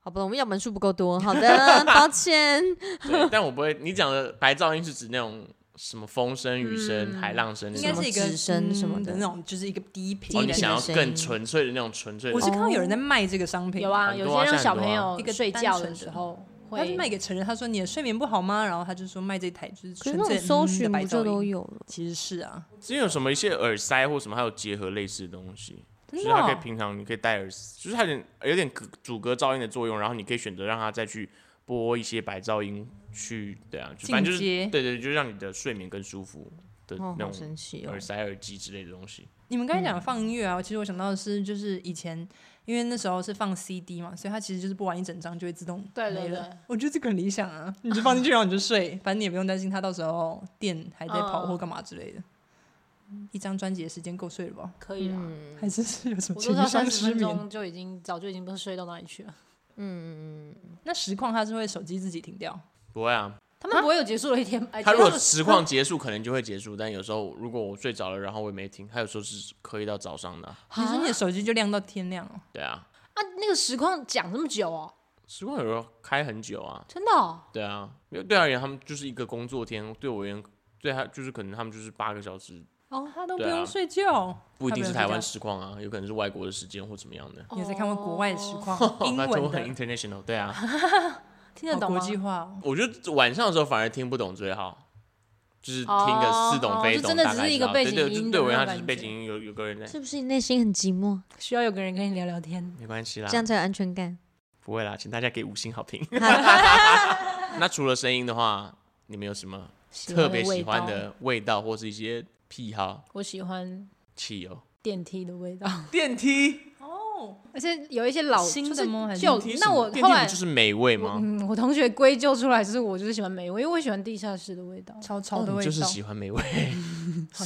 [SPEAKER 4] 好吧，我们样本数不够多，好 的，抱歉。
[SPEAKER 1] 对，但我不会。你讲的白噪音是指那种什么风声、雨声、海浪声那
[SPEAKER 2] 嗯应
[SPEAKER 1] 种，
[SPEAKER 2] 该是一个
[SPEAKER 4] 什么直升什么
[SPEAKER 2] 嗯
[SPEAKER 4] 的
[SPEAKER 2] 的那种，就是一个低
[SPEAKER 1] 哦，
[SPEAKER 2] 频
[SPEAKER 1] 你
[SPEAKER 2] 的。
[SPEAKER 1] 想要
[SPEAKER 4] 声
[SPEAKER 1] 更
[SPEAKER 4] 音
[SPEAKER 1] 纯粹的那种纯粹
[SPEAKER 2] 我
[SPEAKER 1] 的
[SPEAKER 2] 是看到有人在卖这个商品，
[SPEAKER 3] 有啊，
[SPEAKER 1] 很
[SPEAKER 3] 有
[SPEAKER 1] 多
[SPEAKER 3] 些
[SPEAKER 1] 啊
[SPEAKER 3] 让
[SPEAKER 1] 现在
[SPEAKER 3] 小
[SPEAKER 1] 很多
[SPEAKER 3] 朋
[SPEAKER 1] 啊
[SPEAKER 3] 友
[SPEAKER 2] 一个
[SPEAKER 3] 睡
[SPEAKER 2] 单
[SPEAKER 3] 觉
[SPEAKER 2] 纯
[SPEAKER 3] 的
[SPEAKER 2] 的
[SPEAKER 3] 时候
[SPEAKER 2] 他是
[SPEAKER 3] 会
[SPEAKER 2] 卖给成人，他说你的睡眠不好吗？然后他就说卖这台就是
[SPEAKER 4] 可是
[SPEAKER 2] 纯
[SPEAKER 4] 那
[SPEAKER 2] 粹
[SPEAKER 4] 种搜
[SPEAKER 2] 嗯的
[SPEAKER 4] 寻
[SPEAKER 2] 白
[SPEAKER 4] 不就
[SPEAKER 2] 噪
[SPEAKER 4] 都
[SPEAKER 2] 音。
[SPEAKER 4] 有了？
[SPEAKER 2] 其实是啊，
[SPEAKER 1] 之前有什么一些耳塞或什么，还有结合类似的东西，就
[SPEAKER 2] 真
[SPEAKER 1] 是
[SPEAKER 2] 的
[SPEAKER 1] 它可以
[SPEAKER 2] 哦
[SPEAKER 1] 平常你可以戴耳，就是它有点有点隔阻隔噪音的作用，然后你可以选择让它再去播一些白噪音去，对啊，就反正就是
[SPEAKER 2] 进阶
[SPEAKER 1] 对对，就让你的睡眠更舒服的
[SPEAKER 4] 哦，
[SPEAKER 1] 那
[SPEAKER 4] 好
[SPEAKER 1] 种
[SPEAKER 4] 神奇哦
[SPEAKER 1] 耳！塞、耳机之类的东西。
[SPEAKER 2] 你们刚才讲放音乐
[SPEAKER 1] 嗯
[SPEAKER 2] 啊，其实我想到的是，就是以前因为那时候是放 CD 嘛，所以它其实就是播完一整张就会自动
[SPEAKER 3] 对对
[SPEAKER 2] 没了
[SPEAKER 3] 对
[SPEAKER 2] 我觉得这个很理想啊，你就放进去，然后你就睡，反正你也不用担心它到时候电还在跑
[SPEAKER 3] 嗯
[SPEAKER 2] 或干嘛之类的。一张专辑的时间够睡了吧？
[SPEAKER 3] 可以啦。
[SPEAKER 2] 还是是有什么
[SPEAKER 3] 我都
[SPEAKER 2] 情
[SPEAKER 3] 到
[SPEAKER 2] 商
[SPEAKER 3] 嗯三十
[SPEAKER 2] 失
[SPEAKER 3] 分
[SPEAKER 2] 眠？
[SPEAKER 3] 钟就已经早就已经不知道睡到哪里去了，
[SPEAKER 2] 那实况它是会手机自己停掉，
[SPEAKER 1] 不会啊，
[SPEAKER 3] 他们不会有结束的一天。哎
[SPEAKER 1] 它如
[SPEAKER 3] 结束
[SPEAKER 1] 果实况结束，可能就会结束，但有时候如果我睡着了，然后我也没听，它有时候是可以到早上的啊，
[SPEAKER 2] 你说你的手机就亮到天亮哦。
[SPEAKER 1] 对啊，
[SPEAKER 3] 啊，那个实况讲这么久哦，
[SPEAKER 1] 实况有时候开很久啊，
[SPEAKER 3] 真的哦，
[SPEAKER 1] 对啊，因为对他而言，他们就是一个工作天；对我而言，对他就是可能他们就是八个小时，
[SPEAKER 2] 哦，他都不
[SPEAKER 1] 对啊
[SPEAKER 2] 用睡觉，
[SPEAKER 1] 不一定是台湾
[SPEAKER 2] 时。
[SPEAKER 1] 实况啊，有可能是外国的时间或怎么样的。
[SPEAKER 2] 你有在看过国外的实
[SPEAKER 3] 哦
[SPEAKER 2] 况？
[SPEAKER 1] 哦
[SPEAKER 2] 英
[SPEAKER 1] 那
[SPEAKER 2] 文
[SPEAKER 1] 都
[SPEAKER 2] 的，
[SPEAKER 1] 很 international，对 啊，
[SPEAKER 3] 听得
[SPEAKER 2] 好
[SPEAKER 3] 懂
[SPEAKER 2] 国
[SPEAKER 3] 吗？
[SPEAKER 2] 际化哦。
[SPEAKER 1] 我觉得晚上的时候反而听不懂最好，就是听
[SPEAKER 3] 哦
[SPEAKER 1] 个似懂非
[SPEAKER 3] 哦就
[SPEAKER 1] 懂，
[SPEAKER 3] 真的
[SPEAKER 1] 大
[SPEAKER 3] 只
[SPEAKER 1] 概
[SPEAKER 3] 是一
[SPEAKER 1] 知道
[SPEAKER 3] 个背景
[SPEAKER 1] 对对
[SPEAKER 3] 音
[SPEAKER 1] 就
[SPEAKER 3] 的
[SPEAKER 1] 对我而
[SPEAKER 3] 那
[SPEAKER 1] 言，
[SPEAKER 3] 种
[SPEAKER 1] 它只是
[SPEAKER 3] 感
[SPEAKER 1] 背
[SPEAKER 3] 觉
[SPEAKER 1] 景音有有个人在，
[SPEAKER 4] 是不是你内心很寂寞？
[SPEAKER 3] 需要有个人跟你聊聊天。
[SPEAKER 1] 没关系啦
[SPEAKER 4] 这，样才有安 全感。
[SPEAKER 1] 不会啦，请大家给五星好评。 那除了声音的话，你们有什么特别喜欢
[SPEAKER 3] 味道，
[SPEAKER 1] 的味道或是一些癖好？
[SPEAKER 3] 我喜欢
[SPEAKER 1] 汽油、
[SPEAKER 3] 电梯的味道，
[SPEAKER 1] 电梯，
[SPEAKER 3] 而且有一些老
[SPEAKER 2] 新的
[SPEAKER 3] 就是
[SPEAKER 2] 吗还是
[SPEAKER 3] 旧
[SPEAKER 2] 电
[SPEAKER 1] 提什
[SPEAKER 3] 那
[SPEAKER 1] 么
[SPEAKER 3] 我
[SPEAKER 1] 电
[SPEAKER 3] 后
[SPEAKER 1] 梯
[SPEAKER 3] 来
[SPEAKER 1] 不就是美味吗？
[SPEAKER 3] 嗯，我同学归咎出来就是我就是喜欢美味，因为我喜欢地下室的味道。
[SPEAKER 2] 超
[SPEAKER 1] 哦
[SPEAKER 2] 潮的
[SPEAKER 1] 你
[SPEAKER 2] 味
[SPEAKER 1] 就
[SPEAKER 2] 道，
[SPEAKER 1] 是喜欢美味，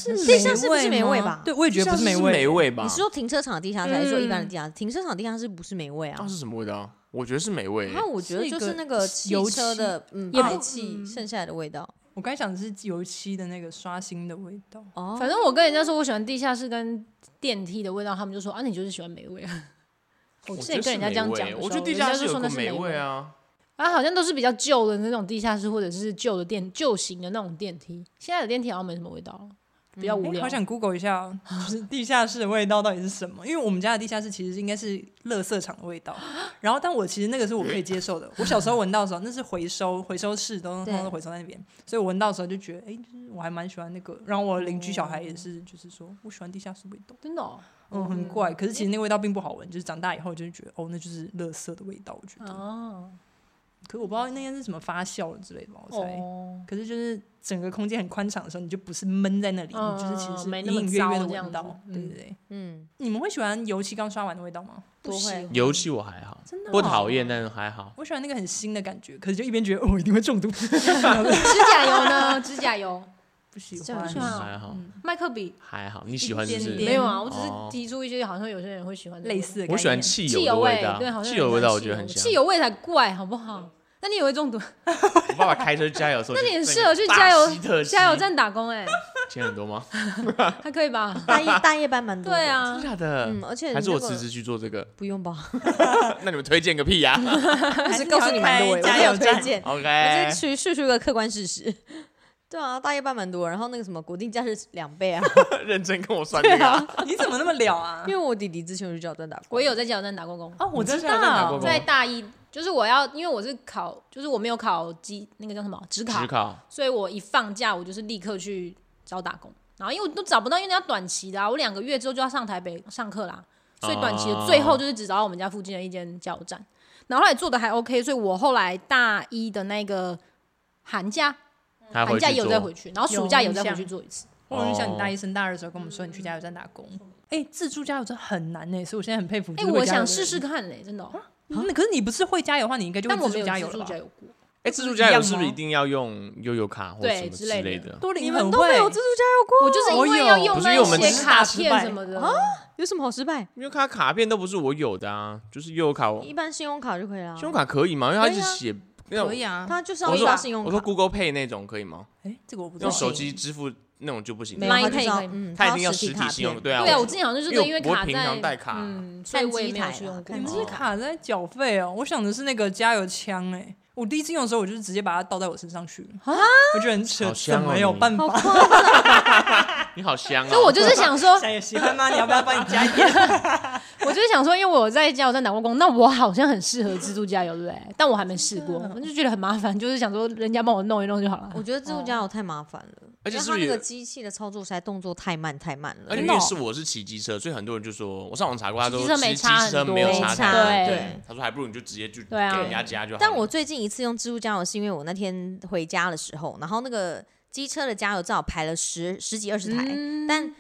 [SPEAKER 2] 是
[SPEAKER 4] 地下室不是
[SPEAKER 2] 美
[SPEAKER 4] 美味
[SPEAKER 2] 吗
[SPEAKER 4] 吧
[SPEAKER 2] 对， 我也觉得不是美味，
[SPEAKER 1] 美味吧
[SPEAKER 4] 你？是说停车场的地下室，还是说一般的地下室？停车场地下室不是美味啊
[SPEAKER 1] 那？是什么味道？我觉得是美味
[SPEAKER 3] 啊
[SPEAKER 1] 欸。
[SPEAKER 4] 那我觉得
[SPEAKER 2] 是一
[SPEAKER 4] 就
[SPEAKER 2] 个
[SPEAKER 4] 是那个汽
[SPEAKER 2] 油
[SPEAKER 4] 车
[SPEAKER 2] 漆
[SPEAKER 4] 的嗯
[SPEAKER 3] 也
[SPEAKER 4] 排
[SPEAKER 3] 不
[SPEAKER 4] 气剩下来的味道。
[SPEAKER 2] 我刚才想的是油漆的那个刷新的味道，
[SPEAKER 4] 哦，
[SPEAKER 3] 反正我跟人家说我喜欢地下室跟电梯的味道，他们就说啊，你就是喜欢美味啊。 我之
[SPEAKER 1] 觉
[SPEAKER 3] 前
[SPEAKER 1] 得
[SPEAKER 3] 跟人家这样
[SPEAKER 1] 是
[SPEAKER 3] 讲的
[SPEAKER 1] 美
[SPEAKER 3] 时
[SPEAKER 1] 味
[SPEAKER 3] 候，
[SPEAKER 1] 我觉得地
[SPEAKER 3] 人
[SPEAKER 1] 下
[SPEAKER 3] 家
[SPEAKER 1] 室
[SPEAKER 3] 就
[SPEAKER 1] 有
[SPEAKER 3] 说
[SPEAKER 1] 个
[SPEAKER 3] 那是
[SPEAKER 1] 美
[SPEAKER 3] 味
[SPEAKER 1] 味。啊。
[SPEAKER 3] 啊，好像都是比较旧的那种地下室，或者是旧的电旧型的那种电梯。现在的电梯好像没什么味道了，比较无
[SPEAKER 2] 哎
[SPEAKER 3] 聊。
[SPEAKER 2] 好想 Google 一下哦，就是地下室的味道到底是什么？因为我们家的地下室其实应该是垃圾场的味道。然后，但我其实那个是我可以接受的。我小时候闻到的时候，那是回收回收室，都通
[SPEAKER 4] 对
[SPEAKER 2] 通都回收在那边，所以我闻到的时候就觉得，哎、就是我还蛮喜欢那个。然后我邻居小孩也是，就是说我喜欢地下室味道，
[SPEAKER 3] 真的、哦，
[SPEAKER 2] 嗯，很怪。可是其实那个味道并不好闻，就是长大以后就是觉得，哦，那就是垃圾的味道。我觉得，
[SPEAKER 3] 哦，
[SPEAKER 2] 可是我不知道那天是什么发酵了之类的吧，我猜。
[SPEAKER 3] 哦，
[SPEAKER 2] 可是就是整个空间很宽敞的时候，你就不是闷在那里，
[SPEAKER 3] 嗯
[SPEAKER 2] 你就是其实是
[SPEAKER 3] 没那
[SPEAKER 2] 隐
[SPEAKER 3] 么
[SPEAKER 2] 隐约约
[SPEAKER 3] 糟
[SPEAKER 2] 的
[SPEAKER 3] 这样
[SPEAKER 2] 闻到
[SPEAKER 3] 子，
[SPEAKER 2] 对
[SPEAKER 3] 嗯
[SPEAKER 2] 对对。
[SPEAKER 4] 嗯，
[SPEAKER 2] 你们会喜欢油漆刚刷完的味道吗？
[SPEAKER 4] 不
[SPEAKER 3] 喜
[SPEAKER 4] 会
[SPEAKER 3] 欢
[SPEAKER 1] 油漆我还好，
[SPEAKER 2] 真的、
[SPEAKER 1] 不讨。厌，但是还好。
[SPEAKER 2] 我喜欢那个很新的感觉，可是就一边觉得哦，我一定 会中毒，
[SPEAKER 3] 指甲油呢？指甲油，
[SPEAKER 2] 不喜
[SPEAKER 3] 这样
[SPEAKER 2] 欢
[SPEAKER 3] 不。喜
[SPEAKER 1] 嗯
[SPEAKER 3] 欢
[SPEAKER 1] 还好，
[SPEAKER 3] 麦克笔
[SPEAKER 1] 还好。你喜欢就
[SPEAKER 2] 一
[SPEAKER 1] 是
[SPEAKER 2] 点
[SPEAKER 3] 没有啊，我只
[SPEAKER 1] 哦
[SPEAKER 3] 是提出一些好像有些人会喜欢的
[SPEAKER 2] 类
[SPEAKER 3] 味
[SPEAKER 2] 似的概念。
[SPEAKER 1] 我喜欢汽
[SPEAKER 3] 汽
[SPEAKER 1] 的
[SPEAKER 3] 油
[SPEAKER 1] 味
[SPEAKER 3] 对，
[SPEAKER 1] 道，
[SPEAKER 3] 好像
[SPEAKER 1] 汽
[SPEAKER 3] 有
[SPEAKER 1] 油
[SPEAKER 3] 人
[SPEAKER 1] 味道
[SPEAKER 3] 喜
[SPEAKER 1] 我觉得
[SPEAKER 3] 欢
[SPEAKER 1] 很香。
[SPEAKER 3] 汽油味才怪，好不好？那你也 会中毒？
[SPEAKER 1] 我爸爸开车加油的时候就，
[SPEAKER 3] 那你很
[SPEAKER 1] 整
[SPEAKER 3] 适
[SPEAKER 1] 个
[SPEAKER 3] 合去
[SPEAKER 1] 巴
[SPEAKER 3] 加油
[SPEAKER 1] 西特
[SPEAKER 3] 加油
[SPEAKER 1] 西，
[SPEAKER 3] 站打工，哎，
[SPEAKER 1] 钱很多吗？
[SPEAKER 3] 还可以吧？
[SPEAKER 4] 大夜大夜班蛮多。
[SPEAKER 3] 对，
[SPEAKER 1] 真
[SPEAKER 3] 啊
[SPEAKER 1] 的，假的
[SPEAKER 4] 嗯，？而且
[SPEAKER 1] 还是
[SPEAKER 4] 那
[SPEAKER 1] 我
[SPEAKER 4] 个
[SPEAKER 1] 辞职去做这个？
[SPEAKER 4] 不用吧？
[SPEAKER 1] 那你们推荐个 屁呀
[SPEAKER 4] 还是
[SPEAKER 2] 是
[SPEAKER 4] 告诉你蛮多
[SPEAKER 2] 你要
[SPEAKER 4] 的，我
[SPEAKER 2] 开加
[SPEAKER 4] 没
[SPEAKER 2] 油
[SPEAKER 4] 有
[SPEAKER 2] 站
[SPEAKER 4] 推荐。我
[SPEAKER 1] ？OK，
[SPEAKER 4] 这属于叙述一个客观事实。 对啊，大夜班蛮多，然后那个什么国定假日两倍啊，
[SPEAKER 1] 认真跟我算
[SPEAKER 4] 对
[SPEAKER 1] 这个啊。
[SPEAKER 4] 啊，
[SPEAKER 2] 你怎么那么了啊？
[SPEAKER 4] 因为我弟弟之前我就叫我在打工，
[SPEAKER 3] 我也有在加油站打过工，
[SPEAKER 2] 哦，我知
[SPEAKER 1] 你之前有在打过
[SPEAKER 2] 道
[SPEAKER 1] 工，
[SPEAKER 3] 在大一，就是我要，因为我是考，就是我没有考机那个叫什么职考
[SPEAKER 4] 啊
[SPEAKER 1] 只，考
[SPEAKER 3] 所以我一放假我就是立刻去找打工。然后因为我都找不到，因为人家短期的、啊，我两个月之后就要上台北上课啦，
[SPEAKER 2] 啊
[SPEAKER 3] 所以短期的最后就是只找到我们家附近的一间加油站。然后后来做的还 OK，所以我后来大一的那个寒假，
[SPEAKER 1] 还
[SPEAKER 4] 啊
[SPEAKER 3] 寒
[SPEAKER 1] 回去
[SPEAKER 3] 假有再
[SPEAKER 1] 做
[SPEAKER 3] 回去，然后暑假有再
[SPEAKER 2] 有
[SPEAKER 3] 回
[SPEAKER 2] 印
[SPEAKER 3] 去
[SPEAKER 2] 象
[SPEAKER 3] 做一次。
[SPEAKER 2] 我有印象你大一升大二的时候跟我们说你去加油站打工。哎、自助加油站很难呢、欸所以我现在很佩服。
[SPEAKER 3] 哎、我想试试看嘞、真的哦、
[SPEAKER 2] 嗯。可是你不是会加油的话，你应该就会
[SPEAKER 3] 但我
[SPEAKER 2] 自
[SPEAKER 3] 没
[SPEAKER 2] 助
[SPEAKER 3] 有
[SPEAKER 2] 加油
[SPEAKER 3] 自
[SPEAKER 2] 了
[SPEAKER 3] 助
[SPEAKER 2] 吧
[SPEAKER 3] 加？油过，
[SPEAKER 1] 哎，自助加油是
[SPEAKER 4] 哦
[SPEAKER 1] 不是一定要用悠游卡或什么之类的？
[SPEAKER 2] 多
[SPEAKER 4] 你
[SPEAKER 2] 林
[SPEAKER 4] 们
[SPEAKER 2] 很
[SPEAKER 4] 都没
[SPEAKER 2] 会，
[SPEAKER 4] 有自助加油过，
[SPEAKER 3] 我就是因为要用
[SPEAKER 1] 不是
[SPEAKER 3] 那
[SPEAKER 1] 因为我们
[SPEAKER 3] 一
[SPEAKER 1] 只
[SPEAKER 3] 些
[SPEAKER 1] 是
[SPEAKER 2] 大
[SPEAKER 3] 卡
[SPEAKER 2] 失
[SPEAKER 3] 片
[SPEAKER 2] 败
[SPEAKER 3] 什么的
[SPEAKER 4] 啊有什么好失败？
[SPEAKER 1] 因为它卡片都不是我有的啊，就是悠游卡，我
[SPEAKER 4] 一
[SPEAKER 1] 信
[SPEAKER 4] 般信用卡就可以了啊。
[SPEAKER 1] 用卡可以吗？因为它一直
[SPEAKER 4] 可以啊
[SPEAKER 1] 写那
[SPEAKER 2] 可
[SPEAKER 1] 种
[SPEAKER 2] 以啊。
[SPEAKER 4] 他就是要
[SPEAKER 1] 我
[SPEAKER 4] 用
[SPEAKER 1] 说
[SPEAKER 4] 到信用
[SPEAKER 1] 我
[SPEAKER 4] 卡，
[SPEAKER 1] 说 Google Pay 那种可以吗？
[SPEAKER 2] 哎，这个我不知道。
[SPEAKER 1] 用手机支付那种就不行。
[SPEAKER 4] 没有他
[SPEAKER 3] Line
[SPEAKER 4] 就是
[SPEAKER 3] Pay
[SPEAKER 4] 要
[SPEAKER 3] 可以
[SPEAKER 4] 嗯，
[SPEAKER 1] 他一
[SPEAKER 4] 要
[SPEAKER 1] 定要
[SPEAKER 4] 实
[SPEAKER 1] 实
[SPEAKER 4] 体
[SPEAKER 1] 体
[SPEAKER 4] 卡
[SPEAKER 1] 信用，
[SPEAKER 4] 片
[SPEAKER 1] 对啊，
[SPEAKER 3] 对啊，
[SPEAKER 1] 我
[SPEAKER 3] 我之前好像就是
[SPEAKER 1] 因为
[SPEAKER 3] 因为
[SPEAKER 1] 我
[SPEAKER 3] 卡
[SPEAKER 1] 平
[SPEAKER 3] 在
[SPEAKER 1] 常带卡
[SPEAKER 3] 嗯，所以我也没有去 用过
[SPEAKER 2] 你
[SPEAKER 4] 看
[SPEAKER 2] 们
[SPEAKER 4] 起
[SPEAKER 2] 是
[SPEAKER 4] 来
[SPEAKER 2] 卡在缴费哦？我想的是那个加油枪哎、我第一次用的时候，我就是直接把它倒在我身上去了，我觉得很扯，
[SPEAKER 1] 好香
[SPEAKER 2] 怎
[SPEAKER 1] 哦
[SPEAKER 2] 么有办
[SPEAKER 4] 好
[SPEAKER 2] 法？
[SPEAKER 4] 夸张，
[SPEAKER 1] 你好香
[SPEAKER 3] 所以我
[SPEAKER 1] 哦。
[SPEAKER 3] 就是想 说，
[SPEAKER 2] 想也喜欢吗？你要不要帮你加一 点？
[SPEAKER 3] 我就是想说，因为我有在加油站打过工，那我好像很适合自助加油，对不对？但我还没试过，我就觉得很麻烦，就是想说人家帮我弄一弄就好了。
[SPEAKER 4] 我觉得自助加油太麻
[SPEAKER 1] 哦
[SPEAKER 4] 烦了，
[SPEAKER 1] 而且
[SPEAKER 4] 因为
[SPEAKER 1] 是不
[SPEAKER 4] 他
[SPEAKER 1] 是
[SPEAKER 4] 那
[SPEAKER 1] 也
[SPEAKER 4] 个机器的操作实在动作太慢太慢
[SPEAKER 1] 而且
[SPEAKER 4] 了
[SPEAKER 2] 真
[SPEAKER 1] 因
[SPEAKER 2] 的哦
[SPEAKER 1] 为是我是骑机车，所以很多人就说，我上网查过，他说
[SPEAKER 3] 骑机车
[SPEAKER 1] 其
[SPEAKER 3] 没
[SPEAKER 1] 实机
[SPEAKER 3] 差很
[SPEAKER 1] 车
[SPEAKER 3] 多
[SPEAKER 1] 没有
[SPEAKER 4] 没
[SPEAKER 1] 差太
[SPEAKER 4] 差
[SPEAKER 1] 多
[SPEAKER 3] 对
[SPEAKER 1] 对，他说还不如你就直接就给
[SPEAKER 3] 对啊
[SPEAKER 1] 人家加就好了。
[SPEAKER 4] 但我最近一次用自助加油是因为我那天回家的时候，然后那个机车的加油站排了十十几二十台，
[SPEAKER 3] 嗯
[SPEAKER 4] 但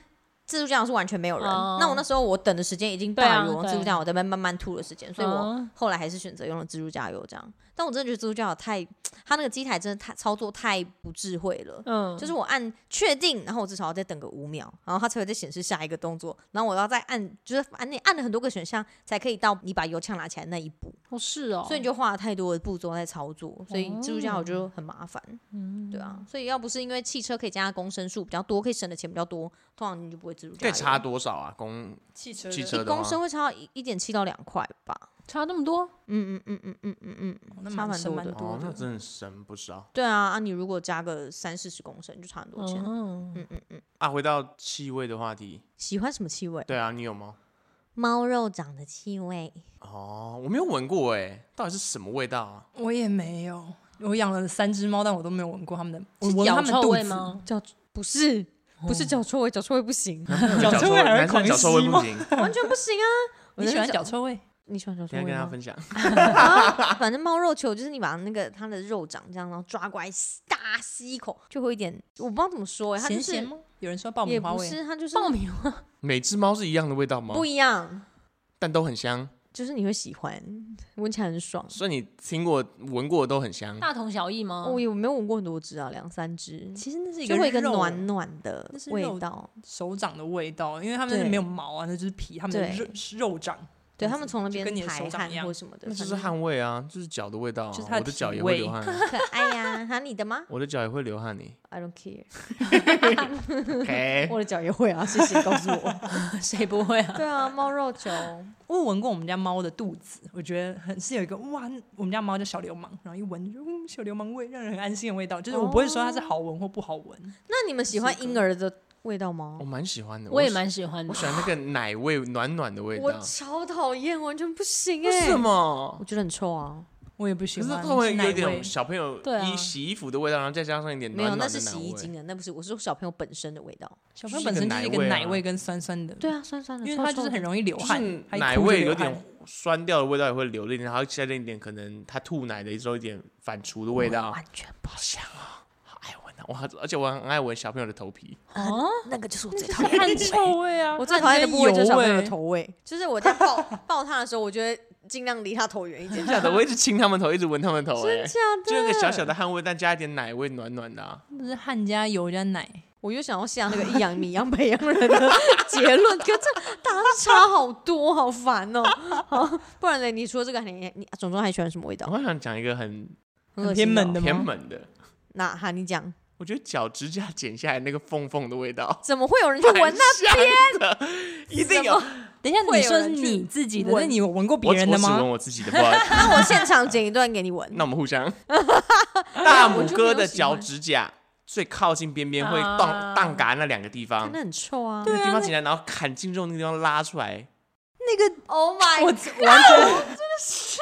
[SPEAKER 4] 自助加油是完全没有人。
[SPEAKER 3] 哦
[SPEAKER 4] 那我那时候我等的时间已经
[SPEAKER 3] 对啊
[SPEAKER 4] 大于我用
[SPEAKER 3] 对
[SPEAKER 4] 自助加油在那边慢慢吐的时间，所以我
[SPEAKER 3] 哦
[SPEAKER 4] 后来还是选择用了自助加油这样。但我真的觉得自助加油太，它那个机台真的太操作太不智慧了。
[SPEAKER 3] 嗯，
[SPEAKER 4] 就是是我按确定，然后我至少要再等个五秒，然后它才会再显示下一个动作，然后我要再按，就是按你按了很多个选项，才可以到你把油枪拿起来那一步。
[SPEAKER 3] 哦是哦，
[SPEAKER 4] 所以你就花了太多的步骤在操作，所以自助加油
[SPEAKER 2] 哦
[SPEAKER 4] 就很麻烦，
[SPEAKER 2] 嗯
[SPEAKER 4] 对啊，所以要不是因为汽车可以加的公升数比较多，可以省的钱比较多，通常你就不会自助加
[SPEAKER 1] 可以
[SPEAKER 4] 油。
[SPEAKER 1] 差多少啊？公
[SPEAKER 2] 汽车的
[SPEAKER 1] 汽车
[SPEAKER 4] 一
[SPEAKER 1] 的话
[SPEAKER 4] 公升会差到一一点七到两块吧？
[SPEAKER 3] 差那么多，
[SPEAKER 4] 嗯嗯嗯嗯嗯嗯嗯，
[SPEAKER 2] 哦那
[SPEAKER 4] 差
[SPEAKER 2] 蛮
[SPEAKER 4] 蛮
[SPEAKER 2] 深
[SPEAKER 4] 多
[SPEAKER 2] 蛮
[SPEAKER 4] 的
[SPEAKER 2] 多
[SPEAKER 1] 哦，那
[SPEAKER 2] 的。
[SPEAKER 1] 真的省不少
[SPEAKER 4] 对啊，啊你如果加个三四十公升就差很多钱。
[SPEAKER 3] 嗯，
[SPEAKER 4] 嗯嗯嗯，
[SPEAKER 1] 啊。回到气味的话题，
[SPEAKER 4] 喜欢什么气味？
[SPEAKER 1] 对啊，你有吗？
[SPEAKER 4] 猫肉掌的气味，
[SPEAKER 1] 哦，我没有闻过哎，到底是什么味道 啊？
[SPEAKER 2] 我也没有，我养了三只猫，但我都没有闻过它们的，我
[SPEAKER 3] 是
[SPEAKER 2] 闻它
[SPEAKER 3] 脚
[SPEAKER 2] 们
[SPEAKER 3] 臭
[SPEAKER 2] 肚
[SPEAKER 3] 味
[SPEAKER 2] 子。
[SPEAKER 3] 吗？
[SPEAKER 4] 不是不是脚臭味，脚臭味不行，
[SPEAKER 2] 脚臭味还会
[SPEAKER 1] 男生
[SPEAKER 2] 狂
[SPEAKER 1] 脚臭味
[SPEAKER 2] 吸
[SPEAKER 1] 不
[SPEAKER 2] 吗
[SPEAKER 1] 行，
[SPEAKER 4] 完全不行啊！
[SPEAKER 2] 你喜欢脚？臭味？
[SPEAKER 4] 你喜欢脚臭
[SPEAKER 1] 等一
[SPEAKER 4] 味
[SPEAKER 1] 下跟大家
[SPEAKER 4] 吗？
[SPEAKER 1] 分享。
[SPEAKER 4] 啊，反正猫肉球就是你把那个它的肉掌这样，然后抓过来吸大吸一口，就会有一点，我不知道怎么说哎、它就
[SPEAKER 2] 咸
[SPEAKER 4] 是
[SPEAKER 2] 咸吗？有人说爆米
[SPEAKER 4] 也
[SPEAKER 2] 花
[SPEAKER 4] 不
[SPEAKER 2] 味，
[SPEAKER 4] 是，它就是
[SPEAKER 3] 爆米
[SPEAKER 1] 每只猫是一样的味道吗？
[SPEAKER 4] 不一样，
[SPEAKER 1] 但都很香，
[SPEAKER 4] 就是你会喜欢，闻起来很爽。
[SPEAKER 1] 所以你听过、闻过都很香。
[SPEAKER 3] 大同小异吗？
[SPEAKER 4] 哦我也没有闻过很多只啊，两三只，
[SPEAKER 2] 其实那是一
[SPEAKER 4] 就会有一个
[SPEAKER 2] 肉
[SPEAKER 4] 暖暖的
[SPEAKER 2] 那是
[SPEAKER 4] 味
[SPEAKER 2] 肉
[SPEAKER 4] 道。
[SPEAKER 2] 手掌的味道，因为它们
[SPEAKER 4] 对
[SPEAKER 2] 没有毛啊，那就是皮，它们的
[SPEAKER 4] 对
[SPEAKER 2] 肉是肉掌。
[SPEAKER 4] 对他们从那
[SPEAKER 2] 就
[SPEAKER 4] 边
[SPEAKER 2] 跟你的手
[SPEAKER 4] 排
[SPEAKER 2] 掌一
[SPEAKER 4] 汗
[SPEAKER 2] 样
[SPEAKER 4] 或什么的，
[SPEAKER 1] 那
[SPEAKER 4] 反
[SPEAKER 1] 就是
[SPEAKER 4] 正
[SPEAKER 1] 汗味啊，就是脚的味道、啊。
[SPEAKER 2] 就是它的
[SPEAKER 1] 我的脚也
[SPEAKER 2] 体
[SPEAKER 1] 会
[SPEAKER 2] 味
[SPEAKER 1] 流汗啊，
[SPEAKER 4] 可爱呀、 喊你的吗
[SPEAKER 1] 我的脚也会流汗你。
[SPEAKER 4] ？I don't care，
[SPEAKER 1] OK，
[SPEAKER 4] 我的脚也会啊，谢谢你告诉我。
[SPEAKER 3] 谁不会 啊？
[SPEAKER 4] 对啊，猫肉球，
[SPEAKER 2] 我有闻过我们家猫的肚子，我觉得很是有一个哇，我们家猫叫小流氓，然后一闻就嗯小流氓味，让人很安心的味道。就是我不会说它是好闻或不好闻，
[SPEAKER 4] 那你们喜欢婴儿的味道吗
[SPEAKER 1] 我？蛮喜欢的，
[SPEAKER 3] 我也
[SPEAKER 1] 喜
[SPEAKER 3] 蛮喜欢的
[SPEAKER 1] 我。喜欢那个奶味暖暖的味
[SPEAKER 4] 我
[SPEAKER 1] 道。
[SPEAKER 4] 超讨厌，完全不行
[SPEAKER 1] 为
[SPEAKER 4] 哎、
[SPEAKER 1] 什么
[SPEAKER 4] 我？觉得很臭啊，
[SPEAKER 2] 我也不喜
[SPEAKER 1] 可是
[SPEAKER 2] 欢，
[SPEAKER 1] 它会
[SPEAKER 2] 是奶
[SPEAKER 1] 有
[SPEAKER 2] 味
[SPEAKER 1] 点。小朋友
[SPEAKER 3] 对啊
[SPEAKER 1] 衣洗衣服的味道，然后再加上一点
[SPEAKER 4] 没
[SPEAKER 1] 嗯
[SPEAKER 4] 有，
[SPEAKER 1] 暖
[SPEAKER 4] 那
[SPEAKER 1] 暖
[SPEAKER 4] 是
[SPEAKER 1] 的奶
[SPEAKER 4] 洗衣
[SPEAKER 1] 味。
[SPEAKER 4] 精的，那不是，我是说小朋友本身的味道。
[SPEAKER 2] 小朋友本身就是一个
[SPEAKER 1] 就是一个奶味啊
[SPEAKER 2] 奶味跟酸酸的，
[SPEAKER 4] 对啊，酸酸的，
[SPEAKER 2] 因为
[SPEAKER 4] 臭
[SPEAKER 2] 它就
[SPEAKER 4] 臭
[SPEAKER 2] 是
[SPEAKER 4] 的
[SPEAKER 2] 很容易流汗
[SPEAKER 1] 就是，
[SPEAKER 2] 它一
[SPEAKER 1] 奶
[SPEAKER 2] 哭就
[SPEAKER 1] 味
[SPEAKER 2] 流
[SPEAKER 1] 有
[SPEAKER 2] 汗
[SPEAKER 1] 点酸掉的味道也会留了一点，然后加了一点可能他吐奶的时候一点反刍的味道，
[SPEAKER 4] 完全
[SPEAKER 1] 好香啊，好爱闻啊！我还而且我很爱闻小朋友的头 皮，
[SPEAKER 3] 哦，
[SPEAKER 4] 那个就是我最
[SPEAKER 2] 就是汗臭味啊，
[SPEAKER 4] 我最讨厌的部位就是小朋友的
[SPEAKER 2] 汗
[SPEAKER 4] 头位，就是我在抱 抱他的时候，我觉得尽量离他头远一 点。
[SPEAKER 1] 真的，我一直亲他们头，一直闻他们头、哎，
[SPEAKER 4] 假
[SPEAKER 1] 就有个小小的汗味，但加一点奶味，暖暖的、啊。
[SPEAKER 2] 跟油味，不是汗加油加奶，
[SPEAKER 4] 我又想要下那个一阳米养培养人的结论， 可这答案差好多，好烦哦。好不然呢？你除了这个，你你总中还喜欢什么味道
[SPEAKER 1] 我？还想讲一个很
[SPEAKER 4] 很恶
[SPEAKER 2] 偏
[SPEAKER 4] 心哦
[SPEAKER 2] 门的吗
[SPEAKER 1] 偏门的，
[SPEAKER 4] 那哈，你讲，
[SPEAKER 1] 我觉得脚指甲剪下来那个缝缝的味 道，
[SPEAKER 4] 怎么会有人去闻那
[SPEAKER 1] 那边 一定有。
[SPEAKER 2] 等一下，
[SPEAKER 4] 会
[SPEAKER 2] 你
[SPEAKER 4] 有
[SPEAKER 2] 说是
[SPEAKER 4] 人去
[SPEAKER 2] 你自己的，
[SPEAKER 4] 闻
[SPEAKER 2] 那你有闻过别
[SPEAKER 1] 我
[SPEAKER 2] 人
[SPEAKER 1] 我
[SPEAKER 2] 的
[SPEAKER 1] 只闻
[SPEAKER 2] 吗？
[SPEAKER 1] 我自己的，不好意思
[SPEAKER 4] 那我现场剪一段给你闻。
[SPEAKER 1] 那我们互 相。大
[SPEAKER 4] 我
[SPEAKER 1] 拇
[SPEAKER 4] 就没
[SPEAKER 1] 哥
[SPEAKER 4] 有
[SPEAKER 1] 的
[SPEAKER 4] 喜
[SPEAKER 1] 脚
[SPEAKER 4] 欢
[SPEAKER 1] 指甲最靠近边边会荡
[SPEAKER 3] 啊
[SPEAKER 1] 荡嘎那两个地方
[SPEAKER 4] 真的，很臭啊！
[SPEAKER 1] 那个地方剪下来，然后砍进肉那个地方拉出来，
[SPEAKER 2] 那个
[SPEAKER 4] o h Oh my，
[SPEAKER 2] 我
[SPEAKER 4] 我
[SPEAKER 2] 完全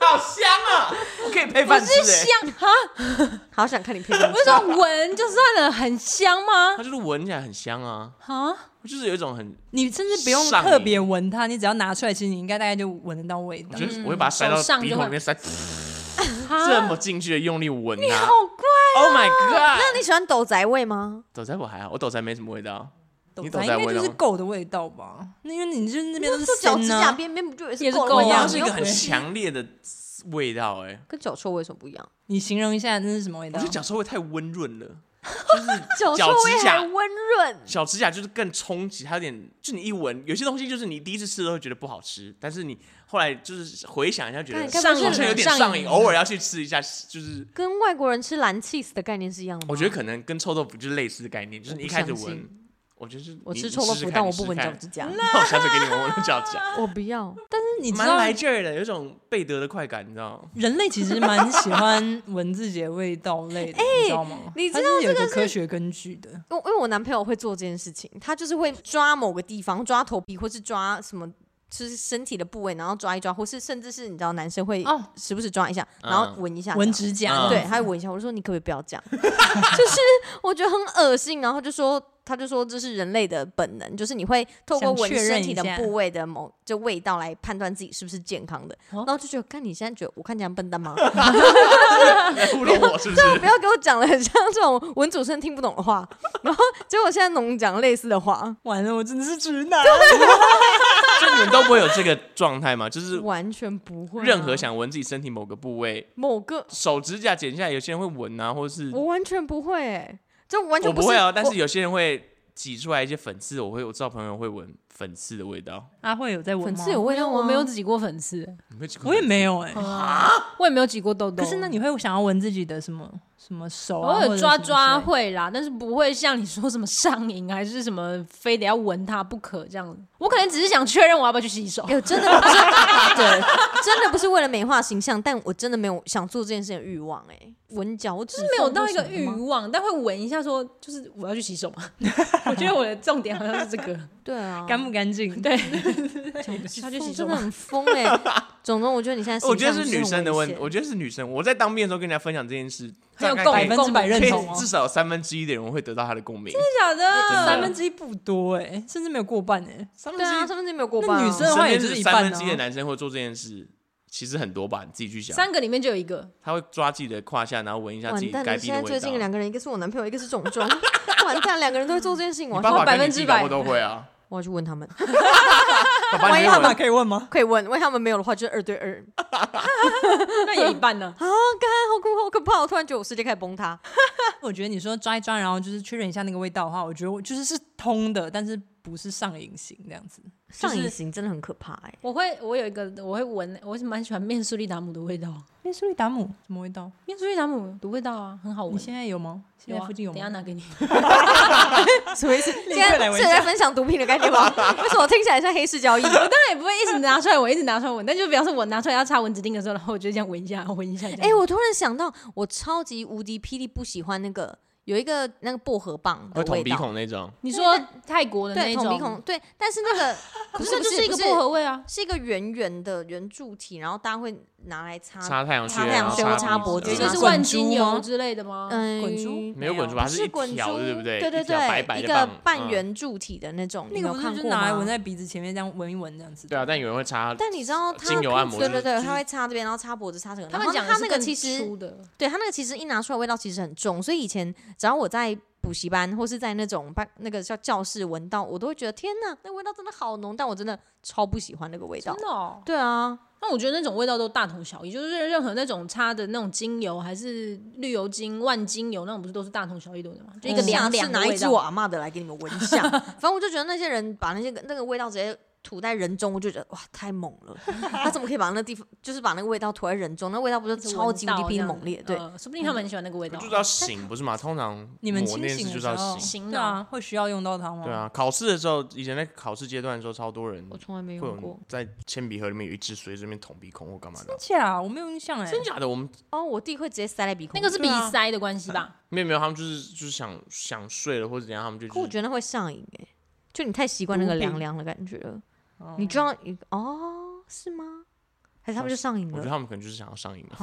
[SPEAKER 1] 好香啊！我可以配饭吃
[SPEAKER 3] 是
[SPEAKER 1] 欸。
[SPEAKER 3] 香哈，
[SPEAKER 4] 好想看你配方
[SPEAKER 3] 不。是说闻就算了，很香吗？
[SPEAKER 1] 它就是闻起来很香啊，
[SPEAKER 3] 啊，
[SPEAKER 1] 就是有一种很，
[SPEAKER 2] 你甚至不用
[SPEAKER 1] 上瘾
[SPEAKER 2] 特别闻它，你只要拿出来，其实你应该大概就闻得到味
[SPEAKER 1] 我
[SPEAKER 2] 道
[SPEAKER 1] 觉。
[SPEAKER 4] 嗯
[SPEAKER 1] 得我会把它塞到
[SPEAKER 3] 手上
[SPEAKER 1] 鼻
[SPEAKER 3] 就
[SPEAKER 1] 孔
[SPEAKER 3] 会
[SPEAKER 1] 里面 塞，这
[SPEAKER 3] 哈，
[SPEAKER 1] 么进去的用力闻啊
[SPEAKER 3] 好怪，
[SPEAKER 1] ！Oh my god！
[SPEAKER 4] 哦那你喜欢斗宅味吗？
[SPEAKER 1] 抖仔我还好，我抖仔没什么味道。
[SPEAKER 2] 豆
[SPEAKER 1] 你
[SPEAKER 2] 渣
[SPEAKER 1] 懂
[SPEAKER 2] 应
[SPEAKER 1] 在
[SPEAKER 2] 该
[SPEAKER 1] 味
[SPEAKER 2] 就
[SPEAKER 1] 道
[SPEAKER 2] 是
[SPEAKER 1] 吗？
[SPEAKER 2] 狗的味道吧？那因为你就是那边都是
[SPEAKER 4] 做脚指
[SPEAKER 2] 森
[SPEAKER 4] 甲
[SPEAKER 2] 啊，
[SPEAKER 4] 边边不就
[SPEAKER 3] 也
[SPEAKER 4] 也是
[SPEAKER 3] 是够
[SPEAKER 4] 了
[SPEAKER 3] 啊
[SPEAKER 1] 它
[SPEAKER 4] 吗？
[SPEAKER 1] 是一
[SPEAKER 4] 你
[SPEAKER 1] 个
[SPEAKER 4] 又
[SPEAKER 1] 很强烈的味道、哎，
[SPEAKER 4] 跟脚臭味有什么不一样？
[SPEAKER 2] 你形容一下那是什么味
[SPEAKER 1] 我
[SPEAKER 2] 道
[SPEAKER 1] 觉得？脚臭味太温润 了，
[SPEAKER 4] 脚
[SPEAKER 1] 脚指甲
[SPEAKER 4] 温润，
[SPEAKER 1] 脚指甲就是更冲击，它有点，就你一闻，有些东西就是你第一次吃的时候觉得不好吃，但是你后来就是回想一下，觉得
[SPEAKER 4] 看看
[SPEAKER 1] 好
[SPEAKER 3] 上
[SPEAKER 4] 不是
[SPEAKER 1] 像有点上瘾，偶尔要去吃一下，就是
[SPEAKER 4] 跟外国人吃蓝 cheese 的概念是一样的吗。
[SPEAKER 1] 我觉得可能跟臭豆腐就是类似的概念，就是你一开始
[SPEAKER 4] 我不相信
[SPEAKER 1] 闻，我觉得是
[SPEAKER 4] 我
[SPEAKER 1] 你
[SPEAKER 4] 吃
[SPEAKER 1] 你
[SPEAKER 4] 臭豆
[SPEAKER 1] 试试
[SPEAKER 4] 腐，
[SPEAKER 1] 看
[SPEAKER 4] 但我
[SPEAKER 1] 你
[SPEAKER 4] 不
[SPEAKER 1] 试
[SPEAKER 4] 闻
[SPEAKER 1] 试
[SPEAKER 4] 脚
[SPEAKER 1] 看
[SPEAKER 4] 趾甲，
[SPEAKER 1] 那我下次给你闻闻脚 趾甲，
[SPEAKER 4] 我不要。
[SPEAKER 2] 那你知
[SPEAKER 1] 蛮
[SPEAKER 2] 道
[SPEAKER 1] 来劲儿的，有一种贝德的快感，你知道吗？
[SPEAKER 2] 人类其实蛮喜欢闻自己的味道类的，你知道吗？
[SPEAKER 4] 你知
[SPEAKER 2] 它是有一个科学根据的，
[SPEAKER 4] 因为因为我男朋友会做这件事情，他就是会抓某个地方，抓头皮或是抓什么。就是身体的部位，然后抓一抓，或是甚至是你知道男生会
[SPEAKER 2] 哦
[SPEAKER 4] 时不时抓一下，然后闻一下这样，
[SPEAKER 2] 闻指甲
[SPEAKER 1] 嗯
[SPEAKER 2] 的。
[SPEAKER 4] 对，他会闻一下。我就说你可不可以不要这样？ 就是我觉得很恶心。然后就说，他就说这是人类的本能，就是你会透过
[SPEAKER 2] 想
[SPEAKER 4] 闻
[SPEAKER 2] 确认
[SPEAKER 4] 身体的
[SPEAKER 2] 一下
[SPEAKER 4] 部位的某就味道来判断自己是不是健康的。然
[SPEAKER 2] 哦
[SPEAKER 4] 后就觉得，看你现在觉得我看起来很笨蛋吗？
[SPEAKER 1] 糊弄我是不是？
[SPEAKER 4] 不要给我讲的很像这种文主持人听不懂的话。 然后结果现在农讲类似的话，
[SPEAKER 2] 完了，我真的是直男。
[SPEAKER 1] 就你们都不会有这个状态吗？就是
[SPEAKER 4] 完全不会啊、
[SPEAKER 1] 任何想闻自己身体某个部位，
[SPEAKER 4] 某个，
[SPEAKER 1] 手指甲剪下来，有些人会闻啊，或是
[SPEAKER 4] 我完全不会、欸，就完全
[SPEAKER 1] 我不
[SPEAKER 4] 是
[SPEAKER 1] 会啊，但
[SPEAKER 4] 我
[SPEAKER 1] 是有些人会挤出来一些粉刺，我会我知道朋友会闻粉刺的味道，
[SPEAKER 2] 阿慧有在闻
[SPEAKER 4] 粉
[SPEAKER 2] 吗
[SPEAKER 4] 刺有味啊道吗？
[SPEAKER 3] 我没有挤过粉刺，
[SPEAKER 1] 你会挤过
[SPEAKER 2] 我也
[SPEAKER 1] 粉
[SPEAKER 2] 没有哎。
[SPEAKER 3] 我也没有挤过痘痘。
[SPEAKER 2] 可是那你会想要闻自己的什么什么手啊？
[SPEAKER 3] 偶尔抓抓
[SPEAKER 2] 或者什么之类的
[SPEAKER 3] 会啦，但是不会像你说什么上瘾还是什么，非得要闻它不可这样子。我可能只是想确认我要不要去洗手。
[SPEAKER 4] 有哎真的不是对，真的不是为了美化形象，但我真的没有想做这件事的欲望、欸，哎，闻脚趾
[SPEAKER 3] 没有到
[SPEAKER 4] 缝
[SPEAKER 3] 一
[SPEAKER 4] 或
[SPEAKER 3] 个
[SPEAKER 4] 什么
[SPEAKER 3] 欲
[SPEAKER 4] 吗，
[SPEAKER 3] 望，但会闻一下说，就是我要去洗手 嘛。我觉得我的重点好像是这个，
[SPEAKER 4] 对啊，
[SPEAKER 2] 干不干 净？
[SPEAKER 3] 对，
[SPEAKER 4] 脚
[SPEAKER 3] 他
[SPEAKER 4] 趾缝
[SPEAKER 3] 去洗
[SPEAKER 4] 真
[SPEAKER 3] 手
[SPEAKER 4] 的
[SPEAKER 3] 嘛。
[SPEAKER 4] 很疯哎、欸， 总之我觉得你现在
[SPEAKER 1] 哦我觉得
[SPEAKER 4] 形象
[SPEAKER 1] 是
[SPEAKER 4] 很
[SPEAKER 1] 女生的
[SPEAKER 4] 危
[SPEAKER 1] 问
[SPEAKER 4] 险
[SPEAKER 1] 我觉得是女生。我在当面的时候跟人家分享这件事，
[SPEAKER 3] 很有
[SPEAKER 1] 大概
[SPEAKER 3] 共
[SPEAKER 1] 可以
[SPEAKER 2] 百分之百认
[SPEAKER 1] 可
[SPEAKER 2] 同
[SPEAKER 1] 以
[SPEAKER 3] 啊
[SPEAKER 2] 哦
[SPEAKER 1] 至。少三分之一的人会得到她的共鸣。
[SPEAKER 3] 假
[SPEAKER 1] 真的
[SPEAKER 2] 三分之一不多哎，甚至没有过半哎。
[SPEAKER 1] 三
[SPEAKER 4] 对啊，上面没有过
[SPEAKER 2] 那
[SPEAKER 4] 吧？
[SPEAKER 2] 女
[SPEAKER 1] 你
[SPEAKER 2] 生
[SPEAKER 1] 身
[SPEAKER 2] 的话也
[SPEAKER 1] 边
[SPEAKER 2] 就是是一
[SPEAKER 1] 三
[SPEAKER 2] 半
[SPEAKER 1] 分
[SPEAKER 2] 呢
[SPEAKER 1] 之一的男生会做这件事，其实很多吧，你自己去想。
[SPEAKER 3] 三个里面就有一个，
[SPEAKER 1] 他会抓自己的胯下，然后闻一下自
[SPEAKER 4] 完
[SPEAKER 1] 己
[SPEAKER 4] 蛋
[SPEAKER 1] 该
[SPEAKER 4] 了，
[SPEAKER 1] 逼
[SPEAKER 4] 现
[SPEAKER 1] 的
[SPEAKER 4] 在
[SPEAKER 1] 味
[SPEAKER 4] 最
[SPEAKER 1] 道。
[SPEAKER 4] 近两个人，一个是我男朋友，一个是种庄，完蛋，两个人都会做这件事情，我
[SPEAKER 1] 你爸
[SPEAKER 4] 要去
[SPEAKER 1] 爸
[SPEAKER 3] 我百
[SPEAKER 1] 跟
[SPEAKER 3] 分
[SPEAKER 1] 你自己
[SPEAKER 3] 之
[SPEAKER 1] 搞
[SPEAKER 3] 百
[SPEAKER 1] 不都会啊。
[SPEAKER 4] 我要去问他们，
[SPEAKER 1] 爸爸
[SPEAKER 4] 万一
[SPEAKER 1] 你会
[SPEAKER 4] 他
[SPEAKER 1] 闻
[SPEAKER 4] 们
[SPEAKER 2] 可以问吗？
[SPEAKER 4] 可以问，万一他们没有的话，就是二对二。
[SPEAKER 3] 那也一半呢。
[SPEAKER 4] 好恐怖，好可怕！我突然觉得我世界开始崩塌。
[SPEAKER 2] 我觉得你说抓一抓，然后就是确认一下那个味道的话，我觉得我就是是通的，但是不是上瘾型这样子。
[SPEAKER 4] 上瘾型真的很可怕哎、
[SPEAKER 3] 我会，我有一个，我会闻，我是蛮喜欢面苏利达姆的味道。
[SPEAKER 2] 面苏利达姆什么味道？
[SPEAKER 3] 面苏利达姆的味道啊，很好
[SPEAKER 2] 你
[SPEAKER 3] 闻。
[SPEAKER 2] 现在有吗？现在
[SPEAKER 3] 啊
[SPEAKER 2] 附近有
[SPEAKER 3] 等一下
[SPEAKER 2] 吗？
[SPEAKER 3] 拿给 你。
[SPEAKER 4] 什么意思？
[SPEAKER 2] 立
[SPEAKER 4] 现
[SPEAKER 2] 刻来
[SPEAKER 4] 在
[SPEAKER 2] 闻
[SPEAKER 4] 是
[SPEAKER 2] 一下
[SPEAKER 4] 在分享毒品的概念吗？ 为什么听起来像黑市 交易？
[SPEAKER 3] 当然也不会一直拿出来闻，一直拿出来闻，但就表示我拿出来要擦蚊子钉的时候，然后我就这样闻一下，闻一下。
[SPEAKER 4] 哎、我突然想到，我超级无敌霹雳不喜欢那个。有一个那个薄荷棒的
[SPEAKER 1] 会捅
[SPEAKER 4] 味
[SPEAKER 1] 鼻
[SPEAKER 4] 道，
[SPEAKER 1] 孔那种，
[SPEAKER 3] 你说泰国的那
[SPEAKER 4] 对，
[SPEAKER 3] 种，
[SPEAKER 4] 捅鼻孔，对，但是 那个
[SPEAKER 3] 可
[SPEAKER 4] 不
[SPEAKER 3] 是
[SPEAKER 4] 是
[SPEAKER 3] 那
[SPEAKER 4] 不
[SPEAKER 3] 就是一个
[SPEAKER 4] 不
[SPEAKER 3] 薄荷味啊。
[SPEAKER 4] 是一个圆圆的圆柱体，然后大家会拿来擦，
[SPEAKER 1] 擦太阳
[SPEAKER 4] 擦
[SPEAKER 3] 啊
[SPEAKER 4] 太
[SPEAKER 1] 然
[SPEAKER 4] 阳
[SPEAKER 1] 后
[SPEAKER 4] 穴
[SPEAKER 1] 擦
[SPEAKER 4] 擦啊
[SPEAKER 1] 鼻
[SPEAKER 4] 脖
[SPEAKER 1] 子这
[SPEAKER 4] 子
[SPEAKER 3] 这
[SPEAKER 1] 样
[SPEAKER 3] 啊是
[SPEAKER 4] 吗
[SPEAKER 3] 万
[SPEAKER 2] 滚
[SPEAKER 3] 金
[SPEAKER 2] 珠
[SPEAKER 3] 油
[SPEAKER 2] 吗
[SPEAKER 3] 之类的吗？
[SPEAKER 4] 嗯，
[SPEAKER 2] 滚珠
[SPEAKER 1] 没有滚珠吧它
[SPEAKER 4] 不
[SPEAKER 1] 是
[SPEAKER 4] 是
[SPEAKER 1] 一
[SPEAKER 4] 滚珠
[SPEAKER 1] 条，对不对
[SPEAKER 4] 对对
[SPEAKER 1] 一条白白
[SPEAKER 4] 对，
[SPEAKER 1] 的
[SPEAKER 4] 一
[SPEAKER 1] 棒
[SPEAKER 4] 个半
[SPEAKER 1] 嗯
[SPEAKER 4] 圆柱体的那种，
[SPEAKER 2] 那
[SPEAKER 4] 你
[SPEAKER 2] 个
[SPEAKER 4] 有
[SPEAKER 2] 不是
[SPEAKER 4] 看
[SPEAKER 2] 就是
[SPEAKER 4] 过
[SPEAKER 2] 拿来
[SPEAKER 4] 吗
[SPEAKER 2] 闻在鼻子前面这样闻一闻这样子？
[SPEAKER 1] 对啊，但有人会擦，
[SPEAKER 4] 但你知道他
[SPEAKER 1] 精油按摩
[SPEAKER 4] 对
[SPEAKER 1] 就
[SPEAKER 4] 对
[SPEAKER 1] 是
[SPEAKER 4] 对，
[SPEAKER 1] 就是
[SPEAKER 4] 他会擦这边，然后擦脖子，擦这个。
[SPEAKER 3] 他
[SPEAKER 4] 然
[SPEAKER 3] 们
[SPEAKER 4] 后
[SPEAKER 3] 讲的
[SPEAKER 4] 他
[SPEAKER 3] 是
[SPEAKER 4] 那个
[SPEAKER 3] 更
[SPEAKER 4] 其实，
[SPEAKER 3] 粗的，
[SPEAKER 4] 对他那个其实一拿出来味道其实很重，所以以前只要我在补习班或是在那种班那个叫教室闻到，我都会觉得天哪，那味道真的好浓，但我真的超不喜欢那个味道
[SPEAKER 3] 真。的哦。
[SPEAKER 4] 对啊，
[SPEAKER 3] 那我觉得那种味道都大同小异，就是任何那种擦的那种精油，还是绿油精、万精油那种，不是都是大同小异的吗？就一个
[SPEAKER 4] 嗯
[SPEAKER 3] 凉
[SPEAKER 4] 下次
[SPEAKER 3] 凉的
[SPEAKER 4] 拿一
[SPEAKER 3] 味
[SPEAKER 4] 支我
[SPEAKER 3] 道。
[SPEAKER 4] 阿嬷的来给你们闻一 下。反正我就觉得那些人把那些那个味道直接吐在人中，我就觉得哇太猛了，他怎么可以把那地方就是把那个味道吐在人中？那味道不是超级无敌拼猛烈？对，
[SPEAKER 3] 呃嗯说不定他们很喜欢那个味道
[SPEAKER 1] 就。是要醒不是吗？通常
[SPEAKER 2] 你们
[SPEAKER 1] 抹
[SPEAKER 2] 清
[SPEAKER 1] 那件
[SPEAKER 2] 醒
[SPEAKER 1] 事
[SPEAKER 2] 的
[SPEAKER 1] 就是
[SPEAKER 2] 时
[SPEAKER 1] 要
[SPEAKER 2] 候，
[SPEAKER 1] 醒，
[SPEAKER 3] 醒
[SPEAKER 2] 对啊，会需要用到它吗？
[SPEAKER 1] 对，啊。考试的时候，以前在考试阶段的时候，超多人
[SPEAKER 4] 我从来没
[SPEAKER 1] 会有
[SPEAKER 4] 用过
[SPEAKER 1] 人。在铅笔盒里面有一支水，这边捅鼻孔或干嘛的
[SPEAKER 2] 真。假？我没有印象哎。
[SPEAKER 1] 真假的？我们
[SPEAKER 4] 哦，我弟会直接塞在鼻孔
[SPEAKER 3] 那
[SPEAKER 4] 里。
[SPEAKER 3] 个是鼻
[SPEAKER 2] 对啊
[SPEAKER 3] 塞的关系吧？
[SPEAKER 1] 没有没有，他们就是就是想想睡了或者怎样，他们就、
[SPEAKER 4] 可
[SPEAKER 1] 就
[SPEAKER 4] 我
[SPEAKER 1] 是、
[SPEAKER 4] 觉得那会上瘾哎、就你太习惯那个凉凉的感觉了，
[SPEAKER 2] 哦
[SPEAKER 4] 你知道你哦是吗？还是他们就上瘾
[SPEAKER 1] 我觉得
[SPEAKER 4] 了？
[SPEAKER 1] 他们可能就是想要上瘾了，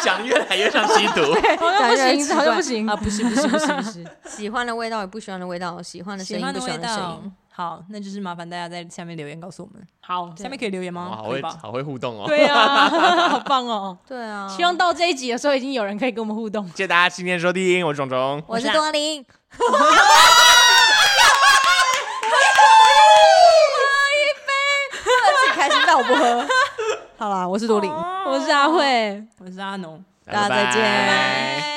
[SPEAKER 1] 讲越来越像吸毒。
[SPEAKER 3] 好像不 行，好像不行
[SPEAKER 2] 啊，不是不是不是不是，
[SPEAKER 4] 喜欢的味道也不喜欢的味道，喜欢的声
[SPEAKER 2] 喜
[SPEAKER 4] 音
[SPEAKER 2] 欢
[SPEAKER 4] 不
[SPEAKER 2] 的
[SPEAKER 4] 喜
[SPEAKER 2] 味
[SPEAKER 4] 欢的声
[SPEAKER 2] 道
[SPEAKER 4] 音。。
[SPEAKER 2] 好，那就是麻烦大家在下面留言告诉我们，
[SPEAKER 3] 好，
[SPEAKER 2] 下面可以留言
[SPEAKER 1] 哇
[SPEAKER 2] 吗？
[SPEAKER 1] 好
[SPEAKER 2] 可以
[SPEAKER 1] 会
[SPEAKER 2] 吧？
[SPEAKER 1] 好会互动哦！
[SPEAKER 3] 对啊，好棒 哦！
[SPEAKER 4] 对啊，
[SPEAKER 3] 希望到这一集的时候，已经有人可以跟我们互动。
[SPEAKER 1] 谢谢大家今天的收听，我是种种，
[SPEAKER 4] 我是多林。喝一杯，自己开心，但我不喝。好啦，我是多林，
[SPEAKER 3] 我是阿慧。
[SPEAKER 2] 哦我是阿农。
[SPEAKER 4] 大家再见
[SPEAKER 1] 拜拜